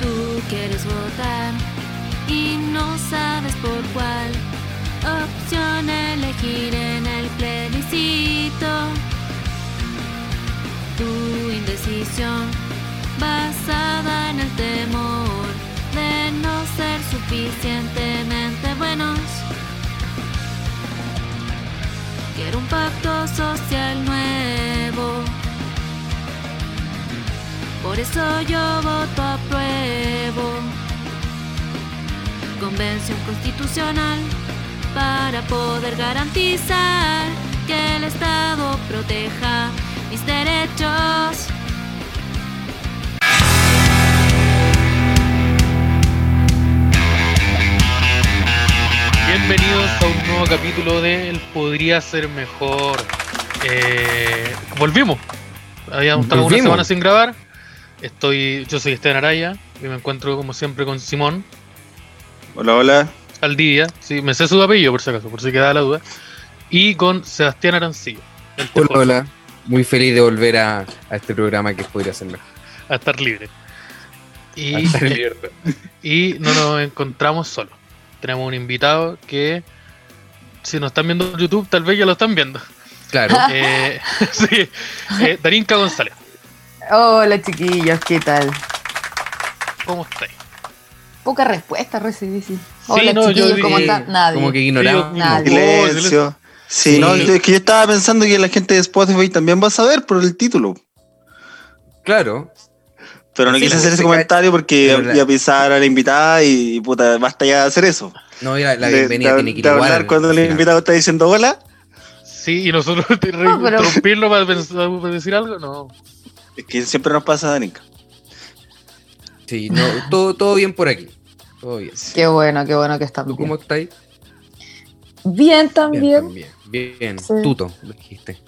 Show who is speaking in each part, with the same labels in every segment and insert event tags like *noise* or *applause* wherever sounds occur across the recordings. Speaker 1: Tú quieres votar y no sabes por cuál opción elegir en el plebiscito. Tu indecisión basada en el temor de no ser suficientemente buenos. Quiero un pacto social nuevo. Por eso yo voto apruebo. Convención constitucional para poder garantizar que el Estado proteja mis derechos.
Speaker 2: Bienvenidos a un nuevo capítulo de El Podría Ser Mejor. Eh, volvimos. Habíamos estado una
Speaker 3: Volvimos.
Speaker 2: semana sin grabar. Estoy, yo soy Esteban Araya y me encuentro como siempre con Simón
Speaker 4: Hola, hola.
Speaker 2: Aldivia. Sí, me sé su apellido por si acaso, por si queda la duda. Y con Sebastián Arancillo. el
Speaker 3: Hola,
Speaker 2: tejoso,
Speaker 3: hola. Muy feliz de volver a, a este programa que podría ser mejor.
Speaker 2: A estar libre. Y, eh,
Speaker 3: A estar abierto.
Speaker 2: y no nos encontramos solos. Tenemos un invitado que, si nos están viendo por YouTube, tal vez ya lo están viendo.
Speaker 5: *laughs*
Speaker 3: Claro.
Speaker 2: Eh, *laughs* sí, eh, Darinka González,
Speaker 5: Hola chiquillos, ¿qué tal?
Speaker 2: ¿cómo estáis?
Speaker 5: Poca respuesta recibí, sí.
Speaker 2: Sí,
Speaker 5: Hola
Speaker 2: no, yo
Speaker 5: chiquillos, ¿cómo
Speaker 2: dije-
Speaker 5: están? Nadie.
Speaker 3: Como que ignoramos.
Speaker 2: Sí,
Speaker 5: Nadie.
Speaker 4: Silencio. Sí,
Speaker 3: Sí.
Speaker 4: no, es que yo estaba pensando que la gente de Spotify también va a saber por el título.
Speaker 3: Claro.
Speaker 4: Pero no
Speaker 3: Sí,
Speaker 4: quise
Speaker 3: la
Speaker 4: hacer ese
Speaker 3: música-
Speaker 4: comentario porque
Speaker 3: Pero la-
Speaker 4: iba a pisar a la invitada y, puta, basta ya de hacer eso.
Speaker 3: No, era la
Speaker 4: De-
Speaker 3: bienvenida
Speaker 4: de-
Speaker 3: tiene que ir
Speaker 4: de
Speaker 3: igual.
Speaker 4: hablar
Speaker 3: al
Speaker 4: cuando el
Speaker 3: final.
Speaker 4: invitado está diciendo hola.
Speaker 2: Sí, y nosotros *laughs* te- re-
Speaker 5: No, pero-
Speaker 2: interrumpirlo para, pensar- para decir algo, no.
Speaker 4: Es que siempre nos pasa, Danica.
Speaker 3: Sí, no, todo, todo bien por aquí. Todo bien.
Speaker 5: Qué bueno, qué bueno que están.
Speaker 3: ¿Tú
Speaker 5: Bien,
Speaker 3: cómo estás? Bien,
Speaker 5: Bien, también.
Speaker 3: también. Bien.
Speaker 5: Sí.
Speaker 3: Tuto, lo dijiste.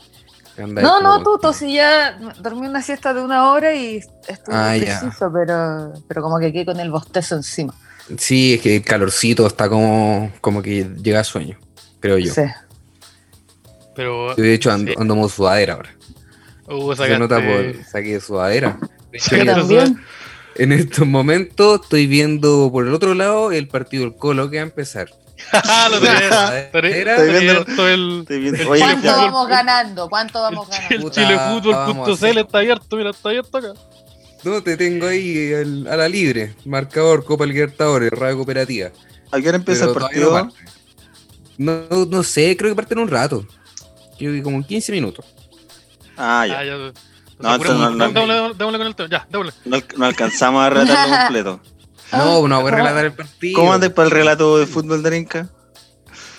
Speaker 3: Anda
Speaker 5: No,
Speaker 3: ahí
Speaker 5: no,
Speaker 3: como-
Speaker 5: Tuto, si ya dormí una siesta de una hora y estuve
Speaker 3: Ah, ya.
Speaker 5: preciso, pero, pero como que quedé con el bostezo encima.
Speaker 3: Sí, es que el calorcito está como, como que llega a sueño, creo yo.
Speaker 5: Sí.
Speaker 2: Pero uh,
Speaker 3: Yo, de hecho, ando,
Speaker 2: Sí.
Speaker 3: ando modo sudadera ahora.
Speaker 2: Hugo
Speaker 3: Se nota
Speaker 2: sacaste-
Speaker 3: por saque de sudadera.
Speaker 2: Sí,
Speaker 5: Yo
Speaker 2: eso
Speaker 5: también.
Speaker 3: En estos momentos estoy viendo por el otro lado el partido del Colo que va a empezar.
Speaker 2: *laughs* Ah, lo tenés,
Speaker 3: Sudadera.
Speaker 2: tenés-
Speaker 3: Estoy
Speaker 2: tenés
Speaker 4: viendo-
Speaker 2: abierto el,
Speaker 4: Estoy viendo- *laughs*
Speaker 2: El
Speaker 4: Oye,
Speaker 5: ¿Cuánto
Speaker 4: ya-
Speaker 2: fútbol-
Speaker 5: vamos ganando? ¿Cuánto vamos
Speaker 2: el
Speaker 5: ganando?
Speaker 3: Puta, vamos,
Speaker 2: chilefutbol.cl
Speaker 3: sí.
Speaker 2: está abierto, mira, está abierto acá.
Speaker 3: No, te tengo ahí el- a la libre. Marcador, Copa Libertadores, Radio Cooperativa.
Speaker 4: ¿A qué hora empieza
Speaker 3: Pero
Speaker 4: el
Speaker 3: todavía no
Speaker 4: partido?
Speaker 3: parte. No, no, no sé, creo que parte en un rato. Creo que como en 15 minutos.
Speaker 4: Ah,
Speaker 2: Ah,
Speaker 4: ya.
Speaker 2: ya.
Speaker 4: No,
Speaker 2: Apuremos,
Speaker 4: entonces no- no-
Speaker 2: démosle- démosle con el tema, ya, démosle.
Speaker 4: No, al- no alcanzamos a *laughs* relatarlo completo.
Speaker 3: No, no voy a relatar el partido.
Speaker 4: Ah, ¿Cómo andas para el relato de fútbol, Darinka?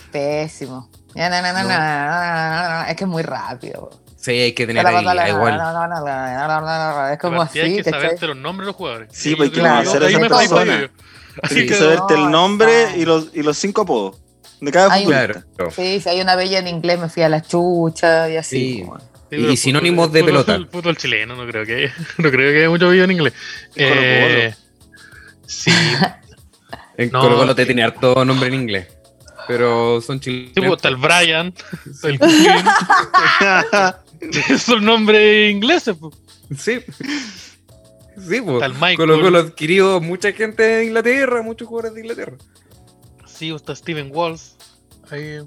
Speaker 5: Pésimo. Ya, na, na, na,
Speaker 3: No.
Speaker 5: na, na, na, na. Es que es muy rápido.
Speaker 3: Sí, hay que tener ahí, ah, igual.
Speaker 5: igual. Es como
Speaker 2: Aparte, hay
Speaker 5: así,
Speaker 2: que
Speaker 5: ¿cachai?
Speaker 2: saberte los nombres de los jugadores.
Speaker 4: Sí,
Speaker 2: Yo
Speaker 4: pues,
Speaker 2: creo
Speaker 5: claro,
Speaker 2: que
Speaker 5: hacer
Speaker 2: ahí
Speaker 5: esas
Speaker 2: me fui
Speaker 5: cosas.
Speaker 2: para ello. Así
Speaker 4: Tienes que
Speaker 2: que-
Speaker 4: saberte
Speaker 5: No,
Speaker 4: el nombre
Speaker 5: está.
Speaker 4: y los, y los cinco apodos de cada
Speaker 5: Hay un-
Speaker 4: futbolista.
Speaker 3: Claro.
Speaker 5: Sí, si hay una bella en inglés me fui a la chucha y así.
Speaker 3: Sí.
Speaker 5: po, weón.
Speaker 2: Sí, pero
Speaker 3: Y sinónimos
Speaker 2: fútbol-
Speaker 3: de
Speaker 2: fútbol-
Speaker 3: pelota.
Speaker 2: El fútbol chileno, no creo que *laughs* haya, no creo que haya mucho video en inglés.
Speaker 4: En
Speaker 2: Eh, sí,
Speaker 3: En
Speaker 2: No.
Speaker 3: Colo Colo te tiene harto nombre en inglés. Pero son chilenos.
Speaker 2: tipo, está el pues, Brian, el *laughs* Queen, son nombres ingleses. po.
Speaker 3: Sí. Sí, pues.
Speaker 2: Está el Michael.
Speaker 3: Colo Colo adquirió mucha gente de Inglaterra, muchos jugadores de Inglaterra.
Speaker 2: Sí, está Steven Walls. Ahí,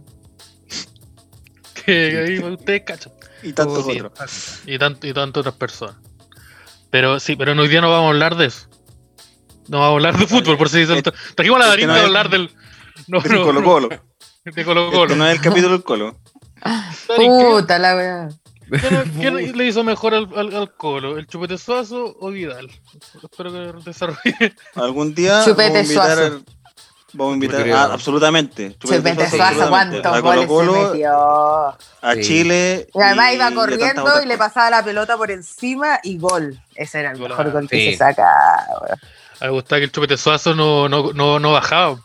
Speaker 2: que ahí pues, ustedes cachan.
Speaker 4: *laughs* y tantos
Speaker 2: Sí.
Speaker 4: otros.
Speaker 2: Y tanto, y tanto otras personas. Pero sí, pero hoy día no vamos a hablar de eso. No vamos a hablar de fútbol, por si dicen. Trajimos a la Darinka
Speaker 4: este no
Speaker 2: a
Speaker 4: es-
Speaker 2: hablar del. No,
Speaker 4: Es el
Speaker 2: no,
Speaker 4: Colo
Speaker 2: *laughs*
Speaker 4: Colo.
Speaker 2: de Colo
Speaker 4: Este
Speaker 2: Colo.
Speaker 4: no es el capítulo del Colo.
Speaker 2: Darinka,
Speaker 5: Puta la weá.
Speaker 2: ¿Quién, quién le hizo mejor al, al- al Colo? ¿El Chupete Suazo o Vidal? Espero que desarrolle.
Speaker 4: Algún día
Speaker 5: Chupete
Speaker 4: vamos a invitar,
Speaker 5: Suazo.
Speaker 4: al- vamos a, invitar
Speaker 3: Chupete.
Speaker 4: ah, absolutamente.
Speaker 5: Chupete
Speaker 3: Suazo,
Speaker 5: Suazo,
Speaker 4: absolutamente.
Speaker 5: cuántos
Speaker 4: a
Speaker 5: goles
Speaker 4: Colo
Speaker 5: se
Speaker 4: Colo,
Speaker 5: metió.
Speaker 4: a
Speaker 3: Sí.
Speaker 4: Chile.
Speaker 5: Y además
Speaker 4: a
Speaker 5: iba
Speaker 4: tantas
Speaker 5: corriendo
Speaker 4: otras
Speaker 5: y le
Speaker 4: cosas.
Speaker 5: pasaba la pelota por encima y gol. Ese era el
Speaker 2: Golazo.
Speaker 5: mejor gol que
Speaker 3: Sí.
Speaker 5: se saca.
Speaker 2: A mí
Speaker 5: weón.
Speaker 2: *laughs* me gustaba que el Chupete Suazo no, no, no, no bajaba.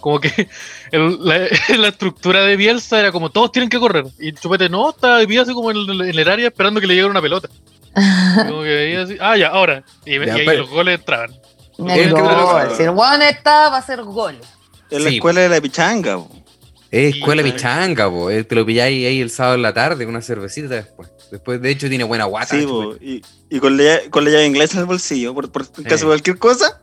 Speaker 2: Como que el- la, *laughs* la estructura de Bielsa era como todos tienen que correr. Y el Chupete no, está de pie así como en, el- en el área esperando que le llegue una
Speaker 3: *laughs*
Speaker 2: pelota. Como que veía así, ah, ya, ahora. Y,
Speaker 3: Ya,
Speaker 2: y ahí
Speaker 3: pero-
Speaker 2: los goles
Speaker 3: *laughs*
Speaker 2: entraban. *laughs*
Speaker 5: El
Speaker 3: que
Speaker 5: gol.
Speaker 4: trabajar.
Speaker 3: *laughs*
Speaker 5: Si el weón está, va a ser gol.
Speaker 4: En la
Speaker 3: Sí.
Speaker 4: escuela de la pichanga. bo.
Speaker 3: Es Es escuela
Speaker 2: Sí,
Speaker 3: pichanga, po. eh, Te lo pilláis ahí el sábado en la tarde, con una cervecita después. Después, de hecho, tiene buena guata.
Speaker 4: Sí,
Speaker 3: chupe.
Speaker 4: bo, y, y con, la, lla- con la llave inglesa en el bolsillo, por, por en caso de cualquier cosa.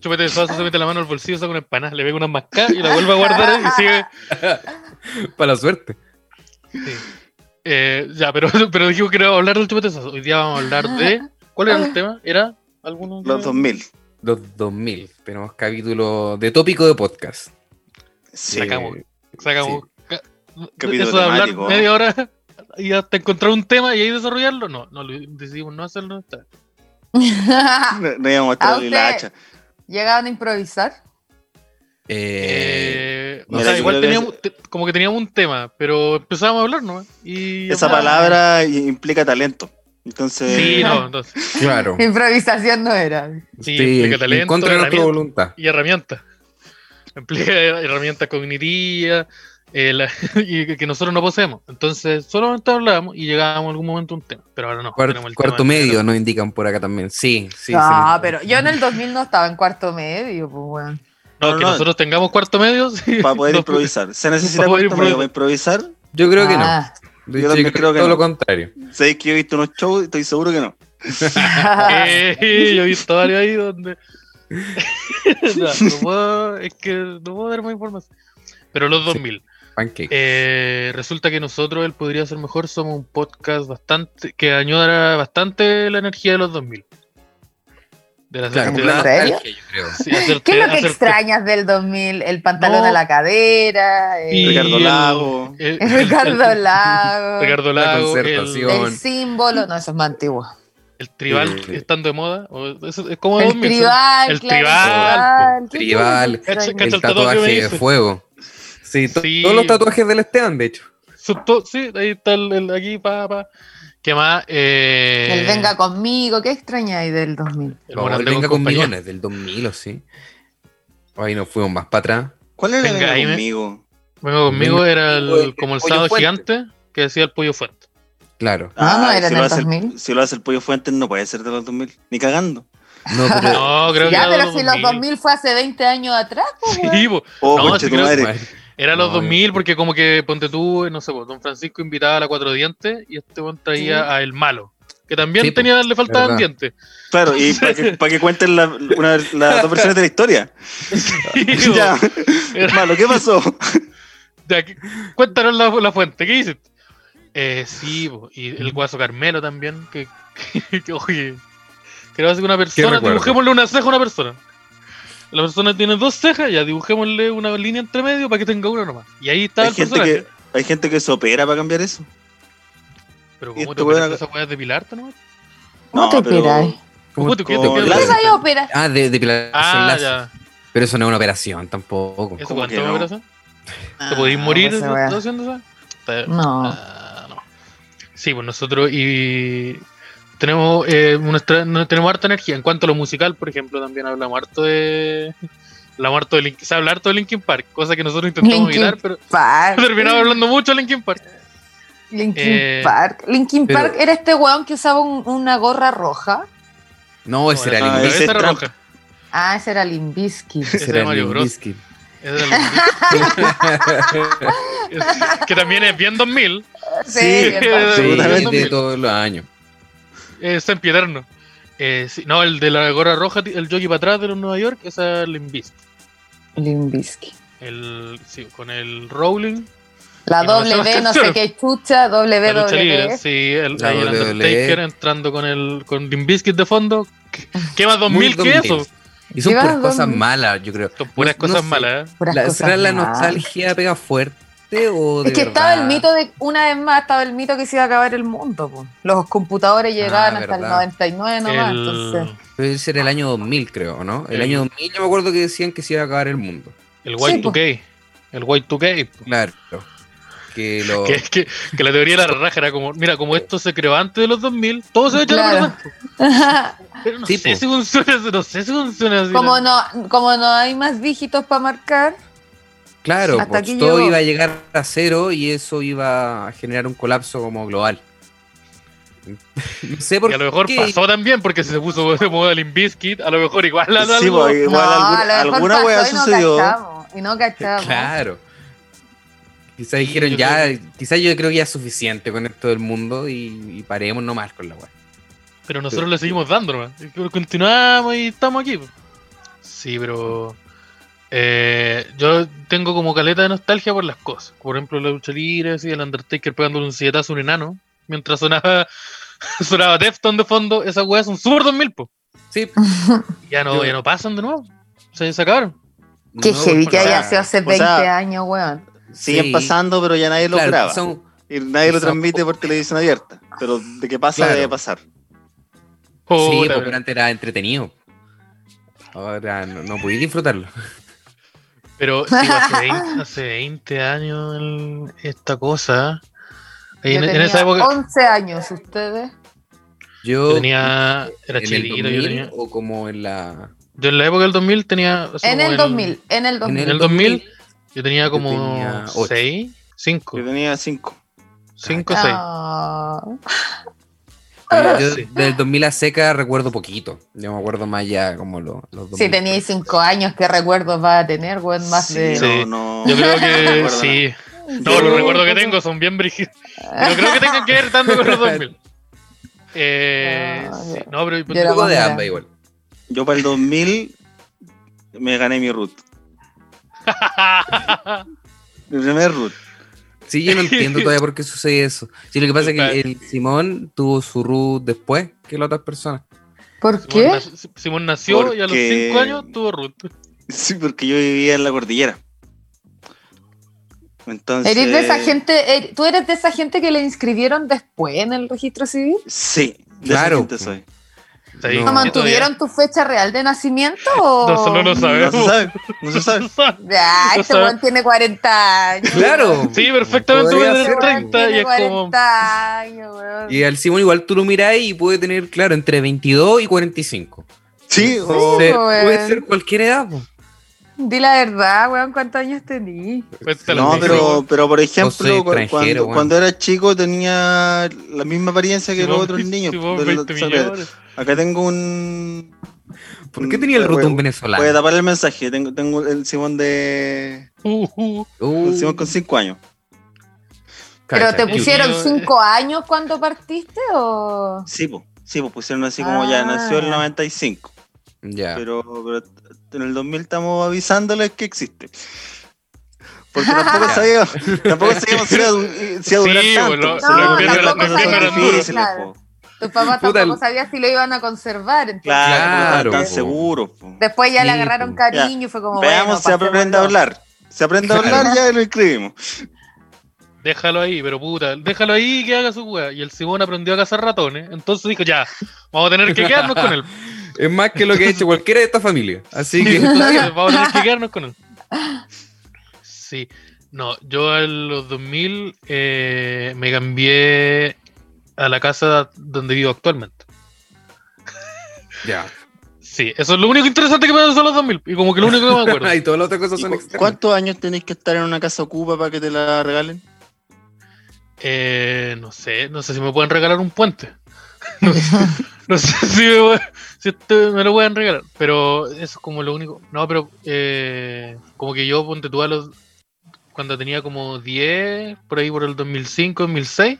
Speaker 2: Chupete de suazo se mete la mano al bolsillo, saca una empanada, le pega una mascada y la vuelve a guardar y sigue.
Speaker 3: *laughs* Para la suerte.
Speaker 2: Eh, ya, pero, *laughs* pero dijimos que no iba a hablar del chupete de suazo. Hoy día vamos a hablar de. ¿Cuál era el tema? ¿Era alguno?
Speaker 4: Los 2000.
Speaker 3: Los 2000. Tenemos capítulo de tópico de podcast.
Speaker 4: Sí.
Speaker 2: La cago.
Speaker 3: Eh,
Speaker 2: Sacamos. ca-
Speaker 4: Capítulo
Speaker 2: Eso de hablar
Speaker 4: temático.
Speaker 2: media hora *laughs* y hasta encontrar un tema y ahí desarrollarlo. No, no lo- decidimos no hacerlo. Está-
Speaker 4: No, no íbamos a estar
Speaker 5: ¿A
Speaker 4: ahí la
Speaker 5: usted?
Speaker 4: hacha.
Speaker 5: Llegaban a improvisar.
Speaker 3: eh,
Speaker 2: Eh,
Speaker 3: no
Speaker 2: o
Speaker 3: sé,
Speaker 2: sea,
Speaker 3: yo
Speaker 2: igual
Speaker 4: creo que
Speaker 2: teníamos, te- como que teníamos un tema, pero empezábamos a hablar nomás. Y
Speaker 4: Esa palabra eh, i- implica talento. Entonces,
Speaker 2: Sí, no, entonces.
Speaker 3: Claro.
Speaker 5: Improvisación no era.
Speaker 2: Sí,
Speaker 3: Sí,
Speaker 2: implica talento,
Speaker 3: en contra de nuestra
Speaker 2: herramienta.
Speaker 3: voluntad.
Speaker 2: Y herramientas. Emplea *laughs* herramientas cognitivas eh, la- *laughs* y que- que nosotros no poseemos. Entonces, solamente hablábamos y llegábamos en algún momento a un tema. Pero ahora no.
Speaker 3: Cuarto,
Speaker 2: tenemos el
Speaker 3: cuarto
Speaker 2: tema.
Speaker 3: medio nos indican por acá también. Sí, sí.
Speaker 5: no,
Speaker 3: sí.
Speaker 5: pero yo en el 2000 no estaba en cuarto medio, pues weón.
Speaker 2: No,
Speaker 4: No,
Speaker 2: que
Speaker 4: no.
Speaker 2: nosotros tengamos cuarto medio. sí.
Speaker 4: para poder
Speaker 2: *laughs* No,
Speaker 4: improvisar. ¿Se necesita
Speaker 2: Para poder
Speaker 4: cuánto medio para improvisar?
Speaker 3: Yo creo que no.
Speaker 5: Ah.
Speaker 3: De
Speaker 4: yo
Speaker 3: hecho, yo
Speaker 4: también
Speaker 3: creo,
Speaker 4: creo que
Speaker 3: todo
Speaker 4: no.
Speaker 3: lo contrario.
Speaker 4: Sabéis que yo he visto unos shows y estoy seguro que no.
Speaker 5: Ah.
Speaker 2: *laughs* Eh, yo he visto varios ahí donde.
Speaker 3: *laughs*
Speaker 2: *laughs* no, no puedo, es que no puedo dar más información. Pero los 2000.
Speaker 3: Pancake.
Speaker 2: Eh, resulta que nosotros, él podría ser mejor, somos un podcast bastante que añora bastante la energía de los 2000. De la
Speaker 3: claro,
Speaker 5: ¿en
Speaker 2: sociedad.
Speaker 5: serio?
Speaker 3: nostalgia, yo creo.
Speaker 2: Sí, hacerte-
Speaker 5: ¿Qué es lo que
Speaker 2: hacerte-
Speaker 5: extrañas del 2000? El pantalón
Speaker 2: Eh, No.
Speaker 5: a la cadera, el,
Speaker 2: Y
Speaker 5: *laughs*
Speaker 4: Ricardo
Speaker 2: el-
Speaker 4: Lago.
Speaker 2: el- el- *laughs*
Speaker 5: Ricardo
Speaker 2: el-
Speaker 5: Lago,
Speaker 2: Ricardo
Speaker 3: La
Speaker 2: Lago, el,
Speaker 3: concertación.
Speaker 5: el símbolo. No, eso es más antiguo.
Speaker 2: el tribal
Speaker 3: Sí.
Speaker 2: estando de moda. o- eso es como
Speaker 5: El
Speaker 2: 2000, ¿sí?
Speaker 5: tribal,
Speaker 2: El
Speaker 5: claro,
Speaker 2: tribal,
Speaker 5: el tribal. ¿Qué
Speaker 3: tribal.
Speaker 5: es lo que extrañas?
Speaker 2: Cacha-
Speaker 3: El,
Speaker 2: el tatuaje
Speaker 3: tatuaje
Speaker 2: me
Speaker 3: de
Speaker 2: hice.
Speaker 3: fuego. Sí, to-
Speaker 2: Sí.
Speaker 3: todos los tatuajes del Esteban, de hecho.
Speaker 2: Su- to- sí, ahí está el, el- aquí, pa, pa. ¿Qué más? Eh,
Speaker 5: El venga conmigo, ¿qué extrañáis del 2000?
Speaker 2: el
Speaker 3: Como
Speaker 2: Morandé
Speaker 3: el venga
Speaker 2: con
Speaker 3: con
Speaker 2: compañía.
Speaker 3: millones del 2000 o sí. Ahí nos fuimos más para atrás.
Speaker 4: ¿Cuál era
Speaker 2: Venga,
Speaker 4: la
Speaker 2: ahí me-
Speaker 4: conmigo?
Speaker 2: Venga conmigo
Speaker 3: Venga
Speaker 2: era
Speaker 3: conmigo,
Speaker 2: el,
Speaker 3: el
Speaker 2: como el
Speaker 3: pollo
Speaker 2: sábado
Speaker 3: fuerte.
Speaker 2: gigante que decía el pollo fuerte.
Speaker 3: Claro.
Speaker 5: Ah, no, era
Speaker 4: si
Speaker 5: en
Speaker 4: lo
Speaker 5: el
Speaker 4: hace
Speaker 5: 2000.
Speaker 4: si lo hace el Pollo Fuentes, no puede ser de los 2000. Ni cagando.
Speaker 3: No,
Speaker 5: *laughs*
Speaker 3: pero.
Speaker 2: No, creo que
Speaker 5: ya,
Speaker 2: era
Speaker 5: pero si los 2000 fue hace 20 años atrás, pues,
Speaker 2: *laughs*
Speaker 5: weón.
Speaker 2: Sí, po.
Speaker 4: Oh,
Speaker 2: No,
Speaker 4: conche
Speaker 2: si
Speaker 4: tu
Speaker 2: creo-
Speaker 4: madre.
Speaker 2: Era los
Speaker 3: No,
Speaker 2: 2000
Speaker 3: yo-
Speaker 2: porque como que ponte tú, no sé, po, Don Francisco invitaba a la Cuatro Dientes y este buen traía
Speaker 5: Sí.
Speaker 2: a El Malo, que también
Speaker 3: Sí, po,
Speaker 2: tenía, le faltaban
Speaker 3: verdad. *laughs*
Speaker 2: dientes. *laughs*
Speaker 4: Claro, y para que, pa' que cuenten la- una- las dos versiones de la historia.
Speaker 2: *laughs* Sí, po.
Speaker 4: *laughs* ya,
Speaker 2: Era-
Speaker 4: malo, ¿qué pasó?
Speaker 2: ya, que- cuéntanos la, la fuente, ¿qué dices? Eh, sí, po, y
Speaker 3: Mm.
Speaker 2: el guaso Carmelo también, que, *laughs* que, que, oye, creo que una persona,
Speaker 3: recuerdo?
Speaker 2: dibujémosle una ceja a una persona. La persona tiene dos cejas, ya dibujémosle una línea entre medio para que tenga una nomás. Y ahí está
Speaker 4: Hay
Speaker 2: el
Speaker 4: gente,
Speaker 2: personaje.
Speaker 4: que, hay gente que se opera para cambiar eso.
Speaker 2: Pero
Speaker 3: este
Speaker 4: y
Speaker 2: como te
Speaker 4: esto
Speaker 2: operas
Speaker 4: era-
Speaker 2: esa weá de depilarte nomás?
Speaker 5: ¿Cómo
Speaker 4: No,
Speaker 5: te
Speaker 4: pero-
Speaker 5: operáis?
Speaker 2: ¿Cómo te-
Speaker 4: con
Speaker 2: qué te- qué te-
Speaker 4: láser.
Speaker 5: ¿Qué vais a operar?
Speaker 3: Ah, de depilación
Speaker 2: Ah,
Speaker 3: láser.
Speaker 2: ya.
Speaker 3: Pero eso no es una operación tampoco.
Speaker 2: ¿Eso
Speaker 4: ¿Cómo que
Speaker 2: cuánto
Speaker 4: no?
Speaker 2: me parece? ¿Te podéis
Speaker 5: Ah,
Speaker 2: morir
Speaker 5: pues, weón.
Speaker 2: haciendo eso? Te- *laughs*
Speaker 5: No.
Speaker 2: Ah, no. Sí, pues nosotros y tenemos eh, nuestra- no- tenemos harta energía. En cuanto a lo musical, por ejemplo, también hablamos harto de. *laughs* Hablamos harto de Linkin, se habla harto de Linkin Park, cosa que nosotros intentamos
Speaker 5: Linkin
Speaker 2: evitar, pero
Speaker 5: Park.
Speaker 2: *laughs* terminamos hablando mucho de Linkin Park.
Speaker 5: Linkin
Speaker 2: Eh,
Speaker 5: Park. Linkin
Speaker 3: pero-
Speaker 5: Park era este weón que usaba un- una gorra roja.
Speaker 3: No, ese era
Speaker 2: Ahora,
Speaker 4: Linkin
Speaker 2: pero esa
Speaker 4: Park.
Speaker 2: era
Speaker 4: Ese
Speaker 2: roja.
Speaker 5: Ah, ese era Limbisky.
Speaker 2: ese
Speaker 3: Ese
Speaker 2: era
Speaker 3: era
Speaker 2: Mario
Speaker 3: Limp
Speaker 2: Bros. *laughs*
Speaker 3: Bizkit.
Speaker 2: Esa era
Speaker 5: *laughs*
Speaker 2: la- que también es bien 2000.
Speaker 5: Sí, bien
Speaker 2: era-
Speaker 3: Sí,
Speaker 4: Absolutamente.
Speaker 3: es de todos los años.
Speaker 2: Eh, Está en Pieterno. Eh, sí, no, el de la gorra roja, el jockey para atrás de los Nueva York, esa es Limbist.
Speaker 5: Limbisky.
Speaker 2: El, sí, con el Rowling.
Speaker 5: La
Speaker 2: Y no me sé
Speaker 5: doble
Speaker 2: las
Speaker 5: B, no sé
Speaker 2: canciones.
Speaker 5: qué
Speaker 2: La
Speaker 5: chucha,
Speaker 2: lucha libre,
Speaker 5: WW.
Speaker 2: sí, el,
Speaker 3: La
Speaker 2: ahí el
Speaker 3: WWE.
Speaker 2: Undertaker entrando con el con Limbiskit de fondo. ¿Qué- ¿Qué más
Speaker 3: Muy
Speaker 2: 2000 que
Speaker 3: 2000.
Speaker 2: eso?
Speaker 3: Y son
Speaker 5: Llevas
Speaker 3: puras
Speaker 5: dos-
Speaker 3: cosas malas, yo creo.
Speaker 2: Son puras
Speaker 3: No- no
Speaker 2: cosas
Speaker 3: sé.
Speaker 2: malas, ¿eh?
Speaker 5: Puras
Speaker 3: La-
Speaker 5: cosas
Speaker 3: ¿Será la
Speaker 5: malas.
Speaker 3: nostalgia pega fuerte o de
Speaker 5: Es que
Speaker 3: verdad?
Speaker 5: estaba el mito de, una vez más, estaba el mito que se iba a acabar el mundo. po. Los computadores llegaban hasta el
Speaker 3: verdad.
Speaker 5: 99 nomás.
Speaker 2: El-
Speaker 5: Ah,
Speaker 2: *laughs*
Speaker 5: Entonces, *laughs*
Speaker 3: Pero Ese era el año 2000, creo, ¿no? El
Speaker 2: El-
Speaker 3: año 2000 yo me acuerdo que decían que se iba a acabar el mundo.
Speaker 2: El
Speaker 5: Sí, pues.
Speaker 2: Y2K. El Y2K. po.
Speaker 3: Claro. Que lo...
Speaker 2: Que, que, que la teoría de la raja era como, mira, como esto se creó antes de los 2000, todo se va a echar a
Speaker 5: Claro.
Speaker 2: perder. Pero no
Speaker 3: Sí,
Speaker 2: sé
Speaker 3: po.
Speaker 2: si funciona, eso, no sé si funciona así.
Speaker 5: como,
Speaker 2: ¿no?
Speaker 5: no, como no hay más dígitos para marcar,
Speaker 3: Claro,
Speaker 5: Hasta
Speaker 3: pues,
Speaker 5: aquí
Speaker 3: todo
Speaker 5: llegó.
Speaker 3: iba a llegar a cero y eso iba a generar un colapso como global. No sé por
Speaker 2: Y a lo mejor
Speaker 3: qué.
Speaker 2: pasó también porque se puso de moda el Inviskit, a lo mejor igual a
Speaker 4: Sí,
Speaker 2: algo.
Speaker 4: pues, igual
Speaker 5: no,
Speaker 4: alguna,
Speaker 5: a lo mejor
Speaker 4: alguna
Speaker 5: pasó
Speaker 4: wea
Speaker 5: y no
Speaker 4: sucedió.
Speaker 5: cachamos, y no cachamos.
Speaker 3: Claro. Quizás dijeron
Speaker 2: yo
Speaker 3: ya,
Speaker 2: creo
Speaker 3: quizás yo creo que ya es suficiente con esto del mundo y, y paremos nomás con la weá.
Speaker 2: Pero nosotros le seguimos dando nomás. Pero Continuamos y estamos aquí. po. Sí, pero. eh, yo tengo como caleta de nostalgia por las cosas. Por ejemplo, la lucha libre, así, el Undertaker pegándole un silletazo a un enano. Mientras sonaba *laughs* sonaba Defton de fondo, esas weas son Super 2000, po.
Speaker 5: *laughs*
Speaker 3: Sí,
Speaker 2: Ya no,
Speaker 3: Yo-
Speaker 2: ya no pasan de nuevo. Se, se acabaron.
Speaker 5: Qué
Speaker 3: no,
Speaker 5: heavy
Speaker 3: por
Speaker 5: que
Speaker 4: o
Speaker 5: haya
Speaker 4: sea,
Speaker 5: sido hace
Speaker 4: o
Speaker 5: 20
Speaker 4: sea,
Speaker 5: años, weón.
Speaker 4: Siguen
Speaker 3: Sí.
Speaker 4: pasando, pero ya nadie lo
Speaker 3: claro,
Speaker 4: graba.
Speaker 3: son-
Speaker 4: Y nadie lo
Speaker 3: son-
Speaker 4: transmite por televisión abierta. Pero de que pasa,
Speaker 3: Claro.
Speaker 4: debe pasar.
Speaker 2: Puta,
Speaker 3: sí, pues,
Speaker 2: pero-
Speaker 3: porque antes era entretenido. Ahora no, no podí disfrutarlo. *laughs*
Speaker 2: Pero sí, hace, 20, hace 20 años el- esta cosa.
Speaker 5: Yo
Speaker 2: En, en
Speaker 5: tenía
Speaker 2: esa época
Speaker 5: 11 años, ustedes.
Speaker 3: Yo
Speaker 2: yo tenía. Era
Speaker 3: en el
Speaker 2: chiquito,
Speaker 3: 2000
Speaker 2: yo tenía.
Speaker 3: o como en la
Speaker 2: Yo en la época del 2000 tenía. así
Speaker 5: En
Speaker 2: como
Speaker 5: el 2000, en el 2000.
Speaker 2: el 2000, Yo tenía como
Speaker 3: tenía ocho.
Speaker 2: 6, 5,
Speaker 4: Yo tenía cinco.
Speaker 2: 5 6.
Speaker 5: Ah,
Speaker 3: eh, yo- yo
Speaker 2: Ah, Sí.
Speaker 3: del 2000 a seca recuerdo poquito. Yo me acuerdo más ya como lo- los 2000.
Speaker 5: si teníais 5 años, ¿qué recuerdos va a tener, weón? Más
Speaker 4: Sí,
Speaker 5: de.
Speaker 2: Sí.
Speaker 4: no, no.
Speaker 2: Yo creo
Speaker 4: *laughs* No
Speaker 2: que
Speaker 4: recuerdo
Speaker 2: sí.
Speaker 4: Yo-
Speaker 2: Todos los recuerdos que tengo son bien brígidos. Yo creo que tengan que ver tanto con
Speaker 4: *laughs*
Speaker 2: los 2000. Eh,
Speaker 5: Ah,
Speaker 2: sí.
Speaker 5: ya.
Speaker 2: No, pero pues,
Speaker 5: Yo
Speaker 3: un
Speaker 5: era
Speaker 3: poco
Speaker 5: más
Speaker 3: de
Speaker 5: grande.
Speaker 3: ambas igual.
Speaker 4: Yo para el 2000 me gané mi root. Mi primer root.
Speaker 3: Sí, yo no entiendo todavía por qué sucede eso. Sí, lo que pasa es que el, el Simón tuvo su root después que las otras personas.
Speaker 5: ¿Por
Speaker 2: *laughs* Simón,
Speaker 5: qué?
Speaker 2: nació- Simón nació y a los
Speaker 4: Porque-
Speaker 2: 5 años tuvo Ruth.
Speaker 4: Sí, porque yo vivía en la cordillera. Entonces.
Speaker 5: ¿Eres de esa gente, er- ¿Tú eres de esa gente que le inscribieron después en el registro civil?
Speaker 4: Sí, de
Speaker 3: Claro.
Speaker 4: esa gente soy.
Speaker 2: ¿Sabéis
Speaker 3: No.
Speaker 5: ¿No
Speaker 2: que
Speaker 5: mantuvieron tu fecha real de nacimiento? O...
Speaker 2: todavía- No, solo lo
Speaker 4: No
Speaker 2: sabemos.
Speaker 4: se sabe, no se sabe.
Speaker 5: Ya, este
Speaker 2: No sabe.
Speaker 5: weón tiene 40 años.
Speaker 3: Claro.
Speaker 2: *laughs* Sí, perfectamente
Speaker 3: Podría
Speaker 2: puede
Speaker 5: Este
Speaker 2: tener
Speaker 3: ser.
Speaker 5: weón
Speaker 2: 30 y
Speaker 5: tiene
Speaker 2: es como.
Speaker 5: 40 años, weón.
Speaker 3: Y al Simón igual tú lo mirás y puede tener, claro, entre 22 y 45.
Speaker 4: Sí, o-
Speaker 3: Puede ser-
Speaker 5: weón.
Speaker 3: puede ser cualquier edad. po.
Speaker 5: Di la verdad, weón, ¿cuántos años tenías?
Speaker 2: Cuéntale,
Speaker 4: No,
Speaker 2: sí,
Speaker 4: pero,
Speaker 2: weón.
Speaker 4: pero por
Speaker 3: soy
Speaker 4: ejemplo, cu-
Speaker 3: extranjero,
Speaker 4: cuando,
Speaker 3: weón.
Speaker 4: cuando era chico tenía la misma apariencia que los
Speaker 2: Simón,
Speaker 4: otros niños. pues,
Speaker 2: Simón,
Speaker 4: de los
Speaker 2: 20
Speaker 4: Sagrados.
Speaker 2: millones.
Speaker 4: Acá tengo un.
Speaker 3: ¿Por qué tenía el root un
Speaker 4: rotón
Speaker 3: venezolano?
Speaker 4: Voy a tapar el mensaje. Tengo, tengo el Simón de.
Speaker 2: Uh, uh.
Speaker 3: Uh,
Speaker 4: El Simón con 5 años.
Speaker 5: ¿Pero
Speaker 3: cacha,
Speaker 5: te
Speaker 3: yo-
Speaker 5: pusieron
Speaker 2: Yo-
Speaker 5: 5 años cuando partiste o...?
Speaker 4: Sí, pues. Sí, pues pusieron así como
Speaker 5: Ah.
Speaker 4: ya nació el 95.
Speaker 3: Ya.
Speaker 4: Pero, pero en el 2000 estamos avisándoles que existe. Porque tampoco
Speaker 3: Ya.
Speaker 4: sabíamos, tampoco sabíamos si iba a, du- eh, si iba a durar
Speaker 2: Sí,
Speaker 4: tanto.
Speaker 2: pues, lo-
Speaker 4: pues,
Speaker 5: lo
Speaker 4: las
Speaker 5: entiendo,
Speaker 4: cosas
Speaker 5: lo
Speaker 4: son
Speaker 5: entiendo, eran duros.
Speaker 4: difíciles,
Speaker 5: Claro.
Speaker 4: pues.
Speaker 5: Tu papá
Speaker 3: Puta,
Speaker 5: tampoco
Speaker 3: el-
Speaker 5: sabía si lo iban a conservar. entonces-
Speaker 4: Claro,
Speaker 3: Claro,
Speaker 4: no tan
Speaker 3: po.
Speaker 4: seguros. po.
Speaker 5: Después ya le
Speaker 3: Sí,
Speaker 5: agarraron
Speaker 3: po.
Speaker 5: cariño y fue como,
Speaker 4: pues, Veamos si
Speaker 5: bueno,
Speaker 4: aprende a
Speaker 5: pasémoslo.
Speaker 4: hablar. Si aprende a
Speaker 3: Claro.
Speaker 4: hablar, ya lo escribimos.
Speaker 2: Déjalo ahí, pero puta, déjalo ahí y que haga su weá. Y el Simón aprendió a cazar ratones, entonces dijo, ya, vamos a tener que quedarnos con él.
Speaker 3: Es más que lo que ha hecho cualquiera de esta familia. Así
Speaker 5: *laughs*
Speaker 3: que.
Speaker 2: Entonces, vamos a tener que quedarnos con él. Sí, no, yo a los 2000 eh, me cambié a la casa donde vivo actualmente.
Speaker 3: ya.
Speaker 2: Sí, eso es lo único interesante que me pasó a los 2000, y como que lo único que me acuerdo.
Speaker 3: Ah, y todas las otras cosas
Speaker 4: ¿Y
Speaker 3: son
Speaker 4: cu-
Speaker 3: externas.
Speaker 4: ¿Cuántos años tenéis que estar en una casa ocupa para que te la regalen?
Speaker 2: Eh, no sé, no sé si me pueden regalar un puente. *laughs* No, sé- no sé si, me, voy- si este- me lo pueden regalar, pero eso es como lo único. No, pero eh, como que yo ponte tú a los. Cuando tenía como 10, por ahí por el 2005, 2006,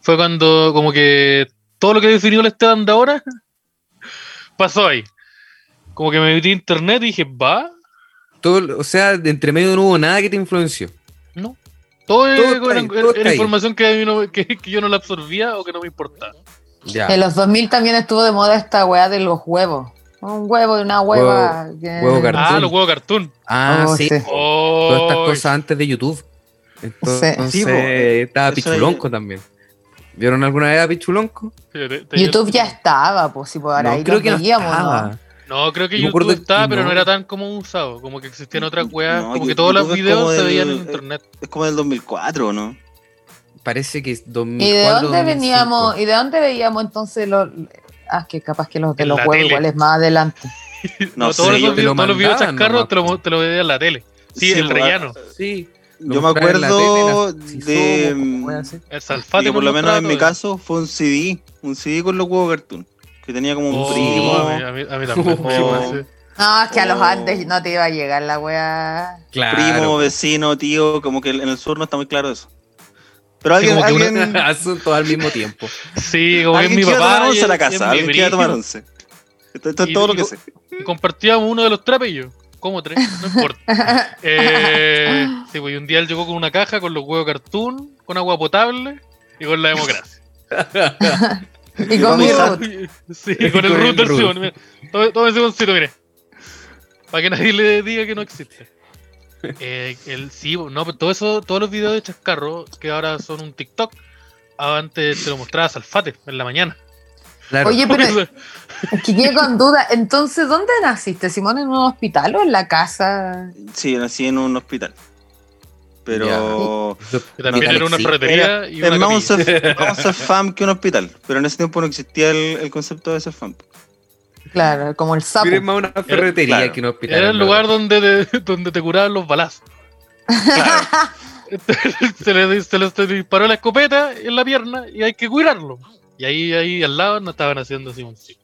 Speaker 2: fue cuando como que todo lo que definió el Esteban de ahora *laughs* pasó ahí. Como que me metí a internet y dije, va,
Speaker 3: Todo- o sea, de entre medio no hubo nada que te influenció.
Speaker 2: no. Todo, era,
Speaker 3: está ahí,
Speaker 2: era-
Speaker 3: todo está
Speaker 2: era
Speaker 3: ahí.
Speaker 2: información que, a mí no- que- que yo no la absorbía o que no me importaba.
Speaker 3: Ya.
Speaker 5: En los 2000 también estuvo de moda esta weá de los huevos. Un huevo y una hueva. que-
Speaker 3: huevo cartón.
Speaker 2: Ah, los huevos cartoon.
Speaker 3: Ah,
Speaker 5: Oh,
Speaker 3: sí.
Speaker 5: sí.
Speaker 3: Todas estas
Speaker 2: Oh,
Speaker 3: cosas antes de YouTube. Entonces,
Speaker 4: Sí, po.
Speaker 3: estaba
Speaker 4: Eso
Speaker 3: Pichulonco también. ¿Vieron alguna vez a Pichulonco?
Speaker 2: fíjate, te-
Speaker 5: YouTube ya estaba, pues si por ahora ahí los veíamos, ¿no?
Speaker 2: No, creo que
Speaker 3: Yo me
Speaker 2: YouTube
Speaker 3: acuerdo que
Speaker 2: estaba, pero no.
Speaker 3: no.
Speaker 2: era tan como usado. Como que existían otras weas.
Speaker 4: No,
Speaker 2: como que
Speaker 4: yo-
Speaker 2: todos los
Speaker 4: YouTube es
Speaker 2: videos
Speaker 4: como
Speaker 2: se
Speaker 4: el-
Speaker 2: veían en
Speaker 4: eh,
Speaker 2: internet.
Speaker 4: Es como del 2004, ¿no?
Speaker 3: Parece que es 2004.
Speaker 5: ¿Y de dónde
Speaker 3: 2005.
Speaker 5: veníamos? ¿Y de dónde veíamos entonces los.? Ah, que capaz que los de
Speaker 2: En
Speaker 5: los
Speaker 2: la
Speaker 5: huevos
Speaker 2: tele.
Speaker 5: igual es más adelante.
Speaker 4: *laughs* No,
Speaker 2: todos,
Speaker 4: sé,
Speaker 2: los,
Speaker 4: yo,
Speaker 3: te
Speaker 2: videos-
Speaker 3: lo
Speaker 2: todos los videos
Speaker 3: mandaban
Speaker 2: chascarros
Speaker 3: nomás,
Speaker 2: te, lo,
Speaker 3: po.
Speaker 2: te lo veía en la tele. Sí,
Speaker 4: Sí, pues,
Speaker 2: el
Speaker 4: po,
Speaker 2: rellano.
Speaker 3: Sí.
Speaker 4: yo me acuerdo de, mm,
Speaker 2: El
Speaker 4: de
Speaker 2: salfate.
Speaker 4: que por lo
Speaker 2: nos
Speaker 4: menos
Speaker 2: mostraba
Speaker 4: en mi
Speaker 2: todo.
Speaker 4: caso fue un CD, un CD con los huevos cartoon, que tenía como un
Speaker 2: Oh,
Speaker 4: primo. *laughs* pues.
Speaker 2: a mí- a mí- a mí también.
Speaker 3: Oh.
Speaker 2: Sí.
Speaker 5: No, es que a los
Speaker 4: Oh.
Speaker 5: Andes no te iba a llegar la weá.
Speaker 3: Claro.
Speaker 4: Primo, vecino, tío, como que en el sur no está muy claro eso. Pero alguien,
Speaker 2: como que
Speaker 3: *laughs*
Speaker 4: alguien,
Speaker 3: Asunto al mismo tiempo.
Speaker 2: Sí, *laughs* como que es
Speaker 4: alguien
Speaker 2: mi
Speaker 4: quiere
Speaker 2: papá.
Speaker 4: tomar
Speaker 2: y
Speaker 4: once a la
Speaker 2: es- y es
Speaker 4: casa,
Speaker 2: mi
Speaker 4: alguien quiere tomar
Speaker 2: brígido.
Speaker 4: once. Esto, esto
Speaker 2: Y-
Speaker 4: es todo lo
Speaker 2: y-
Speaker 4: que sé.
Speaker 2: Y compartíamos uno de los pues, trapillos. Como tres, no
Speaker 5: *laughs*
Speaker 2: importa. Eh, sí, pues, y un día él llegó con una caja con los huevos cartoon, con agua potable y con la democracia.
Speaker 5: Y con mi
Speaker 4: Vamos a-
Speaker 5: root.
Speaker 2: Sí, con el
Speaker 3: Con el
Speaker 2: root del
Speaker 3: root.
Speaker 2: Simón. mira. Tome- Tome ese boncito, mire. Para que nadie le diga que no
Speaker 3: *laughs*
Speaker 2: existe. Eh, el sí, no, pero todo eso, todos los videos de Chascarro, que ahora son un TikTok, antes te lo mostraba Salfate en la mañana.
Speaker 3: Claro.
Speaker 5: Oye,
Speaker 2: *laughs*
Speaker 5: pero es que quedé con duda. Entonces, ¿dónde naciste, Simón? ¿En un hospital o en la casa?
Speaker 4: Sí, yo nací en un hospital. Pero.
Speaker 2: que también era una
Speaker 3: Sí.
Speaker 2: ferretería y
Speaker 4: Es
Speaker 2: una
Speaker 4: más un
Speaker 2: capilla.
Speaker 4: surf- más un surfam que un hospital. Pero en ese tiempo no existía el, el concepto de surfam.
Speaker 5: Claro, como el sapo.
Speaker 3: Era más una ferretería
Speaker 4: claro.
Speaker 3: que un hospital.
Speaker 2: Era el
Speaker 3: en
Speaker 2: lugar
Speaker 3: verdad.
Speaker 2: donde te, donde te curaban los balazos.
Speaker 4: Claro.
Speaker 2: *laughs* se, le, se le- se le disparó la escopeta en la pierna y hay que curarlo. Y ahí, ahí al lado no estaban haciendo así. un-
Speaker 5: Nació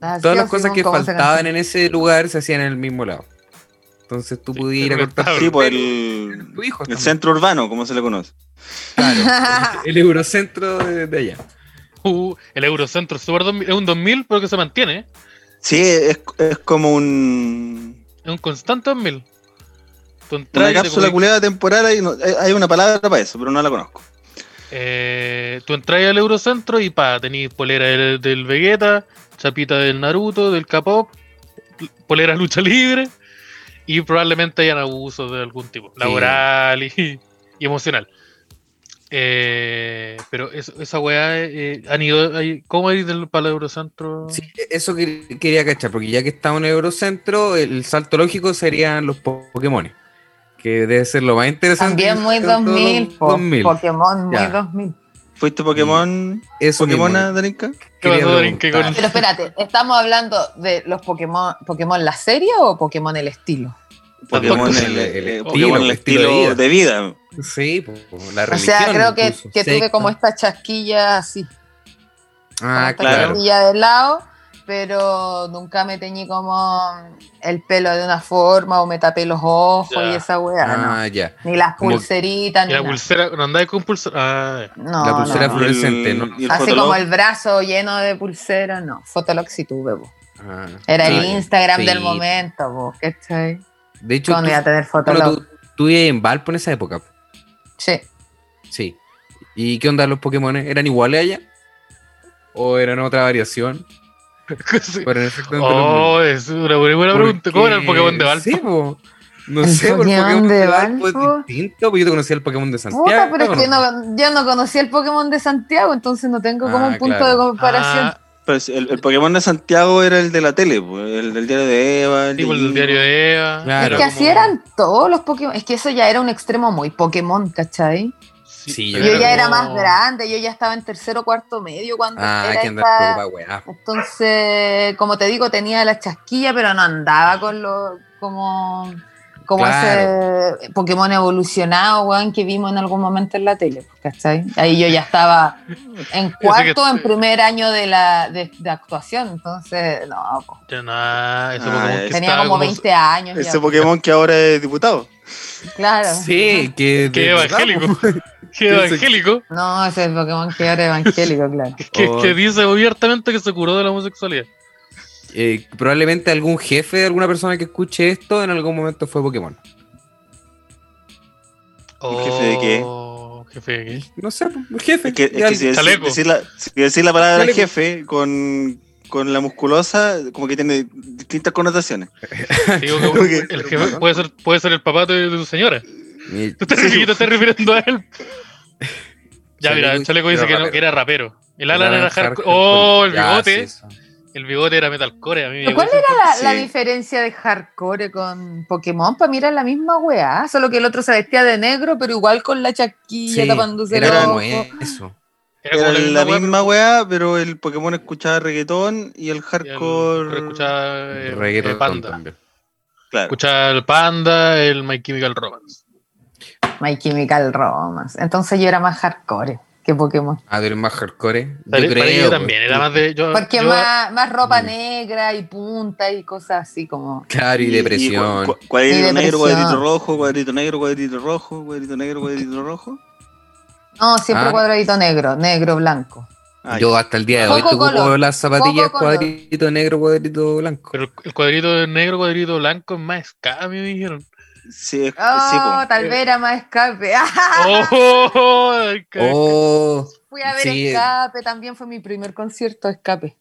Speaker 3: Todas las
Speaker 5: Simón
Speaker 3: cosas que
Speaker 5: como esa
Speaker 3: faltaban en
Speaker 5: canción.
Speaker 3: ese lugar se hacían en el mismo lado. Entonces tú
Speaker 2: Sí,
Speaker 3: podías ir a
Speaker 2: pero
Speaker 3: cortar
Speaker 4: Sí,
Speaker 2: estaba-
Speaker 4: pues el,
Speaker 3: tu hijo.
Speaker 4: el centro urbano, como se le conoce.
Speaker 5: *laughs*
Speaker 3: Claro. El eurocentro de, de allá.
Speaker 2: Uh, el Eurocentro Super 2000, es un 2000, pero que se mantiene. ¿eh?
Speaker 4: Sí, es, es como un.
Speaker 2: Es un constante 2000. Tú entras
Speaker 4: Una
Speaker 2: y te
Speaker 4: cápsula
Speaker 2: podís-
Speaker 4: culeada temporal. Hay, no- eh, hay- hay una palabra para eso, pero no la conozco.
Speaker 2: eh, tú entras al Eurocentro y pa, tenés polera del, del Vegeta, chapita del Naruto, del K-pop, polera lucha libre y probablemente hayan abusos de algún tipo, laboral y, y emocional. Eh, pero eso- esa weá, eh, han ido, ahí- ¿cómo ir del, para el
Speaker 5: Oh.
Speaker 2: Eurocentro?
Speaker 3: Sí, eso que- quería cachar, porque ya que estamos en el Eurocentro, el salto lógico serían los po- Pokémon. Que debe ser lo más interesante.
Speaker 5: También muy
Speaker 3: de todos los
Speaker 5: 2000, po.
Speaker 3: 2000.
Speaker 5: Pokémon muy
Speaker 3: Ya.
Speaker 5: 2000.
Speaker 4: ¿Fuiste Pokémon?
Speaker 3: Eso mismo, eh.
Speaker 4: ¿Pokémon, Darinka?
Speaker 3: quería
Speaker 2: pasó, Darín? ¿Qué
Speaker 3: preguntar.
Speaker 5: Pero espérate, ¿estamos hablando de los Pokémon, Pokémon la serie o Pokémon el estilo?
Speaker 4: Pokémon,
Speaker 3: Tampoco.
Speaker 4: el,
Speaker 3: El- el
Speaker 4: eh, Pokémon el
Speaker 3: estilo de
Speaker 4: estilo
Speaker 3: vida.
Speaker 4: de vida. pues.
Speaker 3: Sí, po, la
Speaker 5: O sea,
Speaker 3: religión
Speaker 5: creo que,
Speaker 3: incluso,
Speaker 5: que tuve
Speaker 3: secta.
Speaker 5: como esta chasquilla así, como
Speaker 3: Ah,
Speaker 5: esta
Speaker 3: claro.
Speaker 5: chasquilla de lado, pero nunca me teñí como el pelo de una forma o me tapé los ojos
Speaker 2: Ya.
Speaker 5: y esa weá, no.
Speaker 3: Ah, ya.
Speaker 5: Ni las
Speaker 3: como-
Speaker 5: pulseritas,
Speaker 2: Y
Speaker 5: ni
Speaker 2: la
Speaker 5: nada.
Speaker 2: pulsera, no andáis con pulsera. Ah, ya.
Speaker 5: No,
Speaker 3: la pulsera
Speaker 5: no, no.
Speaker 4: Y el-
Speaker 3: fluorescente, ¿no?
Speaker 4: y el
Speaker 5: Así
Speaker 4: Fotolog.
Speaker 5: como el brazo lleno de pulsera, no. Fotolog sí tuve, po.
Speaker 3: Ah,
Speaker 5: Era
Speaker 3: sí.
Speaker 5: el Instagram
Speaker 3: Sí.
Speaker 5: del momento, po, ¿cachai?
Speaker 3: De hecho,
Speaker 5: ¿Dónde iba a
Speaker 3: tú,
Speaker 5: tener
Speaker 3: bueno,
Speaker 5: Fotolog?
Speaker 3: tú, tú vivías en Valpo en esa época. po.
Speaker 5: Sí.
Speaker 3: Sí. ¿Y qué onda los Pokémon? ¿Eran iguales allá? ¿O eran otra variación? *laughs*
Speaker 2: Sí.
Speaker 3: Pero en efecto, entre los mismos.
Speaker 2: Oh, es una buena, buena
Speaker 3: Porque-
Speaker 2: pregunta. ¿Cómo era el Pokémon de Valpo?
Speaker 3: Sí, po. No
Speaker 5: ¿El
Speaker 3: sé, por
Speaker 5: Pokémon
Speaker 3: Pokémon
Speaker 5: de
Speaker 3: de Valpo es
Speaker 5: Valpo?
Speaker 3: distinto, porque yo te conocía el Pokémon de Santiago.
Speaker 5: Puta, pero es que
Speaker 3: ¿no?
Speaker 5: no, yo no conocía el Pokémon de Santiago, entonces no tengo como
Speaker 3: Ah,
Speaker 5: un punto
Speaker 3: claro.
Speaker 5: de comparación.
Speaker 2: Ah,
Speaker 4: Pero si el, el Pokémon de Santiago era el de la tele, pues, el del diario de Eva. El
Speaker 2: sí, por
Speaker 4: de
Speaker 2: el
Speaker 4: Jingo.
Speaker 2: diario de Eva.
Speaker 3: Ah, Claro.
Speaker 5: es que así eran todos los Pokémon. Es que eso ya era un extremo muy Pokémon, ¿cachai?
Speaker 3: Sí,
Speaker 5: Yo,
Speaker 3: Yo era
Speaker 5: ya era
Speaker 2: como-
Speaker 5: más grande, yo ya estaba en tercero cuarto medio cuando
Speaker 3: Ah,
Speaker 5: era
Speaker 3: que andar
Speaker 5: esta-
Speaker 3: preocupado, weá.
Speaker 5: Entonces, como te digo, tenía la chasquilla, pero no andaba con lo, como, como
Speaker 3: Claro.
Speaker 5: ese Pokémon evolucionado, weón, que vimos en algún momento en la tele, ¿cachai? Ahí yo ya estaba
Speaker 3: *laughs*
Speaker 5: en cuarto, en primer año de la de, de actuación, entonces, no, po.
Speaker 2: Ya, nah, ese
Speaker 4: Ah,
Speaker 2: Pokémon
Speaker 4: ya.
Speaker 2: que
Speaker 5: tenía
Speaker 2: estaba
Speaker 5: como 20 años,
Speaker 4: Ese
Speaker 5: ya,
Speaker 4: Pokémon que ahora es diputado.
Speaker 5: claro.
Speaker 3: Sí, que.
Speaker 2: Qué
Speaker 3: de-
Speaker 2: evangélico. Qué
Speaker 3: Ese-
Speaker 2: *laughs* evangélico.
Speaker 5: No, ese es el Pokémon que era evangélico, claro.
Speaker 2: Que,
Speaker 3: Oh.
Speaker 2: que dice abiertamente que se curó de la homosexualidad.
Speaker 3: *laughs* Eh, probablemente algún jefe de alguna persona que escuche esto en algún momento fue Pokémon.
Speaker 4: jefe de qué?
Speaker 2: Oh, ¿Jefe de qué?
Speaker 3: No sé, un jefe.
Speaker 4: Es que, es que
Speaker 3: de alguien.
Speaker 4: si, decí-
Speaker 2: Chaleco.
Speaker 4: decir la, si decir la palabra
Speaker 3: Chaleco.
Speaker 4: jefe con, con la musculosa, como que tiene distintas connotaciones.
Speaker 2: Digo que
Speaker 4: Creo que-
Speaker 2: el jefe puede ser, puede ser el papá de, de tu señora.
Speaker 3: Mi-
Speaker 2: Tú te, te estás refiriendo a él. Ya, mira, el chaleco dice
Speaker 3: Era
Speaker 2: que, no,
Speaker 3: rapero.
Speaker 2: que era rapero. El Alan
Speaker 3: Alan
Speaker 2: era
Speaker 3: Hardcore.
Speaker 2: hardcore. Oh, el
Speaker 3: Ya,
Speaker 2: bigote.
Speaker 3: sí, eso.
Speaker 2: El bigote era metalcore. A mí me
Speaker 5: ¿Cuál
Speaker 2: llegó ese-
Speaker 5: era la, la
Speaker 4: Sí.
Speaker 5: diferencia de hardcore con Pokémon? Para mí era la misma weá, solo que el otro se vestía de negro, pero igual con la chaquilla
Speaker 3: Sí,
Speaker 5: tapándose el
Speaker 3: era como
Speaker 5: ojo.
Speaker 3: eso.
Speaker 2: era como
Speaker 4: Era la
Speaker 2: wea,
Speaker 4: misma weá, pero el Pokémon escuchaba reggaetón y el
Speaker 2: pero el-
Speaker 4: hardcore.
Speaker 2: Escuchaba eh,
Speaker 3: Reggaeton
Speaker 2: eh, Panda.
Speaker 3: también.
Speaker 4: Claro.
Speaker 2: Escuchaba el Panda, el My Chemical Romance.
Speaker 5: My Chemical Romance. Entonces yo era más hardcore. que Pokémon.
Speaker 3: Ah, tú eres más hardcore. Yo
Speaker 2: Pare- parece que
Speaker 3: creo,
Speaker 2: yo también
Speaker 3: pues.
Speaker 2: era más de. Yo,
Speaker 5: Porque
Speaker 2: yo-
Speaker 5: más, más ropa
Speaker 3: Mm.
Speaker 5: negra y punta y cosas así como.
Speaker 3: Claro, y, depresión.
Speaker 4: cua- cuadrito
Speaker 5: Y
Speaker 4: negro,
Speaker 5: depresión.
Speaker 4: cuadrito rojo, cuadrito negro, cuadrito rojo, cuadrito negro, cuadrito rojo.
Speaker 5: No, siempre
Speaker 3: Ah.
Speaker 5: cuadradito negro, negro, blanco.
Speaker 4: Ah,
Speaker 3: yo hasta el día de hoy tengo
Speaker 5: Poco color,
Speaker 3: las zapatillas
Speaker 5: poco color.
Speaker 3: cuadrito negro, cuadrito blanco.
Speaker 2: Pero el cuadrito negro, cuadrito blanco es más escala, me dijeron.
Speaker 4: ya. Sí, es- sí, pues, eh.
Speaker 5: Oh,
Speaker 4: po.
Speaker 5: tal vez era más escape. *laughs* Ah,
Speaker 2: ¡Oh! ay, ca-
Speaker 3: Oh,
Speaker 5: Fui a ver
Speaker 3: Sí.
Speaker 5: escape, también fue mi primer concierto escape.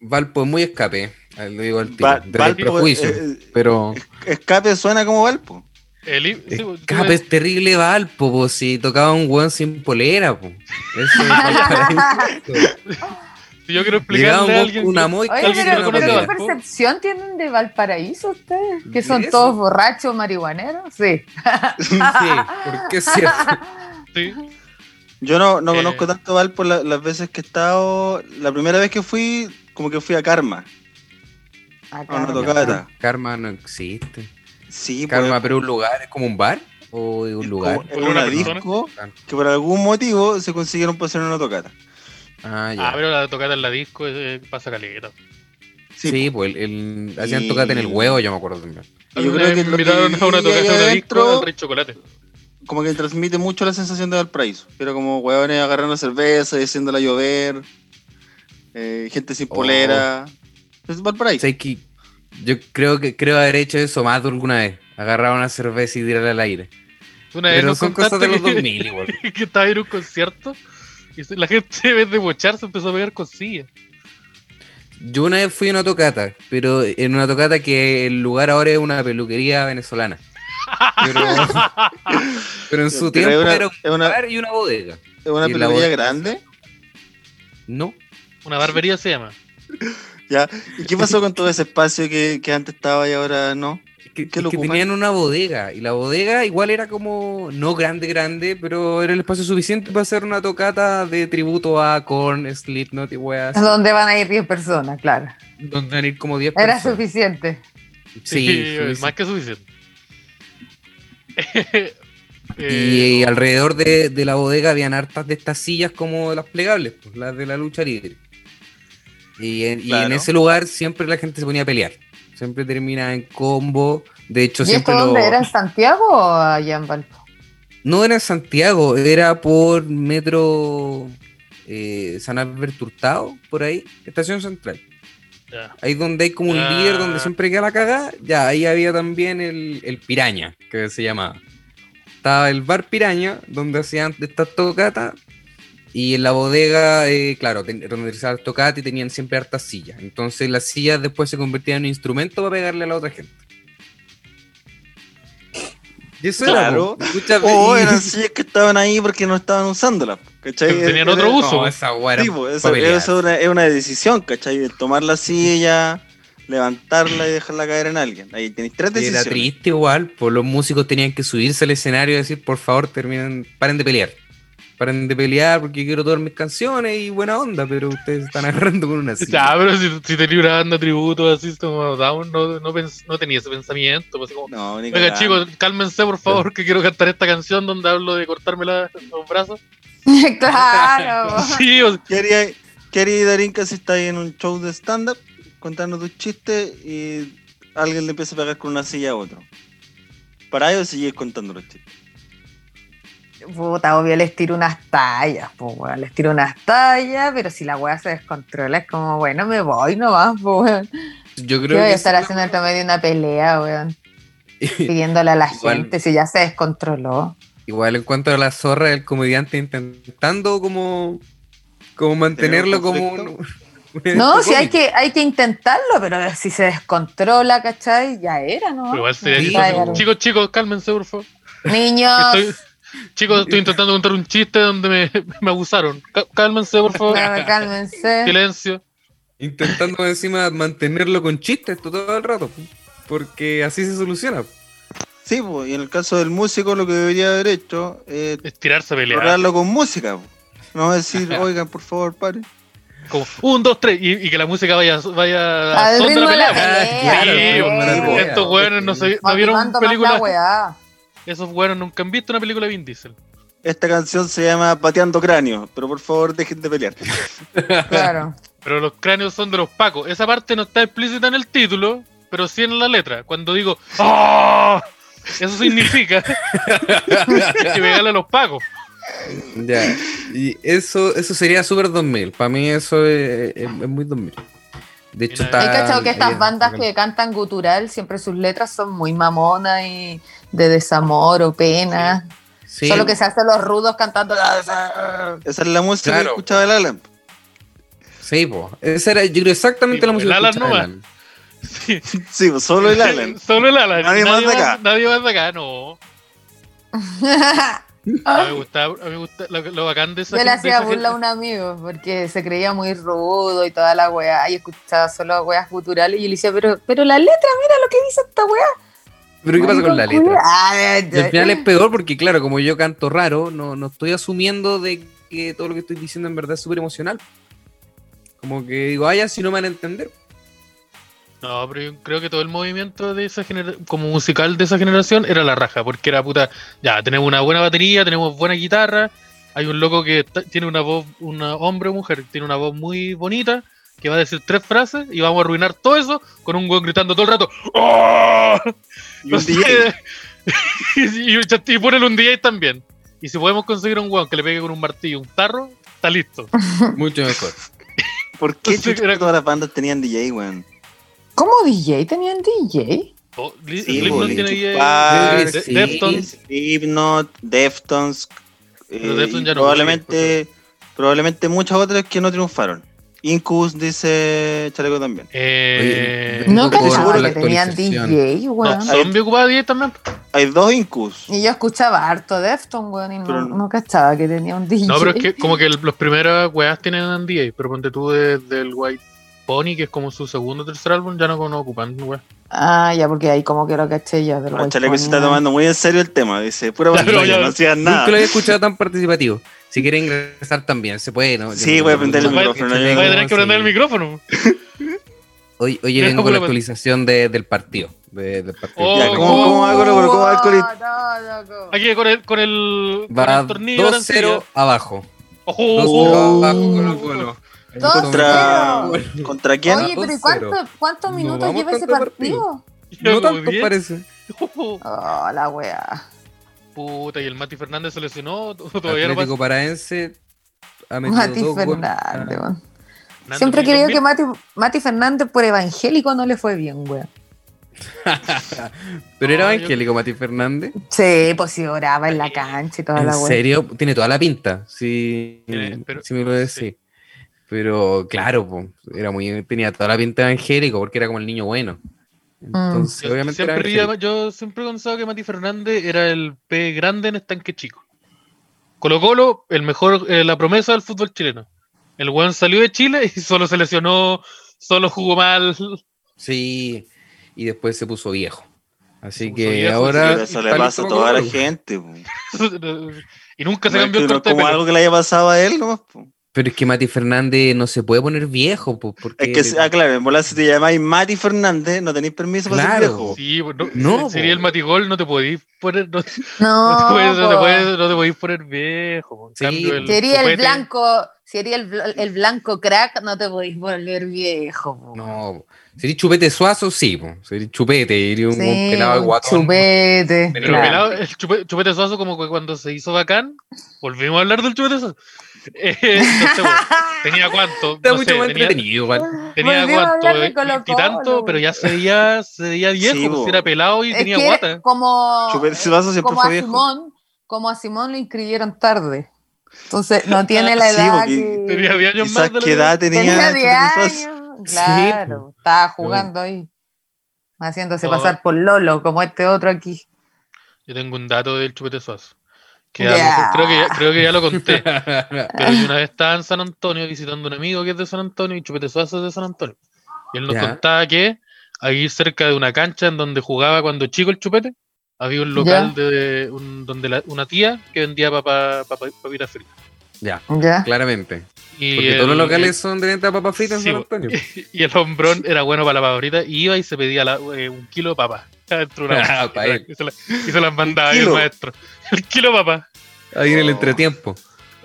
Speaker 3: Valpo es muy escape. Ahí Lo digo al tiro.
Speaker 4: Va-
Speaker 3: desde el
Speaker 4: Valpo,
Speaker 3: prejuicio.
Speaker 4: eh, eh,
Speaker 3: pero
Speaker 4: Escape suena como Valpo.
Speaker 2: el i- sí, pues,
Speaker 3: escape es terrible Valpo, po, si tocaba un weón sin polera, po.
Speaker 4: *laughs*
Speaker 3: Eso me
Speaker 5: *laughs*
Speaker 2: *laughs*
Speaker 3: faltaba de gusto.
Speaker 2: si yo quiero
Speaker 3: Llegaba un
Speaker 2: explicarle a
Speaker 3: weón
Speaker 2: alguien.
Speaker 3: con una moica.
Speaker 5: Oye,
Speaker 2: ¿Alguien
Speaker 5: pero,
Speaker 2: conoce
Speaker 5: pero
Speaker 2: a
Speaker 5: ¿qué
Speaker 2: Valpo?
Speaker 5: percepción tienen de Valparaíso ustedes? ¿Que son
Speaker 3: Eso.
Speaker 5: todos borrachos, marihuaneros? Sí.
Speaker 3: Sí, *laughs* porque es cierto.
Speaker 4: *laughs*
Speaker 2: sí,
Speaker 4: Yo no, no
Speaker 2: Eh.
Speaker 4: conozco tanto Valpo la- las veces que he estado. La primera vez que fui, como que fui a Karma, a
Speaker 5: Acá,
Speaker 4: una
Speaker 5: acá.
Speaker 4: tocata.
Speaker 3: Karma no existe.
Speaker 4: Sí, pues,
Speaker 3: Karma, pero un lugar, es como un bar o es un
Speaker 4: es
Speaker 3: lugar.
Speaker 4: como- es
Speaker 2: ¿Una
Speaker 4: una
Speaker 2: persona?
Speaker 4: disco que por algún motivo se consiguieron pasar en una tocata.
Speaker 3: Ah, ya.
Speaker 2: Ah, pero la tocata en la disco eh, pasa caleta.
Speaker 3: sí,
Speaker 4: Sí,
Speaker 3: pues el, el- hacían
Speaker 4: Y-
Speaker 3: tocate en el huevo, yo me acuerdo también.
Speaker 4: Y yo
Speaker 2: Yo
Speaker 4: creo que lo que
Speaker 2: invitaron a una
Speaker 4: vi ahí
Speaker 2: tocata en la disco
Speaker 4: adentro-
Speaker 2: al Rey Chocolate.
Speaker 4: Como que transmite mucho la sensación de Valparaíso. Era como huevones agarrando cerveza y haciéndola llover. eh, gente sin
Speaker 3: Oh.
Speaker 4: polera. Es Valparaíso.
Speaker 3: Sé que yo creo que creo haber hecho eso más de alguna vez. Agarrar una cerveza y tirarla al aire.
Speaker 2: Una vez
Speaker 3: Pero
Speaker 2: nos
Speaker 3: son cosas de los
Speaker 2: contaste que-
Speaker 3: 2000 igual.
Speaker 2: *laughs* que estaba en un concierto y se- la gente en vez de bochar se empezó a pegar cosillas.
Speaker 3: Yo una vez fui a una tocata, pero en una tocata que el lugar ahora es una peluquería venezolana.
Speaker 4: *laughs*
Speaker 3: Pero, pero en su
Speaker 4: Pero
Speaker 3: tiempo
Speaker 4: es una,
Speaker 3: era un
Speaker 4: es una,
Speaker 3: bar y una bodega.
Speaker 4: es una
Speaker 3: y la
Speaker 4: peluquería
Speaker 3: voz- *laughs*
Speaker 4: grande.
Speaker 3: No,
Speaker 2: Una barbería se llama.
Speaker 4: Ya. ¿Y qué pasó con todo ese espacio que, que antes estaba y ahora
Speaker 3: *laughs*
Speaker 4: no?
Speaker 3: es que,
Speaker 4: ¿Qué
Speaker 3: es
Speaker 4: lo
Speaker 3: que
Speaker 4: ocupan?
Speaker 3: tenían una bodega y la bodega igual era como no grande, grande, pero era el espacio suficiente para hacer una tocata de tributo a Korn, Slipknot y weas.
Speaker 5: Donde van a ir 10 personas, claro.
Speaker 3: Donde van a ir como 10
Speaker 5: Era
Speaker 3: personas.
Speaker 5: suficiente.
Speaker 2: *laughs* es
Speaker 3: Sí, suficiente.
Speaker 2: eh, más que suficiente. *laughs*
Speaker 3: Y,
Speaker 2: Eh,
Speaker 3: alrededor de, de la bodega habían hartas de estas sillas como las plegables, pues, las de la lucha libre. Y en, y en
Speaker 4: Claro.
Speaker 3: ese lugar siempre la gente se ponía a pelear. Siempre terminaba en combo. De hecho,
Speaker 5: ¿Y esto
Speaker 3: siempre
Speaker 5: dónde
Speaker 3: lo-
Speaker 5: era? ¿En Santiago o allá en Valpo?
Speaker 3: No era en Santiago, era por metro eh, San Alberto Hurtado, por ahí, Estación Central.
Speaker 2: ya.
Speaker 3: Ahí donde hay como un
Speaker 2: Ah.
Speaker 3: líder donde siempre queda la cagada, ya ahí había también el, el Piraña, que se llamaba. Estaba el bar Piraña, donde hacían estas tocatas, y en la bodega, eh, claro, ten- donde realizaban las tocatas y tenían siempre hartas sillas. Entonces las sillas después se convertían en un instrumento para pegarle a la otra gente. Y eso
Speaker 4: Claro. Oh,
Speaker 3: era. po. Muchas veces-
Speaker 4: O
Speaker 3: y- *laughs*
Speaker 4: eran sillas que estaban ahí porque no estaban usándolas. ¿Cachai?
Speaker 2: Tenían
Speaker 4: Era-
Speaker 2: otro uso.
Speaker 3: No, esa weá era
Speaker 4: Sí, pues,
Speaker 3: pa'
Speaker 4: eso,
Speaker 3: pelear.
Speaker 4: eso es, una, es una decisión, ¿cachai? El tomar la silla, levantarla y dejarla caer en alguien. Ahí tenéis tres
Speaker 3: Y Era
Speaker 4: decisiones.
Speaker 3: triste igual, pues los músicos tenían que subirse al escenario y decir, por favor, terminen, paren de pelear. Paren de pelear porque yo quiero todas mis canciones y buena onda, pero ustedes se están agarrando
Speaker 2: *laughs*
Speaker 3: con una
Speaker 2: Ya,
Speaker 3: silla.
Speaker 2: pero si, si tenía una banda tributo así como Down, no, no, pens- no tenía ese pensamiento. Pues, así como,
Speaker 4: No, ni
Speaker 2: Oiga,
Speaker 4: cagando.
Speaker 2: chicos, cálmense por favor, que quiero cantar esta canción donde hablo de cortarme la- los brazos.
Speaker 5: *laughs*
Speaker 3: *laughs*
Speaker 5: claro.
Speaker 2: Sí, o-
Speaker 4: ¿Qué haría, qué haría Darinka si estáis en un show de stand-up contando tus chistes y alguien le empieza a pegar con una silla a otro? Para ellos sigues contando los chistes.
Speaker 5: Puta, obvio, les tiro unas tallas, pues, weón. Les tiro unas tallas, pero si la weá se descontrola, es como, bueno, me voy nomás, pues, weón.
Speaker 3: Yo creo
Speaker 5: Yo voy
Speaker 3: que
Speaker 5: a
Speaker 3: *laughs*
Speaker 5: estar
Speaker 3: esa-
Speaker 5: haciendo entre medio de una pelea, weón. Pidiéndole a la
Speaker 3: Igual.
Speaker 5: gente si ya se descontroló.
Speaker 3: igual en cuanto a la zorra del comediante intentando como, como mantenerlo como un,
Speaker 2: *laughs*
Speaker 3: *laughs* un
Speaker 5: No,
Speaker 3: evento
Speaker 5: si hay
Speaker 3: cómico.
Speaker 5: que, hay que intentarlo, pero si se descontrola, ¿cachai? Ya era, ¿no?
Speaker 2: pero igual sería
Speaker 3: Sí,
Speaker 2: chistoso.
Speaker 3: claro.
Speaker 2: Chicos, chicos, cálmense por favor.
Speaker 5: Niños,
Speaker 2: *laughs* Estoy-
Speaker 5: Ah.
Speaker 2: chicos, estoy intentando contar un chiste donde me, *laughs* me abusaron. Cá- Cálmense
Speaker 5: *laughs*
Speaker 2: por favor.
Speaker 5: *laughs*
Speaker 2: *laughs*
Speaker 5: bueno, cálmense.
Speaker 2: Silencio.
Speaker 3: Intentando encima mantenerlo con chistes todo el rato, porque así se soluciona.
Speaker 4: Sí, pues, y en el caso del músico lo que debería haber hecho es
Speaker 2: Estirarse a pelear.
Speaker 4: hablarlo con música. po. No decir, oigan, por favor, paren.
Speaker 2: Como un, dos, tres. Y, y que la música vaya, vaya
Speaker 5: Al
Speaker 2: son de
Speaker 5: ritmo de la
Speaker 2: pelea.
Speaker 3: Ah,
Speaker 5: pelea,
Speaker 2: Sí,
Speaker 5: claro,
Speaker 3: pues,
Speaker 2: bueno,
Speaker 5: sí, bueno.
Speaker 2: estos
Speaker 3: bueno
Speaker 2: hueones no, se- no vieron
Speaker 5: Motivando más
Speaker 3: *laughs*
Speaker 5: la
Speaker 2: películas.
Speaker 5: weá.
Speaker 2: Esos hueones nunca han visto una película de Vin Diesel.
Speaker 4: Esta canción se llama Pateando Cráneo, pero por favor dejen de pelear.
Speaker 5: Claro.
Speaker 2: Pero los cráneos son de los pacos. Esa parte no está explícita en el título, pero sí en la letra. Cuando digo ¡Ah! Eso
Speaker 5: *laughs*
Speaker 2: significa *laughs* que pegarle a los pacos.
Speaker 3: Ya. Y eso, eso sería Super 2000. Para mí eso es, es- es muy 2000. De hecho,
Speaker 2: Hay
Speaker 5: Hay
Speaker 3: está-
Speaker 5: cachado que estas
Speaker 3: bien,
Speaker 5: bandas
Speaker 3: bien.
Speaker 5: que cantan gutural, siempre sus letras son muy mamonas y de desamor o pena.
Speaker 3: Sí.
Speaker 5: Solo que se hacen los rudos cantando. la- *laughs*
Speaker 4: Esa es la música que
Speaker 3: Claro.
Speaker 4: escuchaba el Alan.
Speaker 3: Sí, po. Esa era, yo creo exactamente
Speaker 2: Sí,
Speaker 3: la
Speaker 2: po,
Speaker 3: música.
Speaker 2: el
Speaker 3: que
Speaker 2: Alan
Speaker 3: escuchaba
Speaker 2: Nova.
Speaker 3: Alan.
Speaker 2: Sí.
Speaker 4: Sí, pues, solo el
Speaker 2: *laughs*
Speaker 4: Alan.
Speaker 2: Solo el Alan.
Speaker 4: Nadie más de acá.
Speaker 2: nadie más de acá, no.
Speaker 3: Ah,
Speaker 2: A mí me gustaba, a mí me gusta lo, lo bacán de esa
Speaker 5: Ah. Yo le
Speaker 2: gente- de
Speaker 5: hacía
Speaker 2: esa
Speaker 5: burla a un amigo porque se creía muy rudo y toda la weá. Y escuchaba solo weas guturales. Y yo le decía, pero, pero la letra, mira lo que dice esta weá.
Speaker 3: Pero ¿qué pasa con la letra?
Speaker 5: Ah,
Speaker 3: Y al final es peor porque, claro, como yo canto raro, no, no estoy asumiendo de que todo lo que estoy diciendo en verdad es súper emocional. Como que digo, ah, ya, si no me van a entender.
Speaker 2: No, pero yo creo que todo el movimiento de esa genera- como musical de esa generación era la raja, porque era puta, ya, tenemos una buena batería, tenemos buena guitarra, hay un loco que ta- tiene una voz, una hombre o mujer, tiene una voz muy bonita, que va a decir tres frases y vamos a arruinar todo eso con un weón gritando todo el rato. "¡Oh!".
Speaker 4: Y un
Speaker 2: Entonces,
Speaker 4: DJ.
Speaker 2: y, *laughs* y- y ponele un DJ también. Y si podemos conseguir un weón que le pegue con un martillo un tarro, está
Speaker 5: *laughs*
Speaker 2: listo.
Speaker 3: Mucho mejor.
Speaker 4: ¿Por qué
Speaker 2: Entonces,
Speaker 4: chucha
Speaker 2: era-
Speaker 4: todas las bandas tenían DJ, weón?
Speaker 5: ¿Cómo DJ? ¿Tenían DJ?
Speaker 3: Eh,
Speaker 2: Oh, Li-
Speaker 4: Sí,
Speaker 2: Slipknot
Speaker 4: bo,
Speaker 2: tiene
Speaker 4: Linkin
Speaker 2: DJ,
Speaker 4: Park,
Speaker 2: Ah, De-
Speaker 3: sí.
Speaker 2: Deftones.
Speaker 4: Slipknot, Deftones, eh,
Speaker 2: Pero Deftones
Speaker 4: y
Speaker 2: ya no
Speaker 4: probablemente, probablemente muchas otras que no triunfaron. Incus dice Chaleco también.
Speaker 2: Eh,
Speaker 3: Oye,
Speaker 5: No
Speaker 3: Por
Speaker 5: cachaba
Speaker 3: la
Speaker 5: que tenían
Speaker 3: actualización.
Speaker 5: DJ, weón.
Speaker 4: eh.
Speaker 2: No, zombie ocupaba 10 también.
Speaker 4: Hay dos Incus.
Speaker 5: Y yo escuchaba harto Defton, weón, y no,
Speaker 4: Pero-
Speaker 5: no cachaba que tenía un DJ.
Speaker 2: No, pero es que como que el- los primeros weas tienen DJ, pero ponte tú de- del White Pony, que es como su segundo o tercer álbum, ya no, no ocupan weas.
Speaker 5: Ah, ya, porque ahí como que lo caché yo. Del
Speaker 4: Bueno,
Speaker 5: White
Speaker 4: Chaleco se
Speaker 5: Pony,
Speaker 4: está
Speaker 5: ¿no?
Speaker 4: tomando muy en serio el tema. Dice, pura
Speaker 2: Claro,
Speaker 4: pantalla,
Speaker 2: ya.
Speaker 4: no hacían
Speaker 3: Nunca lo
Speaker 4: nada.
Speaker 3: había escuchado tan participativo. Si quieren ingresar también, se puede, ¿no? Yo
Speaker 4: Sí,
Speaker 3: no-
Speaker 4: voy a prender el
Speaker 3: no-
Speaker 4: micrófono,
Speaker 3: no-
Speaker 4: yo-
Speaker 2: Voy a tener que
Speaker 3: sí.
Speaker 2: prender el micrófono.
Speaker 3: Hoy, hoy
Speaker 2: Yo
Speaker 3: vengo
Speaker 2: como
Speaker 3: con la
Speaker 2: la-
Speaker 3: actualización de- del partido. de- del partido.
Speaker 2: Oh,
Speaker 4: Ya, ¿cómo, cómo hago, loco? ¿Cómo hago el alcohol?
Speaker 5: No, loco.
Speaker 2: Aquí con el, con el, con
Speaker 3: Va
Speaker 2: el tornillo. Oh,
Speaker 3: 2-0 abajo.
Speaker 2: Ojo.
Speaker 3: 2-0 abajo, Colo Colo.
Speaker 5: Oh. Dos
Speaker 4: Contra,
Speaker 5: cero.
Speaker 4: ¿Contra quién?
Speaker 5: Oye, pero ¿y
Speaker 3: 2-0.
Speaker 5: cuánto- cuántos
Speaker 3: No
Speaker 5: minutos
Speaker 3: vamos
Speaker 5: lleva ese
Speaker 3: tanto
Speaker 5: partido?
Speaker 2: Ya, *laughs*
Speaker 3: No
Speaker 2: como
Speaker 3: tanto
Speaker 2: bien.
Speaker 3: parece.
Speaker 2: Ojo.
Speaker 5: Oh, la weá.
Speaker 2: Puta, y el Mati Fernández se lesionó. *laughs* Todavía no
Speaker 3: Atlético Paraense ha metido
Speaker 5: Mati
Speaker 3: dos goles. Ah.
Speaker 5: Fernández, weón.
Speaker 2: pasa.
Speaker 5: Siempre he creído que
Speaker 2: Mati.
Speaker 5: Mati, Mati Fernández por evangélico no le fue bien, weón.
Speaker 3: Pero era
Speaker 2: No, Ah, yo-
Speaker 3: evangélico Mati Fernández.
Speaker 5: Sí, pues si oraba en la cancha y toda
Speaker 3: En
Speaker 5: la weá.
Speaker 3: serio, tiene toda la pinta. Sí,
Speaker 2: Tiene- pero-
Speaker 3: sí me lo decís.
Speaker 2: sí.
Speaker 3: Pero claro, po, era muy, tenía toda la pinta de evangélico porque era como el niño bueno.
Speaker 5: Mm.
Speaker 3: Entonces,
Speaker 2: Yo
Speaker 3: obviamente era
Speaker 2: siempre,
Speaker 3: evangélico.
Speaker 2: había- yo siempre he pensado que Mati Fernández era el pez grande en estanque chico. Colo Colo, el mejor, eh, la promesa del fútbol chileno. El weón salió de Chile y solo se lesionó, solo jugó mal. *laughs*
Speaker 3: Sí, y después se puso viejo.
Speaker 2: Se
Speaker 3: Así
Speaker 2: puso
Speaker 3: que
Speaker 2: viejo,
Speaker 3: ahora.
Speaker 4: Pero eso le
Speaker 3: tal y
Speaker 4: pasa a
Speaker 3: como
Speaker 4: toda la
Speaker 3: Colo.
Speaker 4: gente. po.
Speaker 2: y nunca se
Speaker 4: No es
Speaker 2: cambió
Speaker 4: que
Speaker 2: el
Speaker 4: no es
Speaker 2: corte de pelo.
Speaker 4: como algo que le haya pasado a él, nomás. po.
Speaker 3: Pero es que Mati Fernández no se puede poner viejo. po, porque
Speaker 4: Es que, se- ah, claro, en volar si te llamáis Mati Fernández, no tenéis permiso para ser
Speaker 3: Claro.
Speaker 4: viejo.
Speaker 2: Sí, pues, no,
Speaker 3: No,
Speaker 2: sería
Speaker 3: po.
Speaker 2: el Matigol, no te podís poner, no, *laughs*
Speaker 5: No,
Speaker 2: no te podís, no te
Speaker 5: po.
Speaker 2: podís- no te podís poner viejo. En
Speaker 3: Sí,
Speaker 2: cambio, el
Speaker 5: Sería el
Speaker 2: copete-
Speaker 5: blanco, sería el, bl- el blanco crack, no te podéis volver viejo. po.
Speaker 3: No, sería chupete suazo, sí, po. sería chupete, iría un,
Speaker 5: Sí,
Speaker 3: un pelado de
Speaker 5: un
Speaker 3: guatón.
Speaker 5: Chupete.
Speaker 3: Pero
Speaker 2: Pero
Speaker 5: claro.
Speaker 2: pelado, el chupe- chupete suazo, como que cuando se hizo bacán, volvimos a hablar del chupete suazo. *laughs* Eh, no sé, bueno,
Speaker 5: Ah,
Speaker 2: tenía cuánto.
Speaker 3: Está
Speaker 2: no
Speaker 3: mucho
Speaker 2: sé,
Speaker 3: más
Speaker 2: tenía,
Speaker 3: entretenido, igual.
Speaker 2: *laughs* tenía
Speaker 5: Volvimos a
Speaker 2: cuánto.
Speaker 5: hablar de
Speaker 2: eh,
Speaker 5: Colo-Colo.
Speaker 2: Y tanto, pero ya se veía, se veía viejo,
Speaker 4: Sí,
Speaker 2: pues,
Speaker 4: bo.
Speaker 2: era pelado y
Speaker 5: Es
Speaker 2: tenía
Speaker 5: que
Speaker 2: guata. ¿eh?
Speaker 5: Como,
Speaker 4: Chupete Suazo siempre
Speaker 5: como
Speaker 4: fue
Speaker 5: a
Speaker 4: viejo.
Speaker 5: Simón, como a Simón lo inscribieron tarde. Entonces no tiene la
Speaker 4: Ah, Sí,
Speaker 5: edad
Speaker 4: porque
Speaker 5: que
Speaker 2: Tenía 10 años
Speaker 4: Quizás
Speaker 2: más. de la
Speaker 4: qué edad tenía
Speaker 5: tenía 10
Speaker 4: Chupete Suazo.
Speaker 5: años.
Speaker 3: *laughs* Sí,
Speaker 5: Claro, estaba jugando ahí, haciéndose pasar por Lolo, como este otro aquí.
Speaker 2: Yo tengo un dato del chupete suazo. Que a
Speaker 5: Ya.
Speaker 2: lo mejor- creo, que ya, creo que ya lo conté. Pero
Speaker 3: Ah.
Speaker 2: yo una vez estaba en San Antonio visitando a un amigo que es de San Antonio y Chupete Suazo es de San Antonio. Y él nos
Speaker 3: Ya.
Speaker 2: contaba que ahí cerca de una cancha en donde jugaba cuando chico el Chupete, había un local de un- donde la- una tía que vendía papa, papa, papitas fritas.
Speaker 3: ya,
Speaker 5: ¿Ya?
Speaker 3: claramente.
Speaker 2: Y
Speaker 3: Porque todos los
Speaker 2: el-
Speaker 3: locales son de venta de papas fritas en
Speaker 2: Sí,
Speaker 3: San
Speaker 2: bo.
Speaker 3: Antonio.
Speaker 2: Y el hombrón era bueno para la papa frita y iba y se pedía la- eh, un kilo de papa. *laughs* Adentro de una
Speaker 3: *laughs* Ah,
Speaker 2: bolsa.
Speaker 3: pa' él.
Speaker 2: y, se la- y se las mandaba ahí *laughs* el
Speaker 4: kilo.
Speaker 2: maestro. El kilo de papa.
Speaker 3: Ahí en el entretiempo.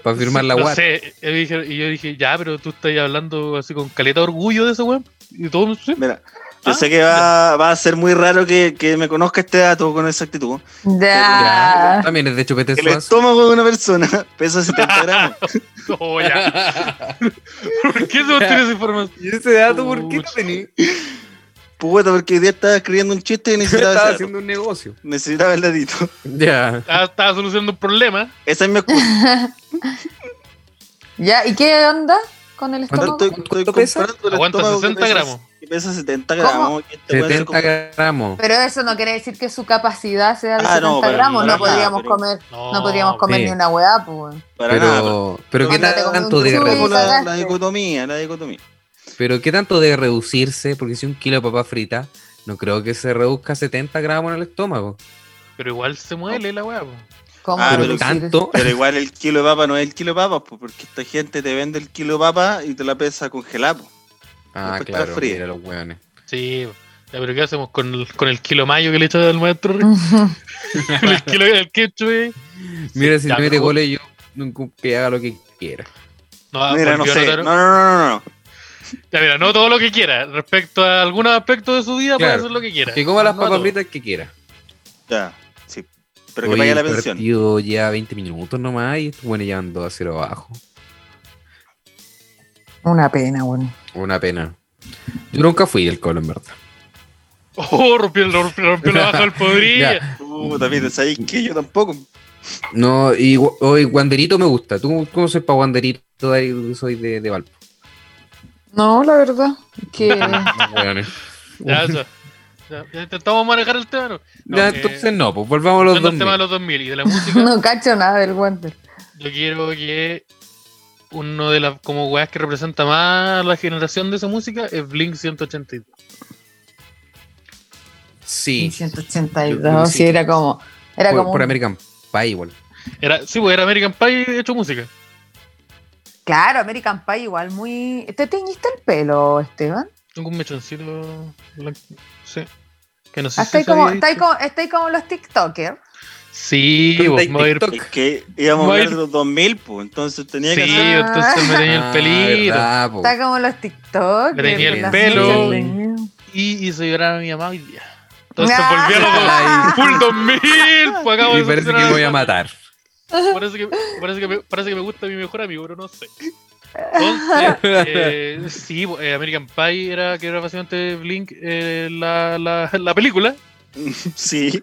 Speaker 3: Para firmar la
Speaker 2: No
Speaker 3: guata.
Speaker 2: sé, y yo dije- y yo dije, ya, pero tú estás hablando así con caleta de orgullo de ese weón. Y todo, sí.
Speaker 4: Mira, yo
Speaker 2: Ah,
Speaker 4: sé que va, va a ser muy raro que, que me conozca este dato con esa actitud.
Speaker 5: Ya. Ah.
Speaker 3: Ya, También es de chupete
Speaker 4: El
Speaker 3: suazo.
Speaker 4: estómago de una persona *laughs* pesa 70 gramos.
Speaker 2: No, ya. *laughs* ¿Por qué se me esa información?
Speaker 3: *laughs* ¿Y ese dato por qué lo
Speaker 2: *laughs*
Speaker 3: tenía?
Speaker 4: Puta, porque hoy día estaba escribiendo un chiste y necesitaba,
Speaker 3: Estaba
Speaker 4: ese-
Speaker 3: haciendo un negocio.
Speaker 4: necesitaba el dadito.
Speaker 3: Ya.
Speaker 2: Ah, Estaba solucionando un problema.
Speaker 4: *laughs* Esa es mi excusa.
Speaker 5: Ya, ¿y qué onda con el
Speaker 3: ¿Cuánto
Speaker 5: estómago?
Speaker 4: Estoy,
Speaker 3: ¿Cuánto
Speaker 4: estoy
Speaker 3: pesa?
Speaker 4: comparando el
Speaker 2: Aguanta
Speaker 4: estómago que
Speaker 2: 60
Speaker 4: pesa-
Speaker 2: gramos.
Speaker 4: Que pesa 70
Speaker 5: ¿Cómo?
Speaker 4: gramos. y este weón se
Speaker 3: 70 gramos.
Speaker 5: Pero eso no quiere decir que su capacidad sea de
Speaker 4: Ah, no,
Speaker 5: 70
Speaker 4: para
Speaker 5: gramos. No
Speaker 4: nada,
Speaker 5: podríamos
Speaker 4: pero-
Speaker 5: comer,
Speaker 2: No,
Speaker 5: no podríamos comer
Speaker 3: sí.
Speaker 5: ni una weá, pues.
Speaker 4: Para nada.
Speaker 3: Pero, pero, ¿qué
Speaker 5: Ándate con
Speaker 3: tanto
Speaker 5: un
Speaker 3: de
Speaker 5: chulo.
Speaker 3: re-
Speaker 4: Como la, la
Speaker 5: sacaste.
Speaker 4: dicotomía, la dicotomía.
Speaker 3: pero qué tanto de reducirse, porque si un kilo de papa frita, no creo que se reduzca 70 gramos en el estómago.
Speaker 2: Pero igual se muele la weá. po.
Speaker 5: ¿Cómo
Speaker 4: Ah,
Speaker 3: pero
Speaker 4: pero
Speaker 5: reducir?
Speaker 3: tanto.
Speaker 4: *laughs* Pero igual el kilo de papa no es el kilo de papa, pues, porque esta gente te vende el kilo de papa y te la pesa congelada. pues.
Speaker 3: Ah,
Speaker 4: Después está
Speaker 3: claro,
Speaker 4: fría.
Speaker 3: mira los hueones.
Speaker 2: Sí. po. Ya, pero ¿qué hacemos con el, con el kilo mayo que le echó al maestro? Rico? Con el kilo del ketchup. eh.
Speaker 3: Mira, si
Speaker 2: Ya,
Speaker 3: te mete
Speaker 2: pero-
Speaker 3: goles, yo nunca que haga lo que quiera.
Speaker 2: Ah, pues No,
Speaker 4: Mira, no
Speaker 2: volvió a
Speaker 4: sé. No,
Speaker 2: anotar-
Speaker 4: no, no, no, no.
Speaker 2: Ya, mira, no todo lo que quiera. Respecto a algún aspecto de su vida,
Speaker 3: Claro.
Speaker 2: puede hacer lo que quiera.
Speaker 3: Que coma las
Speaker 2: No
Speaker 3: papas
Speaker 2: todo.
Speaker 3: fritas que quiera.
Speaker 4: Ya, sí. Pero
Speaker 3: Oye,
Speaker 4: que pague la
Speaker 3: el
Speaker 4: pensión.
Speaker 3: partido ya 20 minutos nomás y bueno, ya andó a cero abajo.
Speaker 5: *laughs* Una pena, bueno.
Speaker 3: Una pena. Yo nunca fui del colo, en verdad.
Speaker 2: *laughs* Oh, rompió, el- rompió, rompió la
Speaker 3: *laughs*
Speaker 2: baja del podrillo.
Speaker 3: Ya.
Speaker 4: Puta, mira, ¿sabéis que yo tampoco?
Speaker 3: No, y gu- hoy Wanderito me gusta. ¿Tú cómo soy para Wanderito? Dari? Soy de, de Valpo.
Speaker 5: No, la verdad. Que... Ah.
Speaker 3: Hueones.
Speaker 2: Ya, eso. Ya, ya intentamos manejar el tema, ¿no?
Speaker 3: Ya,
Speaker 2: eh,
Speaker 3: entonces no, pues volvamos a los
Speaker 2: Volviendo
Speaker 3: dos.
Speaker 2: al tema de
Speaker 3: mil.
Speaker 2: los 2000 y de la
Speaker 5: *laughs*
Speaker 2: música,
Speaker 5: *laughs* no cacho nada del Wander.
Speaker 2: yo quiero que uno de las como weas que representa más a la generación de esa música es Blink 182.
Speaker 3: Sí,
Speaker 5: 182, sí, era como. Era
Speaker 3: por,
Speaker 5: como
Speaker 3: por
Speaker 5: un-
Speaker 3: American Pie igual.
Speaker 2: Era, sí, pues era American Pie hecho música.
Speaker 5: Claro, American Pie igual muy. ¿Te teñiste el pelo, Esteban?
Speaker 2: Tengo un mechoncito blanco. Sí. Que no sé
Speaker 5: Estáis
Speaker 2: se
Speaker 5: Ah, como,
Speaker 2: había
Speaker 5: estáis
Speaker 2: visto.
Speaker 5: como, estáis como los TikTokers.
Speaker 2: Sí,
Speaker 3: Pero
Speaker 2: vos,
Speaker 3: estáis
Speaker 2: me voy a ir-
Speaker 3: TikTok.
Speaker 4: Es que íbamos a
Speaker 2: Voy a
Speaker 4: hablar de
Speaker 2: ir-
Speaker 4: los 2000, pues, entonces tenía que
Speaker 2: Sí,
Speaker 4: hacer...
Speaker 5: Ah.
Speaker 2: entonces me
Speaker 3: *laughs*
Speaker 2: tenía el pelito.
Speaker 3: Ah, verdad,
Speaker 5: Está como los TikTokers.
Speaker 2: Me teñí el
Speaker 5: con las
Speaker 2: pelo.
Speaker 5: mechas teñidas.
Speaker 2: y hizo llorar a mi mamá hoy día. Entonces
Speaker 5: Ah.
Speaker 2: volví a los full 2000. Pues acabo
Speaker 3: po.
Speaker 2: de
Speaker 3: Y parece que me voy a matar.
Speaker 2: Parece que, parece, que me, parece que me gusta mi mejor amigo, pero no sé.
Speaker 3: *laughs*
Speaker 2: Entonces, eh, sí, bo- eh, American Pie era que era básicamente Blink eh, la, la, la película.
Speaker 4: Sí.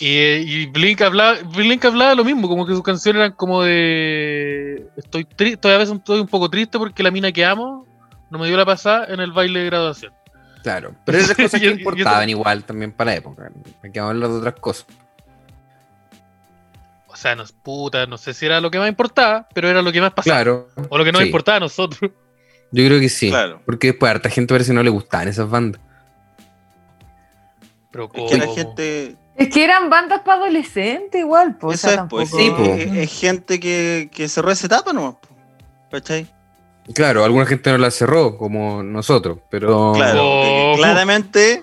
Speaker 2: Y, eh, y Blink, hablaba, Blink hablaba lo mismo, como que sus canciones eran como de. Estoy triste, todavía a veces estoy un poco triste porque la mina que amo no me dio la pasada en el baile de graduación.
Speaker 3: Claro,
Speaker 2: *laughs*
Speaker 3: pero esas cosas
Speaker 2: Yo-
Speaker 3: que
Speaker 2: yo- yo-
Speaker 3: importaban igual también para la época. Hay que hablar de otras cosas.
Speaker 2: O sea, no, puta, no sé si era lo que más importaba, pero era lo que más pasaba.
Speaker 3: Claro,
Speaker 2: O lo que nos
Speaker 3: sí.
Speaker 2: importaba a nosotros. *laughs*
Speaker 3: yo creo que sí.
Speaker 4: Claro.
Speaker 3: Porque después a harta gente parece que no le gustaban esas bandas.
Speaker 2: Pero
Speaker 4: Es que la
Speaker 2: ¿cómo?
Speaker 4: gente...
Speaker 5: *laughs* Es que eran bandas para adolescentes igual, pues.
Speaker 4: Eso es, pues, sí,
Speaker 3: tampoco-
Speaker 4: pues, es, es gente que, que cerró esa etapa nomás, pues, ¿cachai?
Speaker 3: Claro, alguna gente no la cerró, como nosotros, pero...
Speaker 4: Claro,
Speaker 2: Oh. *laughs*
Speaker 4: porque claramente,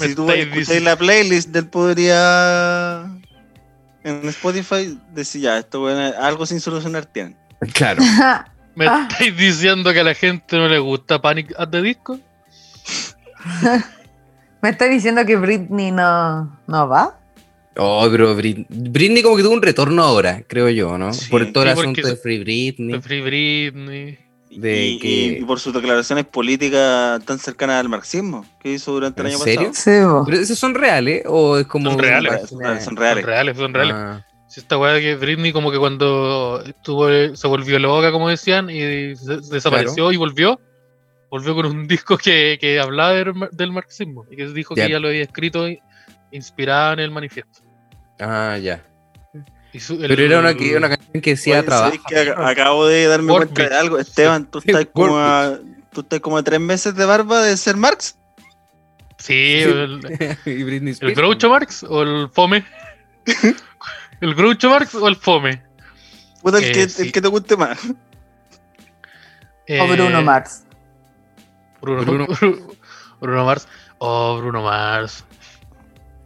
Speaker 2: Me
Speaker 4: si tú
Speaker 2: estáis
Speaker 4: escucháis
Speaker 2: diciendo-
Speaker 4: la playlist del Podría en Spotify, decís ya, esto bueno, algo sin solucionar tienen.
Speaker 3: *laughs* Claro.
Speaker 2: ¿Me
Speaker 5: Ah.
Speaker 2: estáis diciendo que a la gente no le gusta Panic at the Disco?
Speaker 5: *laughs* Me está diciendo que Britney no, no va.
Speaker 3: Oh, pero Brit- Britney como que tuvo un retorno ahora, creo yo, ¿no?
Speaker 4: Sí,
Speaker 3: Por todo el
Speaker 2: sí, porque
Speaker 3: asunto de
Speaker 2: eso-
Speaker 3: Free Britney.
Speaker 2: De Free Britney.
Speaker 3: De
Speaker 4: y,
Speaker 3: que-
Speaker 4: y- y por sus declaraciones políticas tan cercanas al marxismo que hizo durante el
Speaker 3: ¿En
Speaker 4: año
Speaker 3: serio?
Speaker 4: pasado.
Speaker 5: Sí, po.
Speaker 3: ¿Pero esos son reales o es como...
Speaker 2: Son
Speaker 3: una
Speaker 2: reales.
Speaker 3: página-
Speaker 4: Son
Speaker 2: Son
Speaker 4: reales.
Speaker 2: reales, son reales.
Speaker 3: Ah,
Speaker 2: Si esta weá que Britney como que cuando estuvo, se volvió loca, como decían, y se- se desapareció y volvió, volvió con un *laughs* disco que, que hablaba del, mar- del marxismo y que dijo
Speaker 3: Ya.
Speaker 2: que ya lo había escrito i- inspirado en el manifiesto.
Speaker 3: ah, ya.
Speaker 2: Y su- el-
Speaker 3: Pero era una, que- una canción que decía
Speaker 4: Oye,
Speaker 3: trabajo. *laughs*
Speaker 4: ¿sabes qué? Ac- acabo de darme
Speaker 2: Work
Speaker 4: cuenta de
Speaker 2: bitch.
Speaker 4: algo. Esteban, tú
Speaker 3: Sí,
Speaker 4: estás,
Speaker 3: work
Speaker 4: como a, tú estás como a tres meses de barba de ser Marx.
Speaker 2: Sí, el,
Speaker 3: y Britney
Speaker 2: *laughs*
Speaker 3: Spears.
Speaker 2: el Groucho Marx o el
Speaker 3: *laughs*
Speaker 2: Fome. ¿El Groucho Marx o el Fome?
Speaker 4: Puta, el,
Speaker 2: Eh,
Speaker 4: que,
Speaker 2: sí.
Speaker 4: el que te guste más.
Speaker 5: O Bruno
Speaker 2: Eh,
Speaker 5: Mars. *laughs*
Speaker 2: Bruno,
Speaker 3: Bruno-
Speaker 2: *laughs* Bruno, Mars. Oh, Bruno Mars.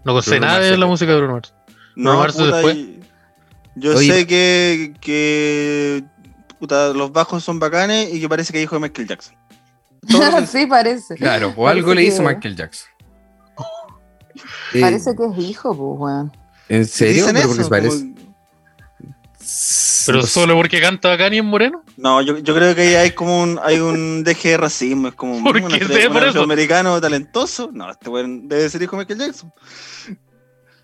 Speaker 2: No sé
Speaker 3: Bruno
Speaker 2: nada
Speaker 3: Mars
Speaker 2: de
Speaker 3: es
Speaker 2: la
Speaker 3: el-
Speaker 2: música de Bruno Mars.
Speaker 4: No,
Speaker 2: Marx
Speaker 4: puta,
Speaker 2: después.
Speaker 4: y- Yo
Speaker 3: Oye.
Speaker 4: sé que, que puta, los bajos son bacanes y que parece que hijo de Michael Jackson. Todo
Speaker 3: *laughs*
Speaker 4: lo que-
Speaker 5: sí, parece.
Speaker 3: Claro, o algo
Speaker 5: Parece
Speaker 3: le hizo
Speaker 5: que-
Speaker 3: Michael
Speaker 4: *laughs*
Speaker 3: Jackson. Eh,
Speaker 5: Parece que es hijo, pues, weón.
Speaker 3: ¿En serio?
Speaker 4: dicen
Speaker 3: ¿Pero
Speaker 4: eso,
Speaker 3: porque se parece?
Speaker 4: como-
Speaker 2: Pero
Speaker 3: No sé.
Speaker 2: solo porque canta acá ni en Moreno.
Speaker 4: No, yo, yo creo que ahí hay como un, hay un deje de racismo, es como
Speaker 2: *laughs* ¿Por
Speaker 4: un
Speaker 2: qué?
Speaker 4: afro- un
Speaker 2: Por eso.
Speaker 4: afroamericano talentoso. No, este weón debe ser hijo de Michael Jackson.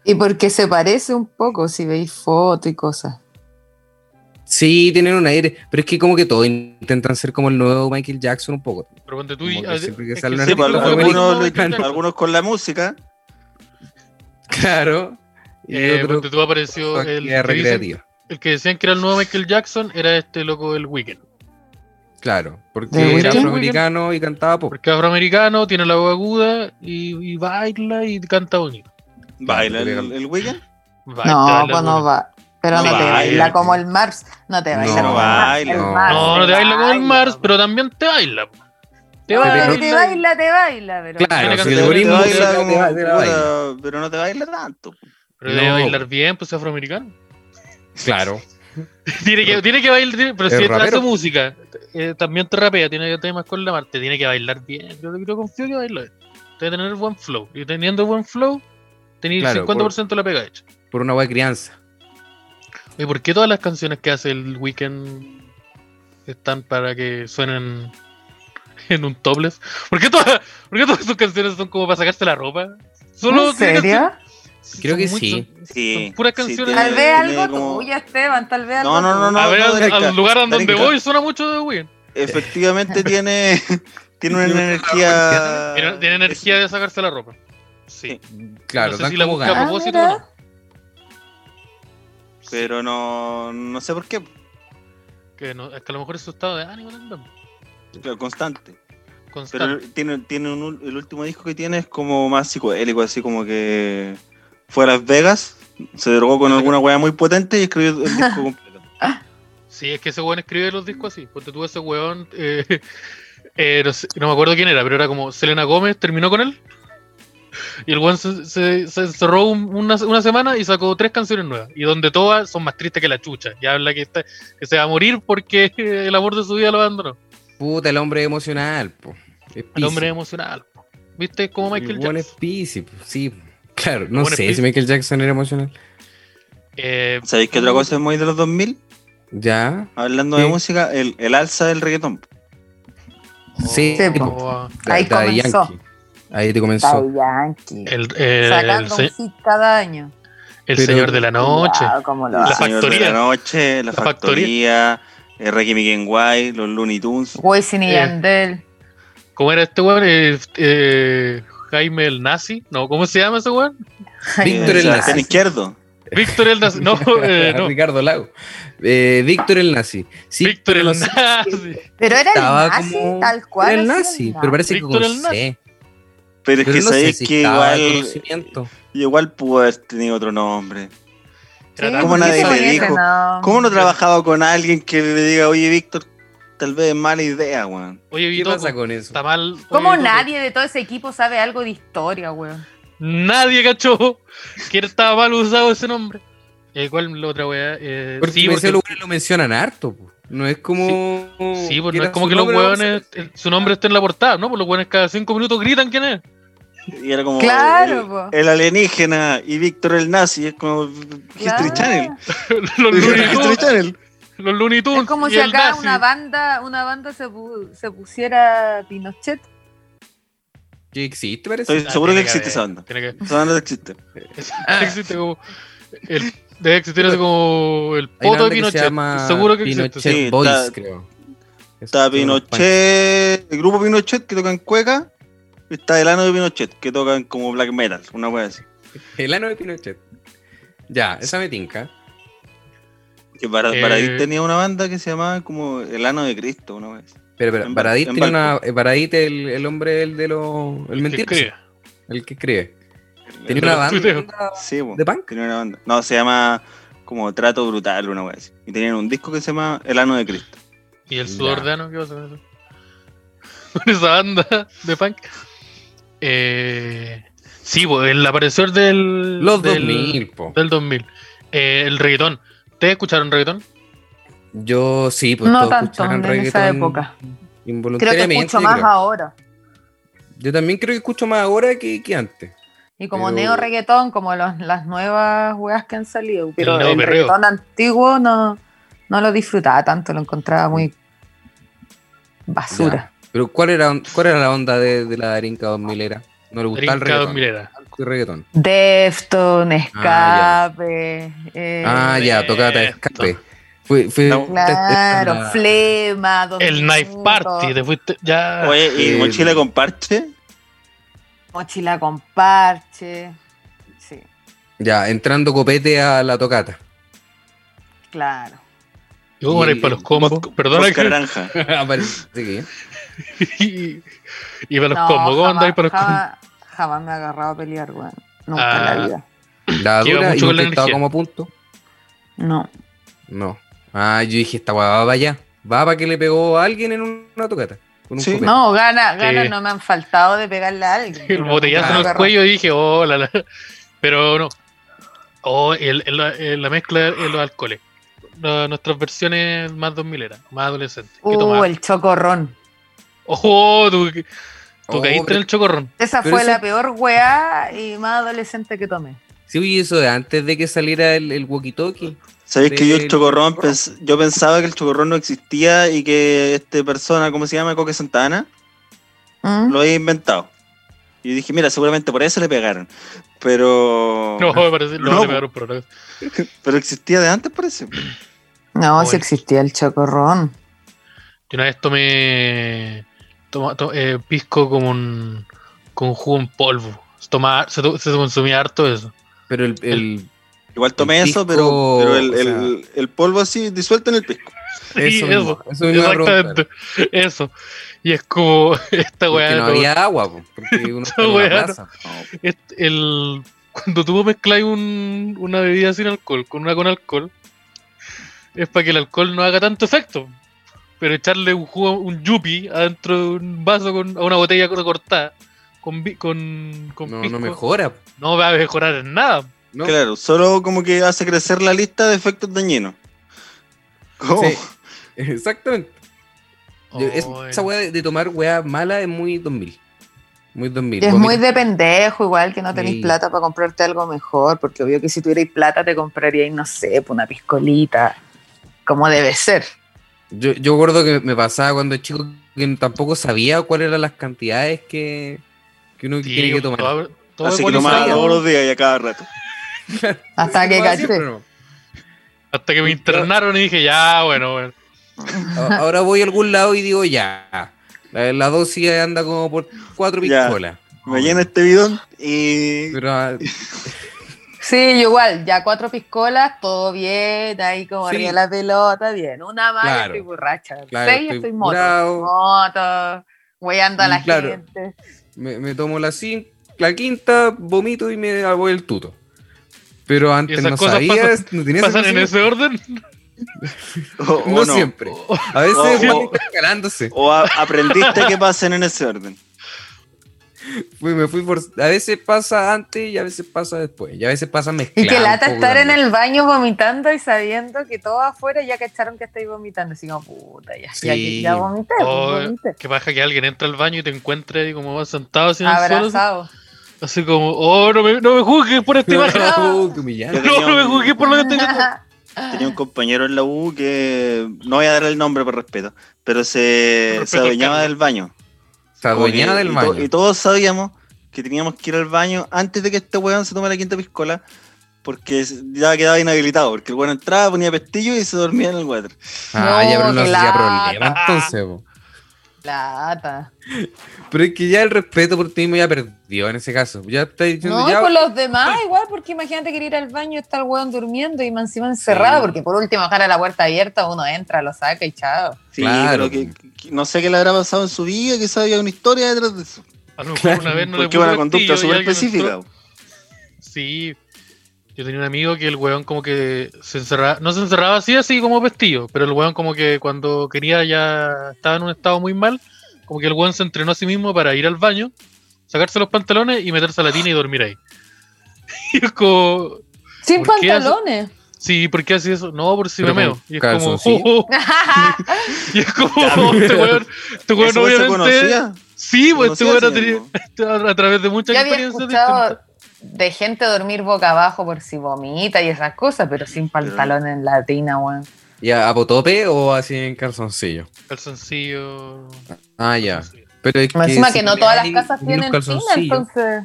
Speaker 5: Y porque se parece un poco, si veis fotos y cosas.
Speaker 3: Sí, tienen un aire. Pero es que como que todos intentan ser como el nuevo Michael Jackson un poco. *laughs*
Speaker 2: Pero ponte tú
Speaker 3: Como que siempre que
Speaker 2: es
Speaker 3: sale
Speaker 2: que
Speaker 3: una
Speaker 4: Sí,
Speaker 2: siempre
Speaker 3: Pero rica
Speaker 4: pues,
Speaker 2: fue
Speaker 3: como
Speaker 4: algunos,
Speaker 2: Michael
Speaker 4: lo-
Speaker 2: Jackson.
Speaker 4: algunos con la música.
Speaker 3: Claro. Y
Speaker 2: Eh,
Speaker 3: otro
Speaker 2: ponte tú apareció
Speaker 3: con
Speaker 2: el
Speaker 3: actividad
Speaker 2: que, dicen-
Speaker 3: recreativa.
Speaker 2: el que decían que era el nuevo Michael Jackson, era este loco del Weekend.
Speaker 3: Claro, porque
Speaker 5: ¿De
Speaker 3: era
Speaker 5: Weeknd?
Speaker 3: afroamericano y cantaba pop.
Speaker 2: Porque es afroamericano, tiene la voz aguda y, y baila y canta bonito.
Speaker 4: Baila
Speaker 3: Claro,
Speaker 4: el, el weekend.
Speaker 2: Baila,
Speaker 5: no,
Speaker 2: baila,
Speaker 5: pues no
Speaker 2: baila.
Speaker 5: va. Pero no,
Speaker 4: No
Speaker 5: te
Speaker 4: baila.
Speaker 5: baila como el Mars. No te
Speaker 3: No,
Speaker 5: baila como
Speaker 4: baila.
Speaker 5: el Mars, el
Speaker 3: No.
Speaker 5: Mars,
Speaker 2: No, no te baila como el Mars, pero también te baila. po. Te
Speaker 5: No,
Speaker 2: baila.
Speaker 5: pues. te baila, te baila, pero.
Speaker 3: Claro,
Speaker 2: Tiene que
Speaker 3: si el
Speaker 2: ser-
Speaker 3: algoritmo
Speaker 4: te
Speaker 3: te
Speaker 4: baila
Speaker 3: la-
Speaker 4: como
Speaker 3: te la- te la baila.
Speaker 4: puta, pero no te baila tanto. Eh,
Speaker 2: Pero debe
Speaker 3: No.
Speaker 2: bailar bien, pues es afroamericano.
Speaker 3: Claro.
Speaker 2: Tiene que, tiene que bailar, tiene- pero
Speaker 3: Es
Speaker 2: si él hace
Speaker 3: rapero.
Speaker 2: música, eh, también te rapea, tiene temas con la Marte, tiene que bailar bien. Yo, yo confío que baila bien. Debe tener buen flow. Y teniendo buen flow, tenéis
Speaker 3: Claro,
Speaker 2: 50% de la pega hecha.
Speaker 3: Por una buena crianza.
Speaker 2: ¿Y por qué todas las canciones que hace el Weekend están para que suenen *laughs* en un topless? ¿Por qué todas, por qué todas sus canciones son como para sacarse la ropa? Solo
Speaker 5: ¿En
Speaker 2: tiene
Speaker 5: serio?
Speaker 2: canciones-
Speaker 3: Creo que
Speaker 2: son muy-
Speaker 3: sí.
Speaker 2: son-
Speaker 4: Sí,
Speaker 2: Son puras
Speaker 4: sí,
Speaker 2: canciones.
Speaker 4: tiene-
Speaker 5: Tal vez
Speaker 4: tiene
Speaker 5: algo
Speaker 4: como-
Speaker 5: tuyo, Esteban, tal vez
Speaker 4: No, no,
Speaker 5: algo
Speaker 4: no,
Speaker 5: tuyo.
Speaker 4: no.
Speaker 2: a ver, al-
Speaker 4: Gareca,
Speaker 2: al lugar a donde
Speaker 4: Gareca.
Speaker 2: voy suena mucho de Weekend.
Speaker 4: Efectivamente tiene, *laughs* tiene una
Speaker 3: Tiene una
Speaker 4: energía.
Speaker 2: Tiene, tiene energía de sacarse la ropa. Sí.
Speaker 3: Claro,
Speaker 2: no sé
Speaker 3: tan
Speaker 2: si la
Speaker 3: como
Speaker 2: busca
Speaker 3: ganas.
Speaker 2: a
Speaker 5: ganas.
Speaker 2: propósito
Speaker 5: Ah,
Speaker 2: o
Speaker 5: mira.
Speaker 2: no.
Speaker 4: Pero no, no sé por qué.
Speaker 2: Que, no- es que a lo mejor es su estado de ánimo también.
Speaker 4: Claro, constante. Pero
Speaker 2: Constante.
Speaker 4: tiene, tiene un ul- el último disco que tiene es como más psicodélico, así como que fue a Las Vegas, se drogó con alguna weá muy potente y escribió el disco completo.
Speaker 2: Sí, es que ese weón escribe los discos así. Porque tuvo ese weón. eh, *laughs* eh, no, sé- no me acuerdo quién era, pero era como Selena Gómez terminó con él. Y el weón se, se- se encerró un- una, una semana y sacó tres canciones nuevas. Y donde todas son más tristes que la chucha. Y habla que, está- que se va a morir porque *laughs* el amor de su vida lo abandonó.
Speaker 3: Puta, el hombre emocional, po. Es
Speaker 2: El
Speaker 3: piscis.
Speaker 2: hombre emocional. po. ¿Viste? Es Como Michael
Speaker 3: El weón
Speaker 2: Jackson.
Speaker 3: es piscis, po, sí. po. Claro, no
Speaker 2: weón es
Speaker 3: sé si
Speaker 2: piscis.
Speaker 3: Michael Jackson era emocional.
Speaker 2: Eh,
Speaker 4: ¿Sabéis qué otra cosa es muy de los 2000?
Speaker 3: Ya.
Speaker 4: Hablando
Speaker 3: Sí.
Speaker 4: de música, el, el alza del reggaetón.
Speaker 3: Sí,
Speaker 5: Oh. Sí, po.
Speaker 2: o-
Speaker 5: Ahí
Speaker 3: Daddy
Speaker 5: comenzó.
Speaker 3: Yankee. Ahí te comenzó.
Speaker 5: Daddy Yankee.
Speaker 2: el, el- el
Speaker 5: Sacando
Speaker 2: se-
Speaker 5: un hit cada año.
Speaker 2: el
Speaker 3: Pero- ah.
Speaker 2: señor de la noche.
Speaker 5: Cuidado cómo lo
Speaker 2: La
Speaker 4: El
Speaker 5: hace.
Speaker 4: Señor
Speaker 2: factoría.
Speaker 4: de la noche,
Speaker 2: La
Speaker 4: la, factoría, eh, Reggae Miguel Guay, los Looney Tunes.
Speaker 5: Wisin y
Speaker 2: Eh.
Speaker 5: Yandel.
Speaker 2: ¿Cómo era este weón? Eh, eh, Jaime el Nazi. No, ¿cómo se llama ese weón?
Speaker 3: *laughs* Víctor
Speaker 4: eh,
Speaker 3: el
Speaker 4: Sebastián
Speaker 3: *laughs* Nazi.
Speaker 4: Izquierdo.
Speaker 2: Víctor el Nazi.
Speaker 3: *laughs*
Speaker 2: No, eh, no.
Speaker 3: Ricardo Lago. Eh, Víctor el Nazi. Sí,
Speaker 2: Víctor el
Speaker 3: no sé.
Speaker 2: Nazi.
Speaker 5: Pero era el
Speaker 3: Estaba
Speaker 5: nazi,
Speaker 3: como-
Speaker 5: tal cual.
Speaker 3: Era el
Speaker 5: así
Speaker 3: nazi, pero parece que
Speaker 2: Víctor
Speaker 3: con
Speaker 2: el nazi.
Speaker 3: C.
Speaker 4: Pero
Speaker 3: Pero
Speaker 4: es que
Speaker 3: no sé
Speaker 4: sabéis
Speaker 3: si
Speaker 4: que
Speaker 3: estaba de
Speaker 4: igual,
Speaker 3: conocimiento.
Speaker 4: igual pudo haber tenido otro nombre.
Speaker 2: *laughs* Era tan-
Speaker 4: ¿Cómo
Speaker 5: ¿por qué
Speaker 4: nadie
Speaker 5: se
Speaker 4: le
Speaker 5: ponía ese
Speaker 4: dijo?
Speaker 5: nombre?
Speaker 4: ¿Cómo no he trabajado con alguien que le diga, oye Víctor, tal vez es mala idea, weón?
Speaker 2: Oye,
Speaker 3: ¿Qué
Speaker 2: Vito,
Speaker 3: pasa con eso?
Speaker 2: está mal. Oye,
Speaker 5: ¿Cómo
Speaker 2: Vito,
Speaker 5: nadie de todo ese equipo sabe algo de historia, weón?
Speaker 2: Nadie cachó que estaba mal usado ese nombre. Eh, ¿Cuál la otra weá? Eh,
Speaker 3: Porque
Speaker 2: sí,
Speaker 3: en ese
Speaker 2: porque,
Speaker 3: lugar lo mencionan harto. po. No es como.
Speaker 2: sí, pues no
Speaker 3: era
Speaker 2: es como
Speaker 3: su
Speaker 2: que los
Speaker 3: nombre, vamos a
Speaker 2: weones,
Speaker 3: decir.
Speaker 2: eh, su nombre esté en la portada, ¿no? Pues los weones cada cinco minutos gritan quién es. *laughs*
Speaker 4: Y era como
Speaker 5: Claro,
Speaker 4: el-
Speaker 5: po.
Speaker 4: el, alienígena y Víctor el nazi, es como History
Speaker 5: Claro.
Speaker 4: Channel.
Speaker 2: Los Looney
Speaker 4: History
Speaker 2: Tunes.
Speaker 4: Channel.
Speaker 2: Los Looney Tunes
Speaker 5: Es como
Speaker 2: y
Speaker 5: si
Speaker 2: el
Speaker 5: acá
Speaker 2: nazi.
Speaker 5: una banda, una banda se, pu- se pusiera Pinochet.
Speaker 3: Que existe, parece.
Speaker 4: Estoy
Speaker 2: Ah,
Speaker 4: seguro que
Speaker 2: tiene
Speaker 4: existe
Speaker 2: haber,
Speaker 4: esa banda.
Speaker 2: tiene que-
Speaker 4: Esa banda existe.
Speaker 3: Ah.
Speaker 2: esa- existe como. el- debe existir así como el
Speaker 3: Hay una
Speaker 2: poto de
Speaker 3: banda que se
Speaker 2: Pinochet.
Speaker 3: llama
Speaker 2: seguro que existe.
Speaker 3: Pinochet
Speaker 2: sí.
Speaker 4: sí.
Speaker 3: Boys,
Speaker 4: Está-
Speaker 3: creo.
Speaker 4: Está
Speaker 3: Es uno de los
Speaker 4: Pinochet, el grupo Pinochet que toca en Cueca. y Está el ano de Pinochet, que tocan como black metal, una wea así.
Speaker 3: pan- El ano de Pinochet. Ya, esa me tinca.
Speaker 4: Que para,
Speaker 2: Eh.
Speaker 4: Paradis tenía una banda que se llamaba como El ano de Cristo, una vez.
Speaker 3: Pero, pero
Speaker 4: En Val-
Speaker 3: Paradis
Speaker 4: en
Speaker 3: tiene una. eh, Paradis, el, el hombre, el de los. El
Speaker 2: Que
Speaker 3: mentiroso.
Speaker 2: escribe.
Speaker 3: El que escribe. Tiene
Speaker 2: de
Speaker 3: una
Speaker 2: los *laughs* tuiteos.
Speaker 3: banda.
Speaker 4: Sí, po.
Speaker 3: ¿De punk?
Speaker 4: Tenía una banda. No, se llama como Trato Brutal, una wea así. Y tenían un disco que se llama El Ano de Cristo.
Speaker 2: Y el sudor
Speaker 3: Ya.
Speaker 2: de ano, ¿qué pasa con eso? *laughs* Con esa banda de punk. Eh, sí, pues, el aparecer del.
Speaker 3: Los
Speaker 2: del,
Speaker 3: 2000, po.
Speaker 2: Del 2000. Eh, el reggaetón. ¿Ustedes escucharon reggaetón?
Speaker 3: Yo sí, pues
Speaker 5: No
Speaker 3: todos
Speaker 5: tanto
Speaker 3: escuchaban
Speaker 5: en esa
Speaker 3: reggaetón
Speaker 5: época. Creo que
Speaker 3: Involuntariamente.
Speaker 5: escucho
Speaker 3: yo
Speaker 5: más
Speaker 3: creo.
Speaker 5: ahora.
Speaker 3: Yo también creo que escucho más ahora que, que antes.
Speaker 5: Y como
Speaker 3: Pero-
Speaker 5: neo reggaetón, como los- las nuevas weas que han salido. Pero
Speaker 2: neo
Speaker 5: el
Speaker 2: perreo.
Speaker 5: reggaetón antiguo no, no lo disfrutaba tanto, lo encontraba muy basura.
Speaker 3: Pero ¿cuál era, cuál era la onda de, de la Darinka 2000 era? No le gustaba el
Speaker 2: Rinca
Speaker 3: reggaetón.
Speaker 2: 2000 era.
Speaker 3: Anti reggaetón.
Speaker 5: Eh, Defton,
Speaker 3: Ah,
Speaker 5: escape. eh,
Speaker 3: Ah, ya, tocaba de escape. Fui, fui-
Speaker 4: No.
Speaker 5: claro,
Speaker 3: la-
Speaker 5: flema. Dos
Speaker 2: El Knife
Speaker 5: Minutos,
Speaker 2: Party, te fuiste. Ya.
Speaker 4: Oye,
Speaker 3: sí.
Speaker 4: ¿y mochila con parche?
Speaker 5: Mochila con parche. Sí,
Speaker 3: Ya, entrando copete a la
Speaker 5: *laughs*
Speaker 3: tocata.
Speaker 5: claro.
Speaker 2: Yo como era para los combos. *laughs* Perdona
Speaker 4: Mosca
Speaker 2: que.
Speaker 4: naranja.
Speaker 3: Aparece que-
Speaker 2: Y, y para los
Speaker 5: No,
Speaker 2: combos. ¿Cómo andáis
Speaker 5: jamás,
Speaker 2: para los combos?
Speaker 5: jamás, jamás me he agarrado a pelear, weón. Nunca en
Speaker 2: Ah.
Speaker 5: la vida.
Speaker 3: La
Speaker 2: Que iba
Speaker 3: dura y
Speaker 2: mucho con la
Speaker 3: nunca estaba
Speaker 2: energía.
Speaker 3: como a punto.
Speaker 5: No.
Speaker 3: No. Ah, yo dije, esta guava va para allá. Va para que le pegó a alguien en una tocata. Con un
Speaker 4: Sí.
Speaker 3: copete.
Speaker 5: No, ganas gana
Speaker 2: Sí.
Speaker 5: no me han faltado de pegarle a alguien.
Speaker 2: El
Speaker 5: pero nunca
Speaker 2: botellazo en el
Speaker 5: me agarró.
Speaker 2: cuello y dije, oh, la, la. Pero no. Oh, el, el- el- la mezcla en los alcoholes. No, nuestras versiones más 2000 era, más adolescentes. ¿Qué
Speaker 5: Uh,
Speaker 2: tomaba?
Speaker 5: el chocorrón.
Speaker 2: Oh, tú, tú
Speaker 3: Oh,
Speaker 2: caíste en
Speaker 3: pero-
Speaker 2: el chocorrón.
Speaker 5: Esa
Speaker 3: Pero
Speaker 5: fue
Speaker 3: eso-
Speaker 5: la peor weá y más adolescente que tomé.
Speaker 3: Sí, oye, eso de antes de que saliera el, el walkie-talkie.
Speaker 4: ¿Sabéis que yo
Speaker 3: Del
Speaker 4: el chocorrón,
Speaker 3: chocorrón.
Speaker 4: pens- yo pensaba que el chocorrón no existía y que este persona, ¿cómo se llama? Coque Santana,
Speaker 5: ¿Mm?
Speaker 4: lo había inventado. Y dije, mira, seguramente por eso le pegaron.
Speaker 3: *laughs* Oh.
Speaker 4: Pero.
Speaker 2: No, me parece, no,
Speaker 4: No.
Speaker 2: se pegaron por ahora.
Speaker 4: Pero existía de antes, parece.
Speaker 5: No,
Speaker 2: Oh,
Speaker 5: si
Speaker 2: el-
Speaker 5: existía el chocorrón.
Speaker 2: Yo una vez tomé toma- to- eh, pisco con un, con jugo en polvo. Se, toma- se, to- se consumía harto eso.
Speaker 3: Pero el, el-
Speaker 4: Igual tomé
Speaker 3: El
Speaker 4: eso,
Speaker 3: pisco,
Speaker 4: pero, pero el,
Speaker 3: o sea-
Speaker 4: el- el polvo así disuelto en el pisco.
Speaker 2: Sí,
Speaker 3: eso, mismo, eso mismo iba a preguntar.
Speaker 2: Exactamente. Eso. Y es como *laughs* esta
Speaker 3: Porque
Speaker 2: weá.
Speaker 3: no
Speaker 2: como-
Speaker 3: había agua, po,
Speaker 2: *laughs*
Speaker 3: porque uno está en
Speaker 2: weá
Speaker 3: la
Speaker 2: no-
Speaker 3: plaza.
Speaker 2: est- el, cuando tú mezclas un- una bebida sin alcohol con una con alcohol, es para que el alcohol no haga tanto efecto. Pero echarle un jugo, un yuppie adentro de un vaso con a una botella cortada con vi- con, con
Speaker 3: No,
Speaker 2: pisco,
Speaker 3: no mejora. po,
Speaker 2: no va a mejorar en nada.
Speaker 3: ¿no?
Speaker 4: Claro, solo como que hace crecer la lista de efectos dañinos. ¿Cómo?
Speaker 3: Sí, *laughs* exactamente. Yo- es-
Speaker 2: Oh,
Speaker 3: esa weá de, de tomar weá mala es muy 2000. Muy 2000.
Speaker 5: Es
Speaker 3: vomit-
Speaker 5: muy de pendejo, igual que no tenéis
Speaker 3: Sí.
Speaker 5: plata para comprarte algo mejor, porque obvio que si tuvierais plata te compraríais, no sé, pues, una piscolita, como debe ser.
Speaker 3: Yo, yo recuerdo que me pasaba cuando chico que tampoco sabía cuáles eran las cantidades que, que uno
Speaker 2: sí,
Speaker 3: tiene que tomar.
Speaker 2: todo- todo
Speaker 4: Así que
Speaker 2: igual
Speaker 4: tomaba
Speaker 2: sabe,
Speaker 3: sabía.
Speaker 4: todos los días y a cada rato.
Speaker 5: Hasta Ah, que
Speaker 3: Tomaba
Speaker 5: caché.
Speaker 3: siempre, ¿no?
Speaker 2: Hasta que me internaron y dije, ya, bueno, bueno.
Speaker 3: A- Ahora voy a algún lado y digo ya. La, la dosis anda como por cuatro
Speaker 4: Ya.
Speaker 3: piscolas.
Speaker 4: Me llena este bidón y.
Speaker 3: Pero, ah,
Speaker 5: Sí, yo igual, ya cuatro piscolas, todo bien, ahí como
Speaker 3: Sí.
Speaker 5: arriba de la pelota, bien. Una más, ya
Speaker 3: Claro.
Speaker 5: estoy borracha.
Speaker 3: Claro,
Speaker 5: Seis,
Speaker 3: estoy
Speaker 5: estoy moto.
Speaker 3: curado.
Speaker 5: Moto, weyando a la
Speaker 3: Y claro.
Speaker 5: gente.
Speaker 3: me, me tomo la, cin- la quinta, vomito y me hago el tuto. Pero antes
Speaker 2: esas
Speaker 3: no
Speaker 2: cosas
Speaker 3: sabía,
Speaker 2: pasan-
Speaker 3: no tenía
Speaker 2: ¿Pasan en
Speaker 3: conocimiento.
Speaker 2: ese orden?
Speaker 4: o- o
Speaker 3: No, siempre. A veces
Speaker 4: O-
Speaker 3: van
Speaker 4: o-
Speaker 3: intercalándose.
Speaker 4: O a- aprendiste que pasen en ese orden.
Speaker 3: Fui- me fui por- A veces pasa antes y a veces pasa después. Y a veces pasa mezclado.
Speaker 5: Y que lata
Speaker 3: un poco
Speaker 5: estar en
Speaker 3: también.
Speaker 5: el baño vomitando y sabiendo que todos afuera ya cacharon que estoy vomitando. Así como, puta, ya, ya,
Speaker 3: Sí.
Speaker 5: ya vomité, pues,
Speaker 2: Oh,
Speaker 5: vomité.
Speaker 2: Que pasa que alguien entra al baño y te encuentra ahí como sentado así en el suelo, así-
Speaker 5: Abrazado.
Speaker 2: Así como, oh, no me, no me juzgues por
Speaker 4: *laughs*
Speaker 2: esta imagen.
Speaker 3: *laughs* No, no, Uh, qué humillante.
Speaker 2: *laughs* No, no me juzgues por lo que estoy
Speaker 5: *laughs*
Speaker 2: viendo.
Speaker 4: Tenía un compañero en la U que. No voy a dar el nombre por respeto, pero se,
Speaker 2: Por
Speaker 4: se
Speaker 2: respeto al
Speaker 4: adueñaba
Speaker 2: cargo.
Speaker 4: del baño.
Speaker 3: Se adueñaba
Speaker 4: Como que-
Speaker 3: del
Speaker 4: y
Speaker 3: baño.
Speaker 4: to- y todos sabíamos que teníamos que ir al baño antes de que este weón se tome la quinta piscola, porque se- ya quedaba inhabilitado, porque el weón entraba, ponía pestillo y se dormía en el water.
Speaker 3: Ah, ya, pero no
Speaker 5: No,
Speaker 3: hacía
Speaker 5: qué lata.
Speaker 3: problema entonces. po.
Speaker 5: Lata.
Speaker 3: Pero es que ya el respeto por ti mismo ya perdió en ese caso. Ya está diciendo
Speaker 5: No, y
Speaker 3: ya.
Speaker 5: por los demás igual, porque imagínate que ir al baño está el weón durmiendo y más encima encerrado,
Speaker 3: Sí.
Speaker 5: porque por último dejar la puerta abierta, uno entra, lo saca y chao.
Speaker 4: Sí,
Speaker 3: Claro.
Speaker 4: pero que, que- no sé qué le habrá pasado en su vida, que había una historia detrás de eso.
Speaker 2: A lo mejor
Speaker 3: Claro,
Speaker 2: una vez no le
Speaker 4: porque es una
Speaker 2: puso
Speaker 4: conducta
Speaker 2: gatillo y
Speaker 4: súper
Speaker 2: alguien
Speaker 4: específica.
Speaker 2: entró. Sí. Yo tenía un amigo que el weón como que se encerraba, no se encerraba así, así como pestillo, pero el weón como que cuando quería ya estaba en un estado muy mal, como que el weón se entrenó a sí mismo para ir al baño, sacarse los pantalones *laughs* y meterse a la tina y dormir ahí. Y es como,
Speaker 5: Sin
Speaker 2: ¿Por qué hace-
Speaker 5: pantalones.
Speaker 2: sí, ¿por qué hace eso? No, por si me
Speaker 3: Pero
Speaker 2: meo.
Speaker 3: con
Speaker 2: Y es como,
Speaker 3: calzoncillo.
Speaker 2: "Oh, oh". *laughs* y es
Speaker 4: *laughs*
Speaker 2: como, este weón, este weón
Speaker 4: ¿Eso se
Speaker 2: obviamente.
Speaker 4: conocía?
Speaker 2: Sí, pues este
Speaker 4: ¿Conocía
Speaker 2: weón ha
Speaker 4: ese
Speaker 2: tenido-
Speaker 4: mismo?
Speaker 2: a, a través de muchas
Speaker 5: *laughs* Yo había
Speaker 2: experiencias distintas.
Speaker 5: escuchado de gente dormir boca abajo por si vomita y esas cosas, pero sin pantalón en la tina, weón.
Speaker 3: ¿Y a, a potope o así en calzoncillo?
Speaker 2: Calzoncillo.
Speaker 3: Ah, ya. Pero es
Speaker 5: Más Encima que
Speaker 3: si
Speaker 5: no todas las
Speaker 3: hay
Speaker 5: casas
Speaker 3: unos
Speaker 5: tienen pues. tina,
Speaker 3: calzoncillos,
Speaker 5: entonces.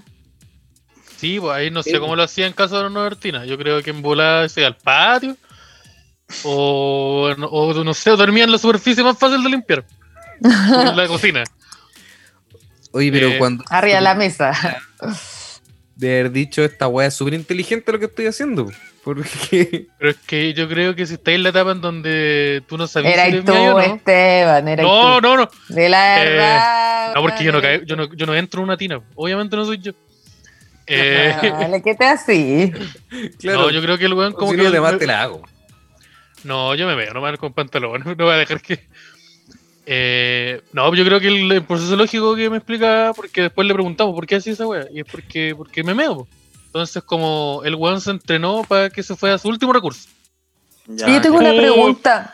Speaker 2: Sí, pues ahí no sé cómo lo hacía en casa de una Bertina. Yo creo que en volada se iba al patio. O, no- o no sé, o dormía en la superficie más fácil de limpiar. En la cocina.
Speaker 3: Oye, pero
Speaker 2: Eh,
Speaker 3: cuando
Speaker 5: Arriba de
Speaker 2: *laughs*
Speaker 5: la mesa.
Speaker 3: de haber dicho esta weá es súper inteligente lo que estoy haciendo. Porque *laughs*
Speaker 2: Pero es que yo creo que si estáis en la etapa en donde tú no sabías
Speaker 5: Era
Speaker 2: si
Speaker 5: y
Speaker 2: eres
Speaker 5: tú,
Speaker 2: mía o no.
Speaker 5: Esteban, era
Speaker 2: No,
Speaker 5: y
Speaker 2: no, no.
Speaker 5: tú. De la
Speaker 2: Eh,
Speaker 5: verdad.
Speaker 2: No, porque yo no,
Speaker 5: weón,
Speaker 2: caigo- yo no, yo no entro en una tina. Obviamente no soy yo.
Speaker 5: eres
Speaker 2: Eh, *laughs*
Speaker 5: tú. Vale, ¿qué te así?
Speaker 3: claro,
Speaker 2: No, yo creo que el weón como
Speaker 3: si
Speaker 2: que.
Speaker 3: no demás te la hago.
Speaker 2: No, yo me veo nomás con pantalones, *laughs* no voy a dejar que. Eh, no, yo creo que el, el proceso lógico que me explica, porque después le preguntamos por qué hacía esa wea, y es porque, porque me meo. po. Entonces, como el weón se entrenó para que se fuera su último recurso.
Speaker 4: Ya,
Speaker 5: Yo tengo
Speaker 4: ya.
Speaker 5: una
Speaker 2: Oh.
Speaker 5: pregunta.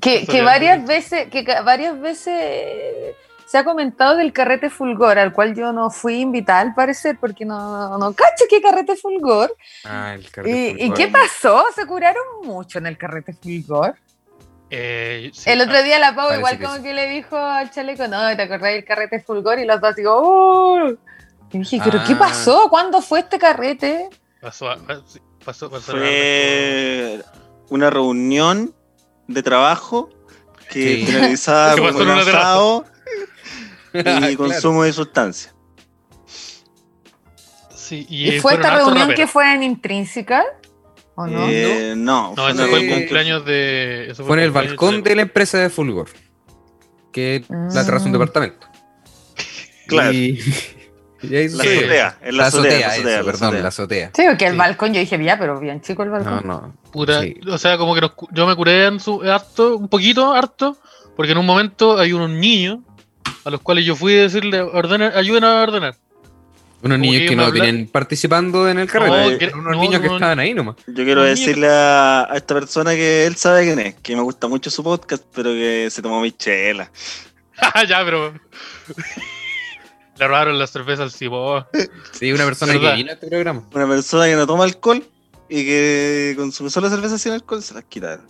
Speaker 5: Que,
Speaker 2: Eso
Speaker 5: que
Speaker 2: ya.
Speaker 5: varias veces, que ca- varias veces se ha comentado del carrete fulgor, al cual yo no fui invitada al parecer, porque no, no cacho qué carrete fulgor.
Speaker 3: Ah, el carrete
Speaker 5: ¿Y, y
Speaker 3: fulgor.
Speaker 5: qué pasó? ¿Se curaron mucho en el carrete fulgor?
Speaker 2: Eh, sí,
Speaker 5: El otro día la Pau
Speaker 3: Parece
Speaker 5: igual
Speaker 3: que
Speaker 5: como
Speaker 3: sí.
Speaker 5: que le dijo al chaleco, no, ¿te acordás del carrete fulgor? Y los dos digo, ¡uh! Y dije, ¿pero qué
Speaker 3: Ah.
Speaker 5: pasó? ¿Cuándo fue este carrete?
Speaker 2: pasó, a- pasó, pasó, pasó
Speaker 4: Fue una reunión de trabajo que *laughs*
Speaker 3: Sí.
Speaker 4: finalizaba
Speaker 2: Que
Speaker 4: con
Speaker 2: pasó en
Speaker 4: un
Speaker 2: una terraza. *laughs*
Speaker 4: asado y
Speaker 3: Ah, Claro.
Speaker 4: consumo de sustancias.
Speaker 2: Sí,
Speaker 5: ¿Y,
Speaker 2: y,
Speaker 5: fue
Speaker 2: fueron
Speaker 5: esta
Speaker 2: hartos
Speaker 5: reunión que
Speaker 2: raperos.
Speaker 5: fue en Intrínseca? ¿O no?
Speaker 4: Eh, no,
Speaker 2: No,
Speaker 4: una
Speaker 2: ese fue el
Speaker 4: reunión que-
Speaker 2: cumpleaños de. eso
Speaker 3: Fue en el
Speaker 2: cumpleaños
Speaker 3: balcón de
Speaker 2: Chaleco.
Speaker 3: la empresa de Fulgor, que es la terraza de un
Speaker 5: Mm.
Speaker 3: departamento.
Speaker 4: Claro.
Speaker 3: Y, y ahí
Speaker 4: La
Speaker 2: Sí.
Speaker 3: sucedió.
Speaker 4: azotea, en la azotea, la azotea,
Speaker 3: eso,
Speaker 4: la
Speaker 3: perdón,
Speaker 4: azotea.
Speaker 3: la azotea.
Speaker 5: Sí, porque el
Speaker 2: Sí.
Speaker 5: balcón, yo dije, ya, pero bien chico el
Speaker 3: No,
Speaker 5: balcón.
Speaker 3: no.
Speaker 2: Puta,
Speaker 3: Sí.
Speaker 2: o sea, como que nos cu- yo me curé en su, harto, un poquito, harto, porque en un momento hay unos niños a los cuales yo fui a decirle, ordenen, ayuden a ordenar. *laughs*
Speaker 3: Unos niños
Speaker 2: que
Speaker 3: que
Speaker 2: me
Speaker 3: no
Speaker 2: habla-
Speaker 3: vienen participando en el
Speaker 4: No,
Speaker 3: carrete.
Speaker 2: que-
Speaker 3: unos
Speaker 2: no,
Speaker 3: niños que
Speaker 2: no,
Speaker 3: estaban ahí nomás.
Speaker 4: Yo quiero
Speaker 2: Mira.
Speaker 4: decirle a, a esta persona que él sabe quién es, que me gusta mucho su podcast, pero que se tomó mi chela.
Speaker 2: ya, pero... *laughs* Le robaron la cerveza al cibó.
Speaker 3: Sí, una persona
Speaker 2: ¿Verdad?
Speaker 3: que vino a este programa.
Speaker 4: Una persona que no toma alcohol y que consume solo cerveza sin alcohol, se las quitaron.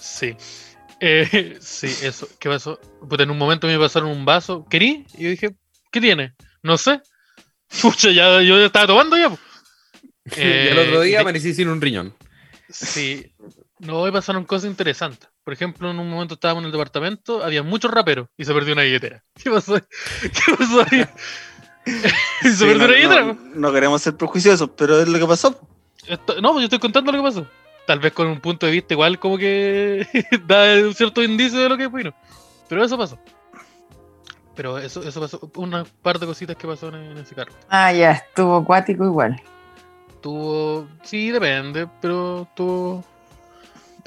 Speaker 2: Sí. Eh, sí, eso. ¿Qué pasó? Puta, en un momento me pasaron un vaso. ¿Querí? Y yo dije, ¿qué tiene? No sé. *laughs* Pucha, ya, yo ya estaba tomando ya. po.
Speaker 3: *laughs* y el otro
Speaker 2: Eh,
Speaker 3: día
Speaker 2: y-
Speaker 3: aparecí sin un riñón.
Speaker 2: Sí, no, hoy pasaron cosas interesantes. Por ejemplo, en un momento estábamos en el departamento, había muchos raperos y se perdió una billetera. *laughs* ¿Qué pasó? ahí? ¿Qué pasó ahí? *laughs* ¿Y se
Speaker 4: Sí,
Speaker 2: perdió
Speaker 4: no,
Speaker 2: una billetera?
Speaker 4: no- no queremos ser prejuiciosos, pero es lo que pasó.
Speaker 2: Esto- no, pues yo estoy contando lo que pasó. Tal vez con un punto de vista igual como que *laughs* da un cierto indicio de lo que vino. Pero eso pasó. Pero eso, eso pasó, una par de cositas que pasó en, en ese carro.
Speaker 5: Ah, ya, estuvo acuático igual.
Speaker 2: Tuvo, sí, depende, pero tuvo...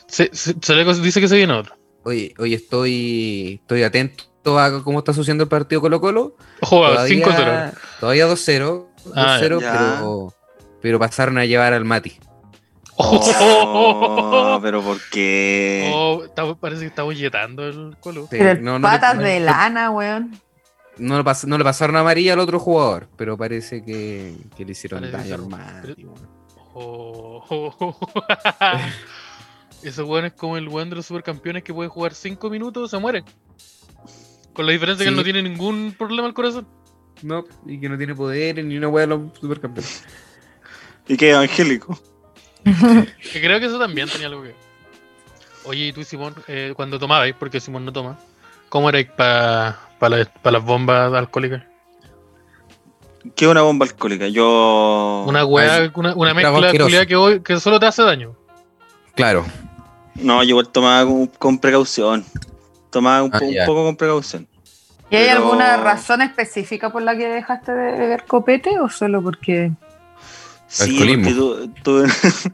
Speaker 2: Se, se- Chaleco dice que se viene otro.
Speaker 3: Oye, oye estoy, estoy atento a cómo está sucediendo el partido Colo Colo.
Speaker 2: Ojo, a 5-0.
Speaker 3: Todavía, todavía 2-0. 2-0,
Speaker 2: Ah,
Speaker 4: ya.
Speaker 3: pero, pero pasaron a llevar al Mati.
Speaker 4: Oh,
Speaker 2: *laughs* Oh,
Speaker 4: pero ¿por qué?
Speaker 2: Oh, está- parece que está bolletando el colo.
Speaker 3: Sí,
Speaker 5: Pero el
Speaker 3: no, no le-
Speaker 5: patas
Speaker 3: no-
Speaker 5: de lana, weón.
Speaker 3: No le, pas- no le pasaron amarilla al otro jugador, pero parece que, que le hicieron
Speaker 2: Parece que
Speaker 3: daño
Speaker 2: se-
Speaker 3: al Mati.
Speaker 2: pero-
Speaker 3: weón.
Speaker 2: Oh, oh, oh, *laughs* oh. Ese weón es como el weón de los supercampeones que puede jugar 5 minutos se muere. Con la diferencia que él
Speaker 3: Sí.
Speaker 2: no tiene ningún problema al corazón.
Speaker 3: No, y que no tiene poder ni una wea de los supercampeones.
Speaker 4: Y qué evangélico.
Speaker 2: Que creo que eso también tenía algo que ver. Oye, ¿y tú, Simón, eh, cuando tomabais, porque Simón no toma, cómo erais para las bombas alcohólicas?
Speaker 4: ¿Qué es una bomba alcohólica? Yo.
Speaker 2: Una weá, una, una
Speaker 3: Trago
Speaker 2: mezcla de
Speaker 3: Oh, asqueroso.
Speaker 2: culiá que, hoy- que solo te hace
Speaker 3: *laughs*
Speaker 2: daño.
Speaker 3: Claro,
Speaker 4: No, yo igual tomaba con, con precaución. Tomaba un,
Speaker 3: Ah,
Speaker 4: po- un
Speaker 3: ya.
Speaker 4: poco con precaución.
Speaker 5: ¿Y hay
Speaker 4: Pero-
Speaker 5: alguna razón específica por la que dejaste de beber copete o solo porque.?
Speaker 4: Sí,
Speaker 3: Alcoholismo.
Speaker 4: porque tu- tuve,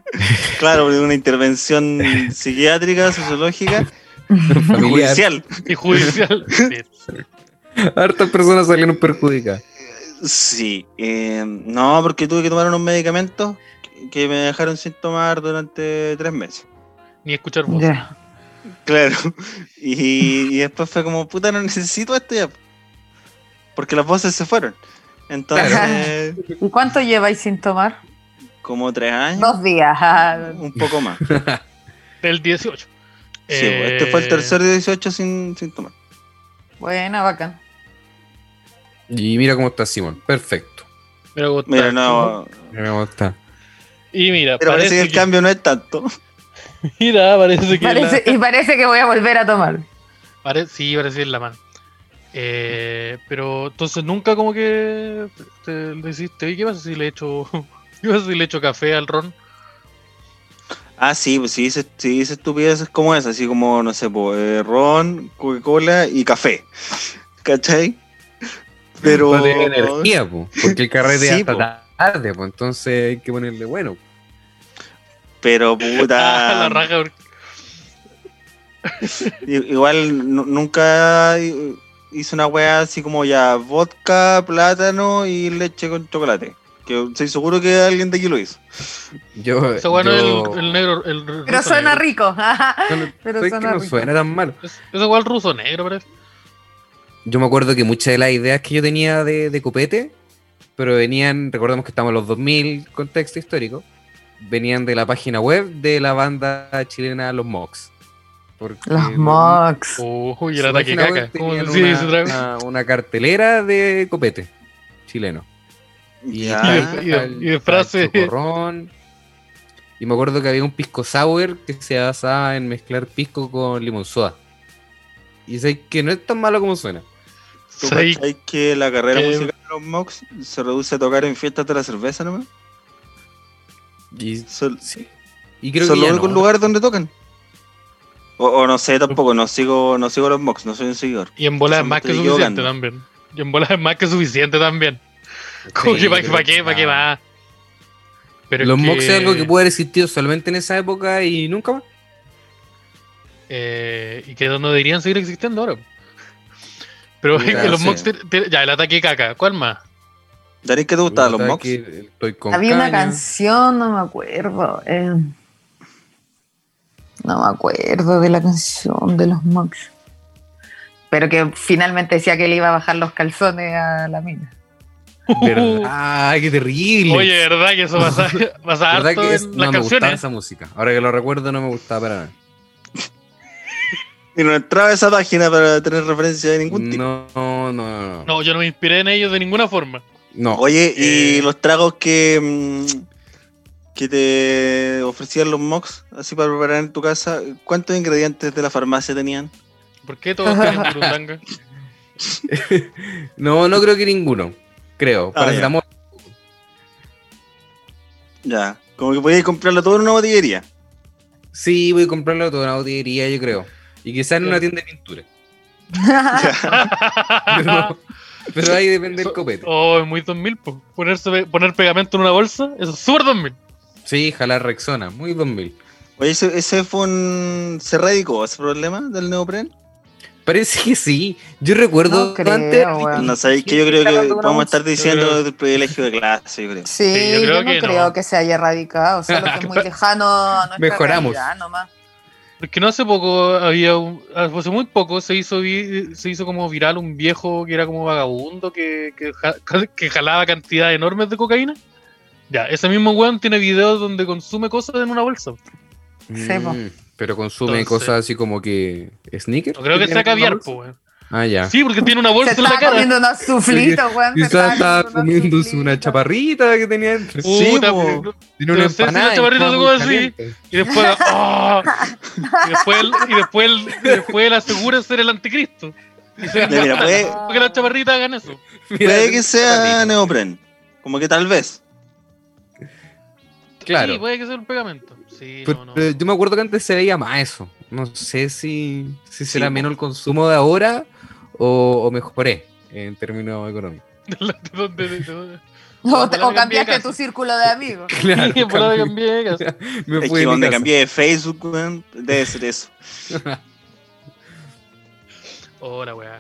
Speaker 4: *laughs* claro, porque una intervención psiquiátrica, sociológica, y
Speaker 3: *laughs* *laughs* familiar.
Speaker 4: judicial.
Speaker 2: Y judicial. Sí.
Speaker 3: Hartas personas salieron perjudicadas.
Speaker 4: em, Sí, eh, no, porque tuve que tomar unos medicamentos que me dejaron sin tomar durante tres meses.
Speaker 2: Ni escuchar voz.
Speaker 5: Ya.
Speaker 4: Claro. *laughs* Y, y después fue como, puta, no necesito esto ya. Porque las voces se fueron. Entonces,
Speaker 5: ¿Y cuánto lleváis sin tomar?
Speaker 4: como tres años,
Speaker 5: Dos días. Ah, ajá.
Speaker 4: un poco más.
Speaker 2: Del 18.
Speaker 4: Sí, pues, este fue el
Speaker 2: Eh,
Speaker 4: tercer de 18 sin, sin tomar.
Speaker 5: Buena, bacán.
Speaker 3: Y mira cómo está Simón. Perfecto.
Speaker 2: mira cómo está.
Speaker 4: Mira, no.
Speaker 3: Mira cómo está.
Speaker 2: Y mira,
Speaker 4: Pero parece que el
Speaker 2: que-
Speaker 4: cambio no es tanto.
Speaker 2: *laughs* Mira, parece que.
Speaker 5: Parece-
Speaker 2: la-
Speaker 5: y parece que voy a volver a tomar.
Speaker 2: pare- sí, parece que es la mano. Eh, pero entonces nunca como que te, le hiciste, "Oye, ¿qué pasa si le echo, *laughs* qué pasa si le echo café al ron? *laughs*
Speaker 4: Ah, sí, pues sí dice, sí dice estupideces como esa, así como, no sé, po, eh, ron, Coca-Cola y café. ¿Cachai? Pero.
Speaker 3: Para tener energía, po, porque el carrete
Speaker 4: Sí,
Speaker 3: es hasta
Speaker 4: po.
Speaker 3: tarde, po, entonces hay que ponerle bueno.
Speaker 4: Pero
Speaker 2: Ah,
Speaker 4: puta.
Speaker 2: *laughs* la raja. porque-
Speaker 4: i- Igual nu- nunca i- hice una weá así como ya vodka, plátano y leche con chocolate. Que estoy seguro que alguien de aquí lo hizo.
Speaker 3: Yo,
Speaker 2: Esa weá no es
Speaker 3: yo-
Speaker 2: el, el negro. El
Speaker 5: Pero
Speaker 2: ruso
Speaker 5: suena
Speaker 2: negro.
Speaker 5: rico. *laughs* ajá.
Speaker 3: yo no-
Speaker 5: Pero
Speaker 3: es que
Speaker 5: suena
Speaker 3: no
Speaker 5: rico.
Speaker 3: suena tan malo.
Speaker 2: Es- Esa weá el ruso negro, parece.
Speaker 3: Yo me acuerdo que muchas de las ideas que yo tenía de, de copete, pero venían, recordemos que estamos en los 2000, contexto histórico, venían de la página web de la banda chilena Los Mox. Porque
Speaker 5: Los mocks.
Speaker 2: Uy,
Speaker 3: su
Speaker 2: el ataque
Speaker 3: página web
Speaker 2: caca. ¿Cómo
Speaker 3: tenían
Speaker 2: sí,
Speaker 3: una,
Speaker 2: se trae-
Speaker 3: una- una cartelera de copete chileno. Y,
Speaker 4: Ya.
Speaker 2: y de- y de frase.
Speaker 3: el chocorrón. Y me acuerdo que había un pisco sour que se basaba en mezclar pisco con limón soda. Y sé que no es tan malo como suena.
Speaker 4: ¿Tú
Speaker 2: Sai-
Speaker 4: cachai que la carrera
Speaker 2: que-
Speaker 4: musical de los Mox se reduce a tocar en fiestas de la cerveza nomás?
Speaker 3: Y,
Speaker 4: Sol-
Speaker 3: sí. Y creo
Speaker 4: son
Speaker 3: que ya
Speaker 4: los únicos
Speaker 3: no.
Speaker 4: lugares donde tocan. O, o no sé tampoco, no sigo, no sigo los mocks, no soy un seguidor.
Speaker 2: Y en bola es
Speaker 4: Eso me
Speaker 2: más que
Speaker 4: estoy
Speaker 2: suficiente
Speaker 4: equivocando.
Speaker 2: también. Y en bola es más que suficiente también. Como
Speaker 3: *laughs* Sí,
Speaker 2: que para
Speaker 3: creo
Speaker 2: pa
Speaker 3: que
Speaker 2: qué, para qué
Speaker 3: ya.
Speaker 2: más. Pero
Speaker 3: los
Speaker 2: que-
Speaker 3: mocks es algo que puede haber existido solamente en esa época y nunca más.
Speaker 2: eh, y que no deberían seguir existiendo ahora. Pero es
Speaker 4: Ya,
Speaker 2: que los
Speaker 4: sí.
Speaker 2: mocks. te- te- Ya, el ataque caca. ¿Cuál más?
Speaker 4: Darín, ¿qué te gustaban los
Speaker 3: Puta,
Speaker 4: mocks?
Speaker 3: que Estoy con
Speaker 5: Había una
Speaker 3: caña.
Speaker 5: canción, no me acuerdo. eh, no me acuerdo de la canción de los Mox. Pero que finalmente decía que le iba a bajar los calzones a la mina.
Speaker 3: ¿Verdad? Ah, qué terrible.
Speaker 2: Oye, ¿verdad que eso
Speaker 3: *laughs*
Speaker 2: pasa, *laughs* pasa
Speaker 3: ¿Verdad
Speaker 2: harto
Speaker 3: que es-
Speaker 2: en
Speaker 3: no
Speaker 2: las
Speaker 3: me gustaba
Speaker 2: canciones?
Speaker 3: esa música. Ahora que lo recuerdo, no me gustaba para nada.
Speaker 4: Y no entraba a esa página para tener referencia de ningún tipo.
Speaker 3: No, no, no. no.
Speaker 2: No, yo no me inspiré en ellos de ninguna forma.
Speaker 3: no.
Speaker 4: Oye,
Speaker 2: Eh.
Speaker 4: ¿y los tragos que, mm, que te ofrecían los mocks, así para preparar en tu casa, cuántos ingredientes de la farmacia tenían?
Speaker 2: ¿Por qué todos
Speaker 3: *laughs*
Speaker 2: tienen burundanga?
Speaker 3: No, no creo que ninguno. Creo.
Speaker 4: Ah,
Speaker 3: Para el
Speaker 4: ya.
Speaker 3: amor.
Speaker 4: Ya, como que podías comprarlo todo en una botillería.
Speaker 3: Sí, voy a comprarlo todo en una botillería, yo creo. Y quizás en una tienda de pintura. *laughs* Pero, pero ahí depende del copete.
Speaker 2: *laughs* Oh, es muy 2000, po. Ponerse, pe- poner pegamento en una bolsa, eso es súper 2000.
Speaker 3: Sí, jalar Rexona, muy 2000.
Speaker 4: Oye, ese, ese fue un... ¿Se radicó ese problema del neopren?
Speaker 3: Parece que sí. Yo recuerdo
Speaker 5: No creo,
Speaker 3: antes.
Speaker 5: weón.
Speaker 4: No sabéis que yo creo
Speaker 5: Claro,
Speaker 4: que
Speaker 5: tú
Speaker 4: vamos a estar
Speaker 2: Yo
Speaker 4: diciendo
Speaker 2: creo-
Speaker 4: del privilegio de clase, yo creo.
Speaker 5: *laughs* Sí,
Speaker 2: Sí,
Speaker 5: yo, no creo que se haya erradicado, solo que
Speaker 3: *laughs*
Speaker 5: es muy lejano a nuestra
Speaker 3: Mejoramos.
Speaker 5: realidad nomás.
Speaker 2: Porque no hace poco había un, ah, hace muy poco se hizo vi- se hizo como viral un viejo que era como vagabundo que, que, ja- *laughs* que jalaba cantidades enormes de cocaína. Ya, ese mismo weón tiene videos donde consume cosas en una bolsa.
Speaker 5: Sí, po.
Speaker 3: Mm, pero consume
Speaker 2: Entonces-
Speaker 3: cosas así como que. ¿Sneakers?
Speaker 2: No creo que sea
Speaker 3: ¿Tiene alguna
Speaker 2: caviar,
Speaker 3: bolsa?
Speaker 2: po, weón.
Speaker 3: Ah, ya.
Speaker 2: Sí, porque tiene una
Speaker 5: Se
Speaker 2: bolsa en
Speaker 5: estaba
Speaker 2: la cara.
Speaker 5: comiendo unos suflitos, weón. se
Speaker 3: Quizás estaba
Speaker 5: unos
Speaker 3: comiéndose
Speaker 5: suflitos.
Speaker 3: una chaparrita que tenía dentro.
Speaker 4: Sí,
Speaker 2: Puta,
Speaker 4: po.
Speaker 3: Tiene
Speaker 2: Uh, pero sé
Speaker 3: una
Speaker 2: si la
Speaker 3: empanada. y
Speaker 2: chaparrita
Speaker 3: estaba
Speaker 2: se
Speaker 3: muy
Speaker 2: come así.
Speaker 3: caliente. *laughs*
Speaker 2: Y después, ¡ah! y después, él, y después, él, y después él asegura ser el anticristo. Y se
Speaker 4: Ya, mira, pues. puede-
Speaker 2: que Eh, las chaparritas hagan eso.
Speaker 3: Mira,
Speaker 4: Puede que sea
Speaker 3: chaparrita.
Speaker 4: neopren. Como que tal vez.
Speaker 3: Claro.
Speaker 2: Sí, puede que sea un pegamento. Sí,
Speaker 3: Pero,
Speaker 2: no, no.
Speaker 3: pero yo me acuerdo que antes se veía más eso. No sé si, si será
Speaker 4: po.
Speaker 3: menos el consumo de ahora o, o mejoré en términos económicos. *laughs*
Speaker 2: ¿De *laughs* dónde- de dónde?
Speaker 5: O, te-
Speaker 2: Ojalá
Speaker 5: o
Speaker 2: que cambié de
Speaker 5: cambiaste
Speaker 2: casa.
Speaker 5: tu círculo de amigos.
Speaker 3: Claro, *laughs*
Speaker 2: Sí, por ahí
Speaker 3: cambié-
Speaker 2: cambié de casa.
Speaker 3: me
Speaker 4: Es
Speaker 3: fui de
Speaker 4: que
Speaker 3: mi
Speaker 4: donde
Speaker 3: casa.
Speaker 4: cambié de Facebook, weón, debe ser eso.
Speaker 2: Hola, weá.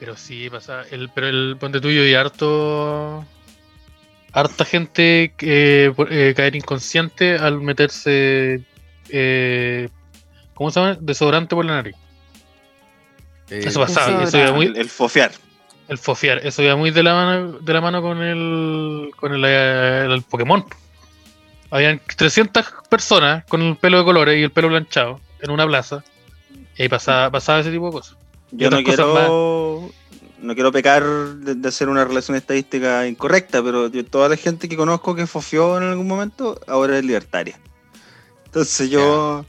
Speaker 2: Pero sí, pasa. El, pero el ponte tuyo y harto. harta gente eh, por- eh, caer inconsciente al meterse, eh, ¿cómo se llama? Desodorante por la nariz.
Speaker 3: Eh,
Speaker 2: Eso pasaba, eso iba
Speaker 5: desodorante.
Speaker 2: muy,
Speaker 4: El, el fofear.
Speaker 2: el fofiar, eso iba muy de la mano, de la mano con el, con el, eh, el Pokémon. Habían 300 personas con el pelo de colores y el pelo planchado en una plaza y ahí pasaba, pasaba ese tipo de cosas.
Speaker 4: Yo no
Speaker 2: otras cosas
Speaker 4: quiero, no quiero pecar de, de hacer una relación estadística incorrecta, pero yo- toda la gente que conozco que fofió en algún momento ahora es libertaria. Entonces yo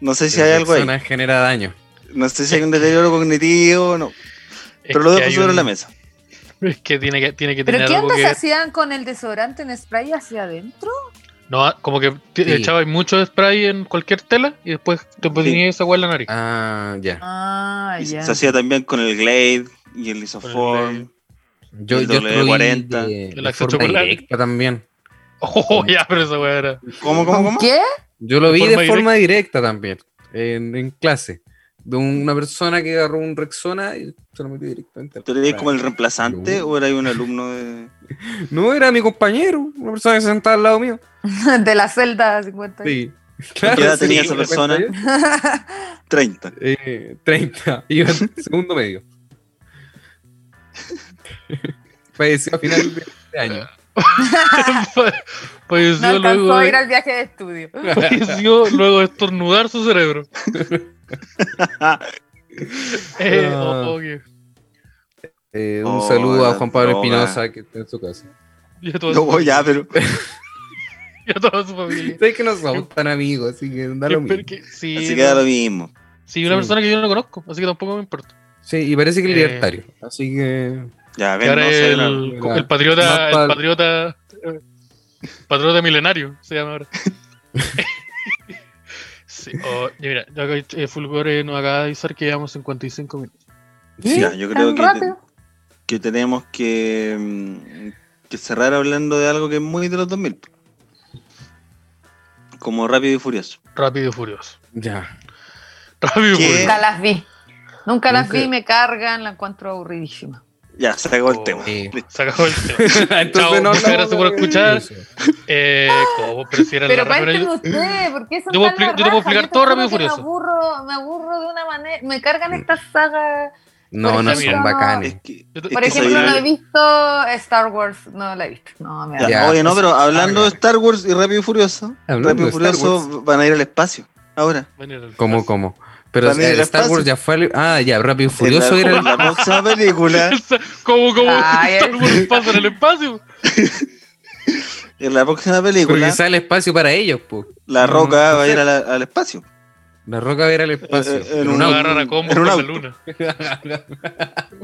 Speaker 4: no sé si hay algo ahí.
Speaker 3: persona genera daño.
Speaker 4: No sé si hay un deterioro cognitivo o no.
Speaker 2: Es
Speaker 4: Pero lo
Speaker 2: que
Speaker 4: dejo
Speaker 2: hay
Speaker 4: sobre
Speaker 2: un-
Speaker 4: la mesa.
Speaker 2: Es *laughs* que tiene que, tiene que
Speaker 5: ¿Pero
Speaker 2: tener
Speaker 5: qué
Speaker 2: algo
Speaker 5: andas
Speaker 2: que...
Speaker 5: hacían con el desodorante en spray hacia adentro?
Speaker 2: No, ah, como que t-
Speaker 3: Sí.
Speaker 2: echabais mucho spray en cualquier tela y después te ponías esa hueá en la nariz.
Speaker 3: Ah, ya.
Speaker 5: Ah,
Speaker 4: Y
Speaker 5: ya.
Speaker 4: Se hacía también con el Glade y el
Speaker 2: Glade.
Speaker 4: Isoform.
Speaker 3: Yo,
Speaker 4: el
Speaker 3: yo estoy
Speaker 4: W40,
Speaker 3: de,
Speaker 2: el
Speaker 3: de
Speaker 2: acceso
Speaker 3: forma
Speaker 2: chocolate.
Speaker 3: directa también.
Speaker 2: *laughs* Oh, ya, pero esa hueá
Speaker 5: *laughs*
Speaker 2: era. *laughs*
Speaker 4: ¿Cómo, cómo,
Speaker 5: ¿Con
Speaker 4: cómo?
Speaker 5: qué?
Speaker 3: Yo lo
Speaker 2: ¿De
Speaker 3: vi
Speaker 2: forma
Speaker 3: de forma directa también, en, en clase. De una persona que agarró un Rexona y se lo metió directamente. al
Speaker 4: ¿Tú eres como el
Speaker 3: brazo.
Speaker 4: reemplazante
Speaker 3: No.
Speaker 4: o eras un alumno de.?
Speaker 3: No, era mi compañero, una persona que se sentaba al lado mío.
Speaker 5: De la celda 50.
Speaker 3: Sí. *laughs*
Speaker 4: ¿Qué edad tenía
Speaker 3: sí,
Speaker 4: esa persona?
Speaker 2: *laughs*
Speaker 4: 30.
Speaker 3: Eh, 30, iba en segundo
Speaker 4: *laughs*
Speaker 3: medio. Falleció a final de este año.
Speaker 5: No
Speaker 2: Falleció
Speaker 5: alcanzó
Speaker 2: luego,
Speaker 5: a
Speaker 2: *laughs*
Speaker 5: ir
Speaker 2: de-
Speaker 5: al viaje de estudio.
Speaker 2: falleció luego de estornudar su
Speaker 3: *laughs*
Speaker 2: cerebro. *laughs* Eh,
Speaker 3: Ah.
Speaker 2: oh, qué-
Speaker 3: Eh, un
Speaker 4: Oh,
Speaker 3: saludo a
Speaker 4: la
Speaker 3: Juan Pablo
Speaker 4: droga.
Speaker 3: Espinosa que está en su casa.
Speaker 2: y a toda su- *laughs*
Speaker 4: No, ya, pero.
Speaker 2: y a toda su familia.
Speaker 3: Sé que no somos tan amigos, así que *laughs* da lo
Speaker 2: Que-
Speaker 3: mismo.
Speaker 2: que- sí,
Speaker 4: Así queda lo mismo.
Speaker 2: sí, una
Speaker 3: Sí.
Speaker 2: persona que yo no conozco, así que tampoco me importa.
Speaker 3: Sí, y parece que es
Speaker 2: Eh,
Speaker 3: libertario. Así que.
Speaker 4: Ya,
Speaker 2: Que
Speaker 4: ven, no
Speaker 2: ahora
Speaker 4: sé, no.
Speaker 2: el,
Speaker 3: no.
Speaker 2: el patriota,
Speaker 3: Más
Speaker 2: el
Speaker 3: pal-
Speaker 2: patriota, eh, patriota milenario se llama
Speaker 3: *laughs*
Speaker 2: ahora. sí, oh, y mira, ya que, eh, Fulgor eh, nos acaba de avisar que llevamos 55 minutos.
Speaker 3: Sí,
Speaker 4: Ya, yo creo
Speaker 5: Tan
Speaker 4: que,
Speaker 5: rápido.
Speaker 4: que tenemos que, mm, que cerrar hablando de algo que es muy de los 2000. Como rápido y furioso.
Speaker 2: Rápido y furioso. *laughs*
Speaker 3: Ya.
Speaker 2: Rápido y
Speaker 4: ¿Qué?
Speaker 2: furioso.
Speaker 5: Nunca las vi. Nunca las
Speaker 3: Nunca.
Speaker 5: vi, me cargan, la encuentro aburridísima.
Speaker 4: Ya, se acabó el tema.
Speaker 3: Eh,
Speaker 2: Se acabó el tema.
Speaker 3: *laughs* Entonces
Speaker 2: Chao,
Speaker 3: no
Speaker 2: muchas
Speaker 3: hablamos
Speaker 2: gracias por
Speaker 3: de-
Speaker 2: escuchar. Eh, ¿Cómo? Pero si era
Speaker 5: Pero
Speaker 2: la rápida,
Speaker 5: cuéntenme
Speaker 2: yo-
Speaker 5: ustedes, ¿por qué son
Speaker 2: yo puedo
Speaker 5: tan la
Speaker 2: expli- yo te puedo
Speaker 5: raja?
Speaker 2: explicar
Speaker 5: te
Speaker 2: todo
Speaker 5: juro
Speaker 2: Rápido y
Speaker 5: que me
Speaker 2: Furioso.
Speaker 5: aburro, me aburro de una manera. Me cargan estas sagas.
Speaker 3: No, no son
Speaker 2: ejemplo,
Speaker 3: bacanes.
Speaker 4: Es que-
Speaker 2: Yo te-
Speaker 4: es
Speaker 5: Por
Speaker 4: que
Speaker 5: ejemplo,
Speaker 4: sabía-
Speaker 5: no he visto Star Wars, no la he visto. No, me
Speaker 4: Ya,
Speaker 5: da-
Speaker 3: Ya,
Speaker 4: Oye, no,
Speaker 3: eso-
Speaker 4: pero hablando de
Speaker 3: ah, ya.
Speaker 4: Star Wars y Rápido y Furioso,
Speaker 3: Hablando
Speaker 4: Rápido
Speaker 3: de
Speaker 4: y
Speaker 3: Star
Speaker 4: Furioso van a ir al espacio. Ahora,
Speaker 2: Venir al-
Speaker 3: ¿Cómo, cómo? Pero
Speaker 4: También
Speaker 3: eh,
Speaker 4: era
Speaker 3: Star Wars
Speaker 4: fácil.
Speaker 3: ya fue. al- Ah, ya, Rápido y Furioso
Speaker 4: en la,
Speaker 3: era. el-
Speaker 4: la próxima *laughs* película,
Speaker 2: *laughs* ¿Cómo, cómo? *laughs*
Speaker 5: Ay,
Speaker 2: Star Wars pasa en el espacio.
Speaker 4: en la próxima
Speaker 3: Pero
Speaker 4: película,
Speaker 3: quizá el espacio para ellos, pues. po.
Speaker 4: la
Speaker 3: no,
Speaker 4: roca
Speaker 3: no
Speaker 4: va a
Speaker 3: sé.
Speaker 4: ir a la- al espacio.
Speaker 3: La roca era el espacio.
Speaker 4: Eh, eh,
Speaker 3: en
Speaker 4: *laughs*
Speaker 3: un
Speaker 4: en un
Speaker 2: Uno
Speaker 3: auto.
Speaker 2: agarrar a combo
Speaker 4: en
Speaker 2: con
Speaker 4: un
Speaker 2: la
Speaker 4: auto.
Speaker 2: luna. *laughs*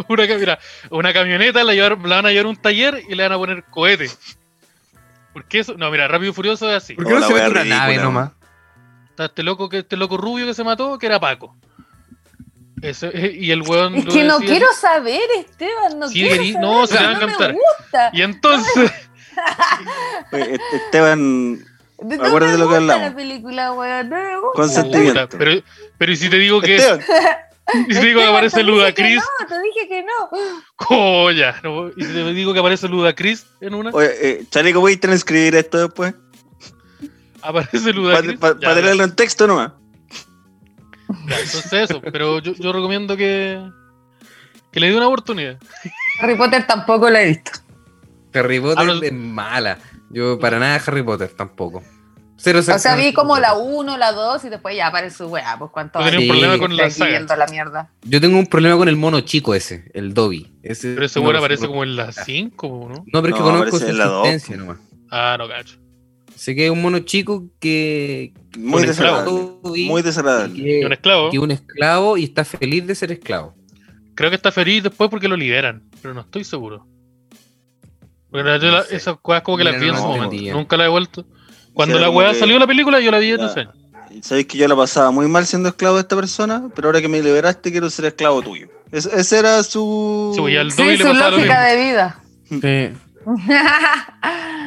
Speaker 2: Una, ca- mira, una camioneta la, llevar- la van a llevar a un taller y le van a poner cohete. ¿Por qué eso? No, mira, Rápido y Furioso es así.
Speaker 3: *laughs* ¿Por qué no
Speaker 4: Hola,
Speaker 3: se mete
Speaker 4: wea
Speaker 3: una
Speaker 4: ridícula,
Speaker 3: nave
Speaker 4: wea.
Speaker 3: nomás?
Speaker 2: Está este loco, que, este loco rubio que se mató, que era Paco. Ese- eh, y el weón.
Speaker 5: Es
Speaker 2: lo
Speaker 5: que no
Speaker 2: decía-
Speaker 5: quiero saber, Esteban, no
Speaker 2: Sí,
Speaker 5: quiero
Speaker 2: querí-
Speaker 5: saber,
Speaker 2: no, se te va a
Speaker 5: me
Speaker 2: encantar.
Speaker 5: gusta.
Speaker 2: Y entonces.
Speaker 4: Oye, este- Esteban,
Speaker 5: No
Speaker 4: Acuérdate
Speaker 5: me
Speaker 4: lo que
Speaker 5: gusta
Speaker 4: hablamos.
Speaker 5: la película, weón, no me gusta.
Speaker 4: *laughs* Con
Speaker 2: *laughs*
Speaker 4: sentimiento.
Speaker 2: Puta, pero, pero ¿y si te digo que.
Speaker 4: Esteban,
Speaker 2: *laughs* Y si te digo que
Speaker 5: Esteban,
Speaker 2: aparece
Speaker 5: te dije que
Speaker 2: Ludacris.
Speaker 5: No, te dije que no.
Speaker 2: *laughs* Coya. ¿no? Y si te digo que aparece Ludacris en una.
Speaker 4: oye, eh, Chaleco, voy a transcribir esto después.
Speaker 2: Aparece
Speaker 4: Para
Speaker 2: Ludacris.
Speaker 4: pa,
Speaker 2: Ya,
Speaker 4: pa tenerlo en texto nomás.
Speaker 2: ya, entonces eso. Pero yo, yo recomiendo que. Que le dé una oportunidad.
Speaker 5: Harry Potter tampoco la he visto.
Speaker 3: Harry Potter
Speaker 2: Hablo-
Speaker 3: es mala. Yo para nada Harry Potter tampoco. Cero
Speaker 5: O sea, vi como la
Speaker 3: U.
Speaker 5: 1, la 2 y después ya aparece su weá. Pues cuánto
Speaker 2: Yo tenía
Speaker 3: un
Speaker 5: hay
Speaker 3: problema
Speaker 5: que
Speaker 2: con
Speaker 5: estar
Speaker 2: las
Speaker 5: aquí
Speaker 2: sagas.
Speaker 5: viendo la mierda.
Speaker 3: Yo tengo un problema con el mono chico ese, el Dobby. Ese
Speaker 2: Pero ese
Speaker 3: no
Speaker 2: weón
Speaker 3: lo
Speaker 2: aparece
Speaker 3: soporto.
Speaker 2: como en las 5, ¿no?
Speaker 3: No, pero es que
Speaker 4: No,
Speaker 3: conozco
Speaker 4: aparece
Speaker 3: su
Speaker 4: en la dos,
Speaker 3: existencia nomás.
Speaker 2: Ah, no, cacho.
Speaker 3: Sé que es un mono chico que...
Speaker 4: Muy
Speaker 2: Con
Speaker 4: desagradable.
Speaker 3: Dobby,
Speaker 4: Muy
Speaker 3: y
Speaker 4: desagradable.
Speaker 3: que-
Speaker 2: Y un esclavo.
Speaker 3: que es un esclavo y está feliz de ser esclavo.
Speaker 2: Creo que está feliz después porque lo liberan, pero no estoy seguro. Porque yo
Speaker 3: No
Speaker 2: la-
Speaker 3: sé.
Speaker 2: esas cosas como que las
Speaker 3: Mira,
Speaker 2: vi en
Speaker 4: no
Speaker 2: su
Speaker 4: tengo
Speaker 2: momento.
Speaker 3: idea.
Speaker 2: Nunca la he vuelto. Cuando
Speaker 4: Será
Speaker 2: la
Speaker 4: como
Speaker 2: weá
Speaker 4: que-
Speaker 2: salió la película, yo la vi en
Speaker 4: Ya.
Speaker 2: ese año.
Speaker 4: Sabéis que yo la pasaba muy mal siendo esclavo de esta persona, pero ahora que me liberaste quiero ser esclavo tuyo. Es- ese era su...
Speaker 2: Sí, pues, y al Dobby
Speaker 5: Sí,
Speaker 2: le
Speaker 5: su
Speaker 2: pasaba lo mismo.
Speaker 5: lógica de vida.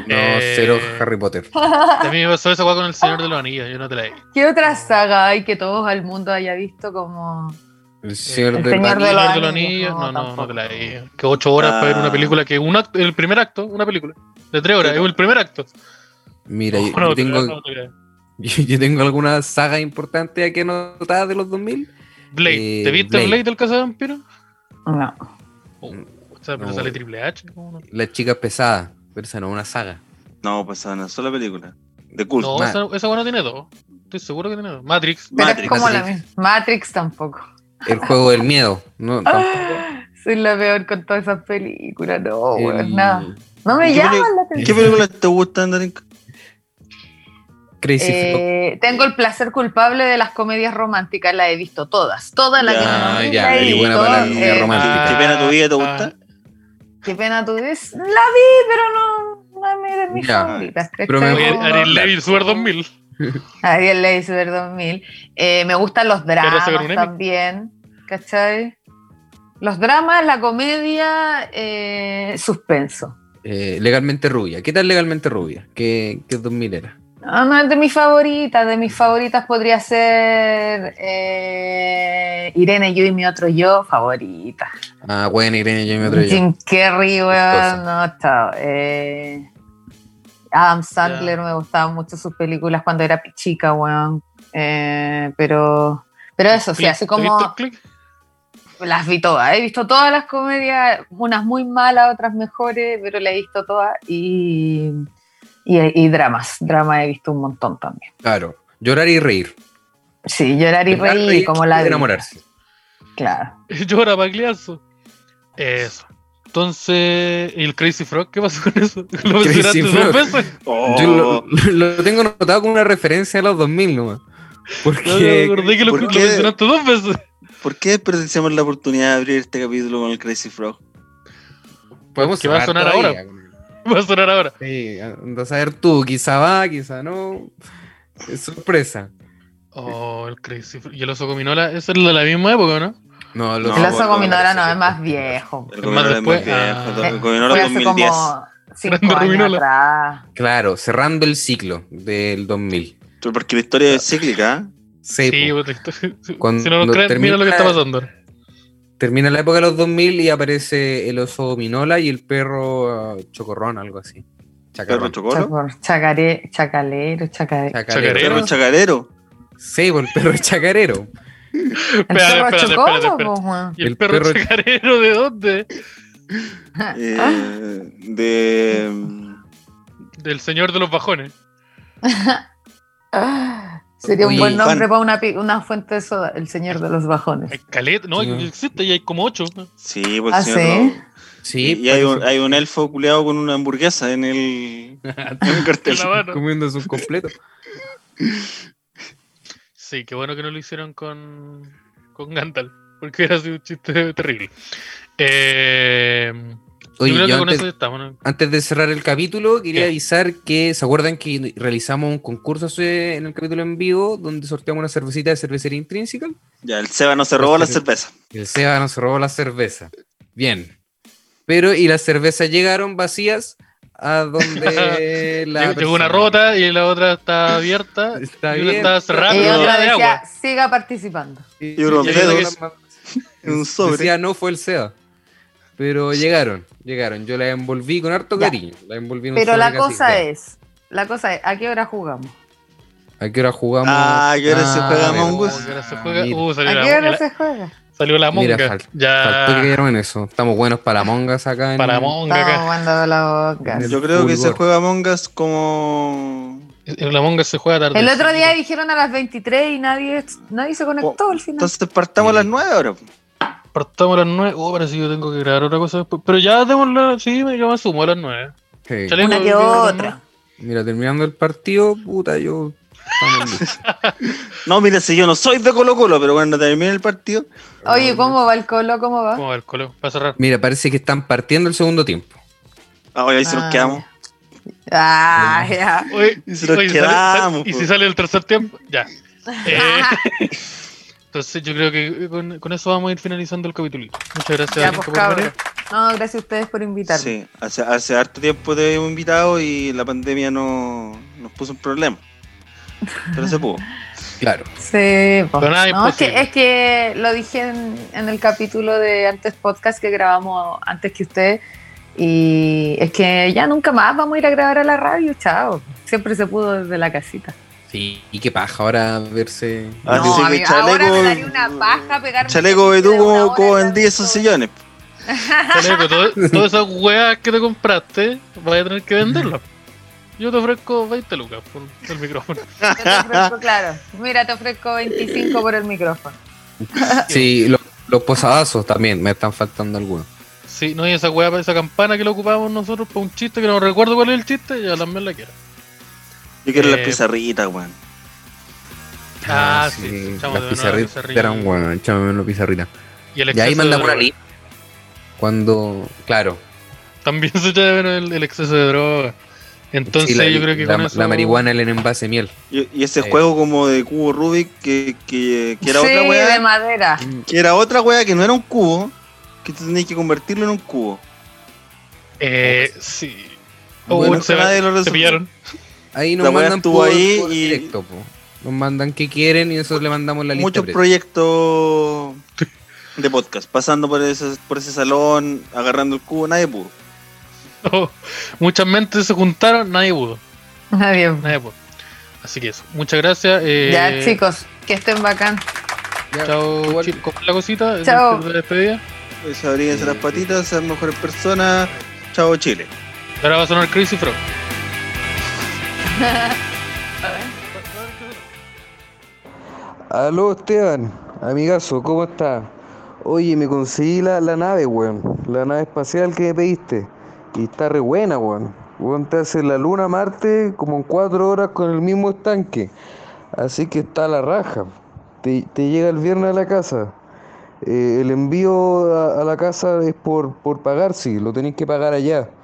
Speaker 3: No,
Speaker 2: Eh.
Speaker 3: cero Harry Potter.
Speaker 2: A mí me pasó esa weá con el Señor de los Anillos, yo no te la vi.
Speaker 5: *laughs* ¿Qué otra saga hay que todo el mundo haya visto como...
Speaker 3: El señor
Speaker 5: El
Speaker 3: del
Speaker 5: señor
Speaker 2: El
Speaker 5: de los
Speaker 2: Señor de los
Speaker 5: Anillos,
Speaker 2: Anillos, no, no,
Speaker 5: no,
Speaker 2: no te la
Speaker 5: tampoco.
Speaker 2: vi. Que ocho horas para ver una
Speaker 4: Ah.
Speaker 2: película que un act- el primer acto, una película. De tres horas, es el primer acto.
Speaker 3: Mira, yo,
Speaker 2: *laughs* No, no,
Speaker 3: yo tengo,
Speaker 2: no, no, no.
Speaker 3: *laughs* yo, yo tengo alguna saga importante aquí anotada de los 2000.
Speaker 2: Blade,
Speaker 3: Eh,
Speaker 2: ¿te viste Blade,
Speaker 3: Blade.
Speaker 2: del Casa de Vampiro?
Speaker 5: No.
Speaker 2: Oh, o sea, pero
Speaker 3: No.
Speaker 2: sale Triple H. ¿cómo no?
Speaker 3: Las chicas pesadas, pero esa no es una saga.
Speaker 4: No, pues una sola película. De culto.
Speaker 2: No,
Speaker 3: Ma-
Speaker 2: esa, esa buena tiene dos. Estoy seguro que tiene dos. Matrix.
Speaker 5: Pero
Speaker 4: Matrix.
Speaker 5: es como la misma. Matrix tampoco.
Speaker 3: El juego del miedo.
Speaker 5: *laughs*
Speaker 3: No,
Speaker 5: Ah,
Speaker 3: tampoco.
Speaker 5: Soy la peor con todas esas películas. No,
Speaker 3: El-
Speaker 5: weón, no. No me
Speaker 4: ¿Qué
Speaker 5: llaman
Speaker 4: peli-
Speaker 5: la
Speaker 4: ¿Qué
Speaker 5: atención.
Speaker 4: películas te gustan, Darinka?
Speaker 3: Crazy Frog.
Speaker 5: Eh, tengo el placer culpable de las comedias románticas, las he visto todas, todas las
Speaker 4: Ya,
Speaker 5: que me nombré,
Speaker 3: ya,
Speaker 5: las he
Speaker 3: eres
Speaker 5: visto,
Speaker 3: buena para la comedia
Speaker 5: eh,
Speaker 3: romántica.
Speaker 4: ¿Qué pena tu vida te
Speaker 2: Ah,
Speaker 4: gusta?
Speaker 5: Qué pena tú dices, la vi, pero no, no es de mis
Speaker 3: Ya,
Speaker 5: favoritas. ¿cachai?
Speaker 3: pero me-
Speaker 2: Oye,
Speaker 5: Como-
Speaker 2: Ariel Levy, Super 2000.
Speaker 5: Ariel Leisberg 2000. Eh, me gustan los dramas
Speaker 2: sacar un Emmy.
Speaker 5: también, ¿cachai? Los dramas, la comedia, eh, suspenso.
Speaker 3: Eh, legalmente rubia. ¿Qué tal legalmente rubia? ¿Qué, qué 2000 era?
Speaker 5: Ah, No, no es de mis favoritas, de mis favoritas podría ser eh, Irene, yo y mi otro yo, favorita.
Speaker 3: Ah, bueno, Irene, yo me atrevo.
Speaker 5: Jim Carrey,
Speaker 3: Cosa.
Speaker 5: weón, no, chao. Eh, Adam Sandler me gustaban mucho sus películas cuando era chica, weón. Eh, pero, pero eso, sí,
Speaker 2: Click, ¿te
Speaker 5: así
Speaker 2: viste
Speaker 5: como
Speaker 2: el click?
Speaker 5: las vi todas. He visto todas las comedias, unas muy malas, otras mejores, pero las he visto todas. Y, y, y dramas, dramas he visto un montón también.
Speaker 3: Claro. Llorar y reír.
Speaker 5: Sí, llorar y
Speaker 3: Llorar,
Speaker 5: reír, como la
Speaker 3: y
Speaker 5: vida,
Speaker 3: enamorarse.
Speaker 5: Claro.
Speaker 2: *laughs* Llora Pagliazzo. Eso. Entonces, ¿y el Crazy Frog? ¿Qué pasó con eso? *laughs* ¿Lo mencionaste
Speaker 3: Crazy
Speaker 2: dos
Speaker 3: Frog. *laughs*
Speaker 2: veces?
Speaker 4: Oh,
Speaker 3: Yo lo, lo tengo anotado como una referencia a los 2000 nomás.
Speaker 2: No, me
Speaker 3: Porque
Speaker 2: acordé que lo,
Speaker 4: ¿Por
Speaker 2: lo
Speaker 4: qué?
Speaker 2: mencionaste dos veces. *laughs*
Speaker 4: ¿Por qué desperdiciamos la oportunidad de abrir este capítulo con el Crazy Frog?
Speaker 3: podemos
Speaker 2: que va a
Speaker 3: cerrar
Speaker 2: sonar ahora.
Speaker 3: todavía.
Speaker 2: Va a sonar ahora.
Speaker 3: Sí, anda a saber tú, quizá va, quizá no. Es sorpresa.
Speaker 2: Oh, el Crazy Frog. ¿Y el oso gominola? Ese es de la misma época, ¿no?
Speaker 3: No,
Speaker 4: No,
Speaker 3: los
Speaker 5: el
Speaker 4: bueno,
Speaker 5: oso
Speaker 4: bueno,
Speaker 5: Gominola
Speaker 4: eso
Speaker 5: no
Speaker 4: sí.
Speaker 5: es más viejo.
Speaker 4: El
Speaker 2: Es más
Speaker 4: Gominola es muy
Speaker 2: después, ah.
Speaker 4: viejo.
Speaker 5: Eh,
Speaker 4: El Gominola
Speaker 5: Fue hace
Speaker 4: 2010.
Speaker 5: como cinco
Speaker 2: Grande
Speaker 5: años
Speaker 2: Gominola.
Speaker 5: atrás.
Speaker 3: Claro, cerrando el ciclo del 2000.
Speaker 4: Pero Porque la historia es cíclica. ¿eh?
Speaker 3: Sí,
Speaker 2: Sí,
Speaker 3: po.
Speaker 2: puta, esto- *laughs*
Speaker 3: Cuando
Speaker 2: si no nos creen, mira
Speaker 3: termina-
Speaker 2: lo que está pasando. ahora.
Speaker 3: termina la época de los 2000 y aparece el oso Minola y el perro eh, Chocorrón, algo así.
Speaker 4: Perro
Speaker 3: Chacarrón.
Speaker 4: chocolo.
Speaker 5: Chacor- chacare- chacalero, chacalero.
Speaker 2: Chacarero.
Speaker 3: Chacarero.
Speaker 4: Perro chacarero.
Speaker 3: Sí, po, el perro chacarero.
Speaker 5: El
Speaker 2: Espérate,
Speaker 5: perro
Speaker 2: espérate,
Speaker 5: chocolo,
Speaker 2: espérate, espérate.
Speaker 5: po, weón.
Speaker 2: ¿Y el,
Speaker 3: El
Speaker 2: perro,
Speaker 3: perro-
Speaker 2: chacarero de dónde?
Speaker 4: eh, de. mm,
Speaker 2: Del señor de los bajones.
Speaker 5: Ah, Sería un
Speaker 3: Oye,
Speaker 5: buen nombre
Speaker 4: Juan.
Speaker 5: para una, pi- una fuente de soda, el señor de los bajones.
Speaker 2: Hay caleta, no,
Speaker 3: Sí.
Speaker 2: existe y hay como ocho.
Speaker 4: Sí, pues
Speaker 5: Ah,
Speaker 4: señor,
Speaker 5: ¿sí?
Speaker 4: no.
Speaker 3: Sí,
Speaker 4: y hay un,
Speaker 3: parece-
Speaker 4: hay un elfo culeado con una hamburguesa en el, en el
Speaker 2: En *laughs*
Speaker 4: cartel.
Speaker 2: la mano.
Speaker 3: comiendo su completo.
Speaker 2: Sí, qué bueno que no lo hicieron con, con Gandalf, porque era sido un chiste *laughs* terrible. Eh,
Speaker 3: Oye,
Speaker 2: yo creo
Speaker 3: yo
Speaker 2: que con
Speaker 3: antes-
Speaker 2: eso ya estamos. ¿no?
Speaker 3: Antes de cerrar el capítulo, quería
Speaker 2: ¿Qué?
Speaker 3: avisar que, ¿se acuerdan que realizamos un concurso hace- en el capítulo en vivo donde sorteamos una cervecita de cervecería intrínseca?
Speaker 4: Ya, el Seba no se robó la cerveza.
Speaker 3: El Seba nos robó la cerveza. Bien. Pero, y las cervezas llegaron vacías a donde
Speaker 2: *laughs*
Speaker 3: la.
Speaker 2: Llegó- Llegó una
Speaker 3: persona-
Speaker 2: rota y la otra está
Speaker 3: *laughs*
Speaker 2: abierta.
Speaker 3: Está
Speaker 2: y
Speaker 3: bien.
Speaker 2: una está cerrada,
Speaker 5: Y
Speaker 2: pero
Speaker 5: otra
Speaker 2: llena de
Speaker 5: decía,
Speaker 2: agua.
Speaker 5: siga participando.
Speaker 3: Y-
Speaker 4: Y unos
Speaker 3: y llegó
Speaker 2: dedos.
Speaker 3: la-
Speaker 4: Un sobre.
Speaker 3: Decía, no fue el Seba. Pero llegaron, llegaron. Yo la envolví con harto
Speaker 5: Ya.
Speaker 3: cariño. La envolví en un
Speaker 5: Pero
Speaker 3: sobre
Speaker 5: la
Speaker 3: casi-
Speaker 5: cosa
Speaker 3: ya.
Speaker 5: es, la cosa es, ¿a qué hora jugamos?
Speaker 3: ¿A qué hora jugamos?
Speaker 4: Ah, ¿a qué hora se juega
Speaker 3: de
Speaker 4: Among Us?
Speaker 3: verdad,
Speaker 2: Ahora se juega-
Speaker 3: mira.
Speaker 2: uh,
Speaker 5: ¿A
Speaker 2: salió,
Speaker 5: qué
Speaker 2: la,
Speaker 5: hora
Speaker 2: la-
Speaker 5: se juega?
Speaker 2: salió la
Speaker 3: Mira,
Speaker 2: monga.
Speaker 3: fal- Faltó que
Speaker 2: ya,
Speaker 3: dieron eso. Estamos buenos para mongas acá. en-
Speaker 2: para monga.
Speaker 5: Estamos
Speaker 2: acá.
Speaker 5: jugando la boca.
Speaker 3: El
Speaker 4: Yo creo que se
Speaker 3: fulgor.
Speaker 4: juega Among Us como.
Speaker 2: En Eh, La monga se juega tarde. pues,
Speaker 5: El otro día dijeron a las 23 y nadie, nadie se conectó al final.
Speaker 4: Entonces partamos
Speaker 3: Sí.
Speaker 4: a las 9 ahora.
Speaker 2: Partamos a las nueve. Oh, parece que yo tengo que grabar otra cosa después. Pero ya démosle. Sí, yo me sumo a las nueve.
Speaker 5: ¿Ah?
Speaker 3: Sí.
Speaker 2: Chale,
Speaker 5: Una
Speaker 2: no,
Speaker 5: que
Speaker 2: no, no, no.
Speaker 5: otra.
Speaker 3: Mira, terminando el partido, puta, yo. estamos listos.
Speaker 4: No, mira, si yo no soy de Colo Colo, pero bueno, termina el partido.
Speaker 5: Oye, ¿cómo va el colo? ¿Cómo va?
Speaker 2: Vamos a ver, colo, para cerrar.
Speaker 3: Mira, parece que están partiendo el segundo tiempo.
Speaker 4: Ahora ahí se nos
Speaker 5: Ah,
Speaker 4: quedamos.
Speaker 5: Ah, ya.
Speaker 2: Oye,
Speaker 4: Y si nos
Speaker 2: oye, sale-
Speaker 4: quedamos,
Speaker 2: sale- y
Speaker 4: po.
Speaker 3: pues.
Speaker 2: si sale el tercer tiempo,
Speaker 5: *laughs*
Speaker 2: ya. Eh, entonces yo creo que con, con eso vamos a ir finalizando el capítulo. Muchas gracias
Speaker 5: Ya,
Speaker 2: Alenka,
Speaker 5: pues,
Speaker 2: por
Speaker 5: cabros.
Speaker 2: venir.
Speaker 5: No, gracias a ustedes por invitarme.
Speaker 4: Sí, hace, hace harto tiempo te habíamos invitado y la pandemia no, nos puso un problema. Pero se
Speaker 5: *laughs*
Speaker 4: pudo.
Speaker 3: Claro.
Speaker 5: Sí, po.
Speaker 2: Pero nada
Speaker 5: No, es,
Speaker 2: imposible.
Speaker 5: que, es que lo dije en, en el capítulo de antes podcast que grabamos antes que ustedes, Y es que ya nunca más vamos a ir a grabar a la radio, chao. Siempre se pudo desde la casita.
Speaker 3: Sí, y qué paja ahora verse.
Speaker 4: Ah,
Speaker 5: no,
Speaker 4: sí, que
Speaker 5: amigo, ahora
Speaker 4: chaleco-
Speaker 5: me daría una paja pegarme.
Speaker 4: Chaleco
Speaker 5: de
Speaker 4: Bedú
Speaker 5: una
Speaker 4: como,
Speaker 5: hora
Speaker 4: como
Speaker 5: en
Speaker 4: vendí esos
Speaker 5: todo.
Speaker 4: sillones.
Speaker 2: Chaleco,
Speaker 5: *laughs*
Speaker 2: todo- todas esas weas que te compraste, vas a tener que venderlas. Yo te ofrezco 20 lucas por el micrófono.
Speaker 5: Yo te
Speaker 4: *laughs*
Speaker 5: ofrezco, claro. Mira, te ofrezco 25 por el micrófono.
Speaker 3: Sí, lo- los posadazos también, me están faltando algunos.
Speaker 2: Sí, no, y esa wea, esa campana que la ocupamos nosotros para un chiste que no recuerdo cuál es el chiste, ya también la quiero.
Speaker 4: Yo quiero
Speaker 2: Eh,
Speaker 4: las pizarritas, weón.
Speaker 2: Ah, sí, echamos
Speaker 3: las
Speaker 2: de nuevo la
Speaker 3: pizarritas
Speaker 2: pizarrita.
Speaker 3: eran buenas, echame una pizarrita.
Speaker 2: Y, el
Speaker 3: Y ahí
Speaker 2: exceso
Speaker 3: mandamos
Speaker 2: de
Speaker 3: una
Speaker 2: droga.
Speaker 3: lista. Cuando, claro,
Speaker 2: También se echa de menos el, el exceso de droga. Entonces
Speaker 3: sí, la,
Speaker 2: yo creo que
Speaker 3: la-
Speaker 2: con eso...
Speaker 3: la marihuana en el envase de miel.
Speaker 4: Y, y ese
Speaker 3: eh.
Speaker 4: juego como de cubo Rubik que, que, que era
Speaker 5: sí,
Speaker 4: otra
Speaker 5: de
Speaker 4: weá.
Speaker 5: madera.
Speaker 4: Que era otra weá que no era un cubo. Que tú tenías que convertirlo en un cubo.
Speaker 2: Eh, sí. Oh,
Speaker 4: Bueno,
Speaker 2: se,
Speaker 4: nadie lo
Speaker 2: se
Speaker 4: resolvió.
Speaker 2: pillaron. *laughs*
Speaker 3: Ahí
Speaker 4: La
Speaker 3: nos
Speaker 4: wea
Speaker 3: mandan
Speaker 4: estuvo ahí y-
Speaker 3: directo, po. Nos mandan qué quieren y nosotros le mandamos la lista.
Speaker 4: Muchos
Speaker 3: previa.
Speaker 4: proyectos de podcast. Pasando por ese, por ese salón, agarrando el cubo, nadie pudo.
Speaker 2: Oh, muchas mentes se juntaron, nadie pudo.
Speaker 5: Nadie.
Speaker 2: Nadie pudo. Así que eso. Muchas gracias. eh,
Speaker 5: ya, chicos, que estén bacán.
Speaker 3: Ya,
Speaker 2: Chao,
Speaker 3: igual.
Speaker 2: chicos. ¿Cómo es la cosita?
Speaker 5: Chao.
Speaker 2: De despedida.
Speaker 4: Pues abríense las patitas, sean mejores personas. Chao, Chile.
Speaker 2: Ahora va a sonar Crazy Frog.
Speaker 6: Aló Esteban, amigazo, ¿cómo estás? Oye, me conseguí la, la nave, weón. La nave espacial que me pediste. Y está re buena, weón. Weón te hace la luna a Marte como en cuatro horas con el mismo estanque. Así que está a la raja. Te, te llega el viernes a la casa. Eh, el envío a, a la casa es por, por pagar, sí, lo tenéis que pagar allá.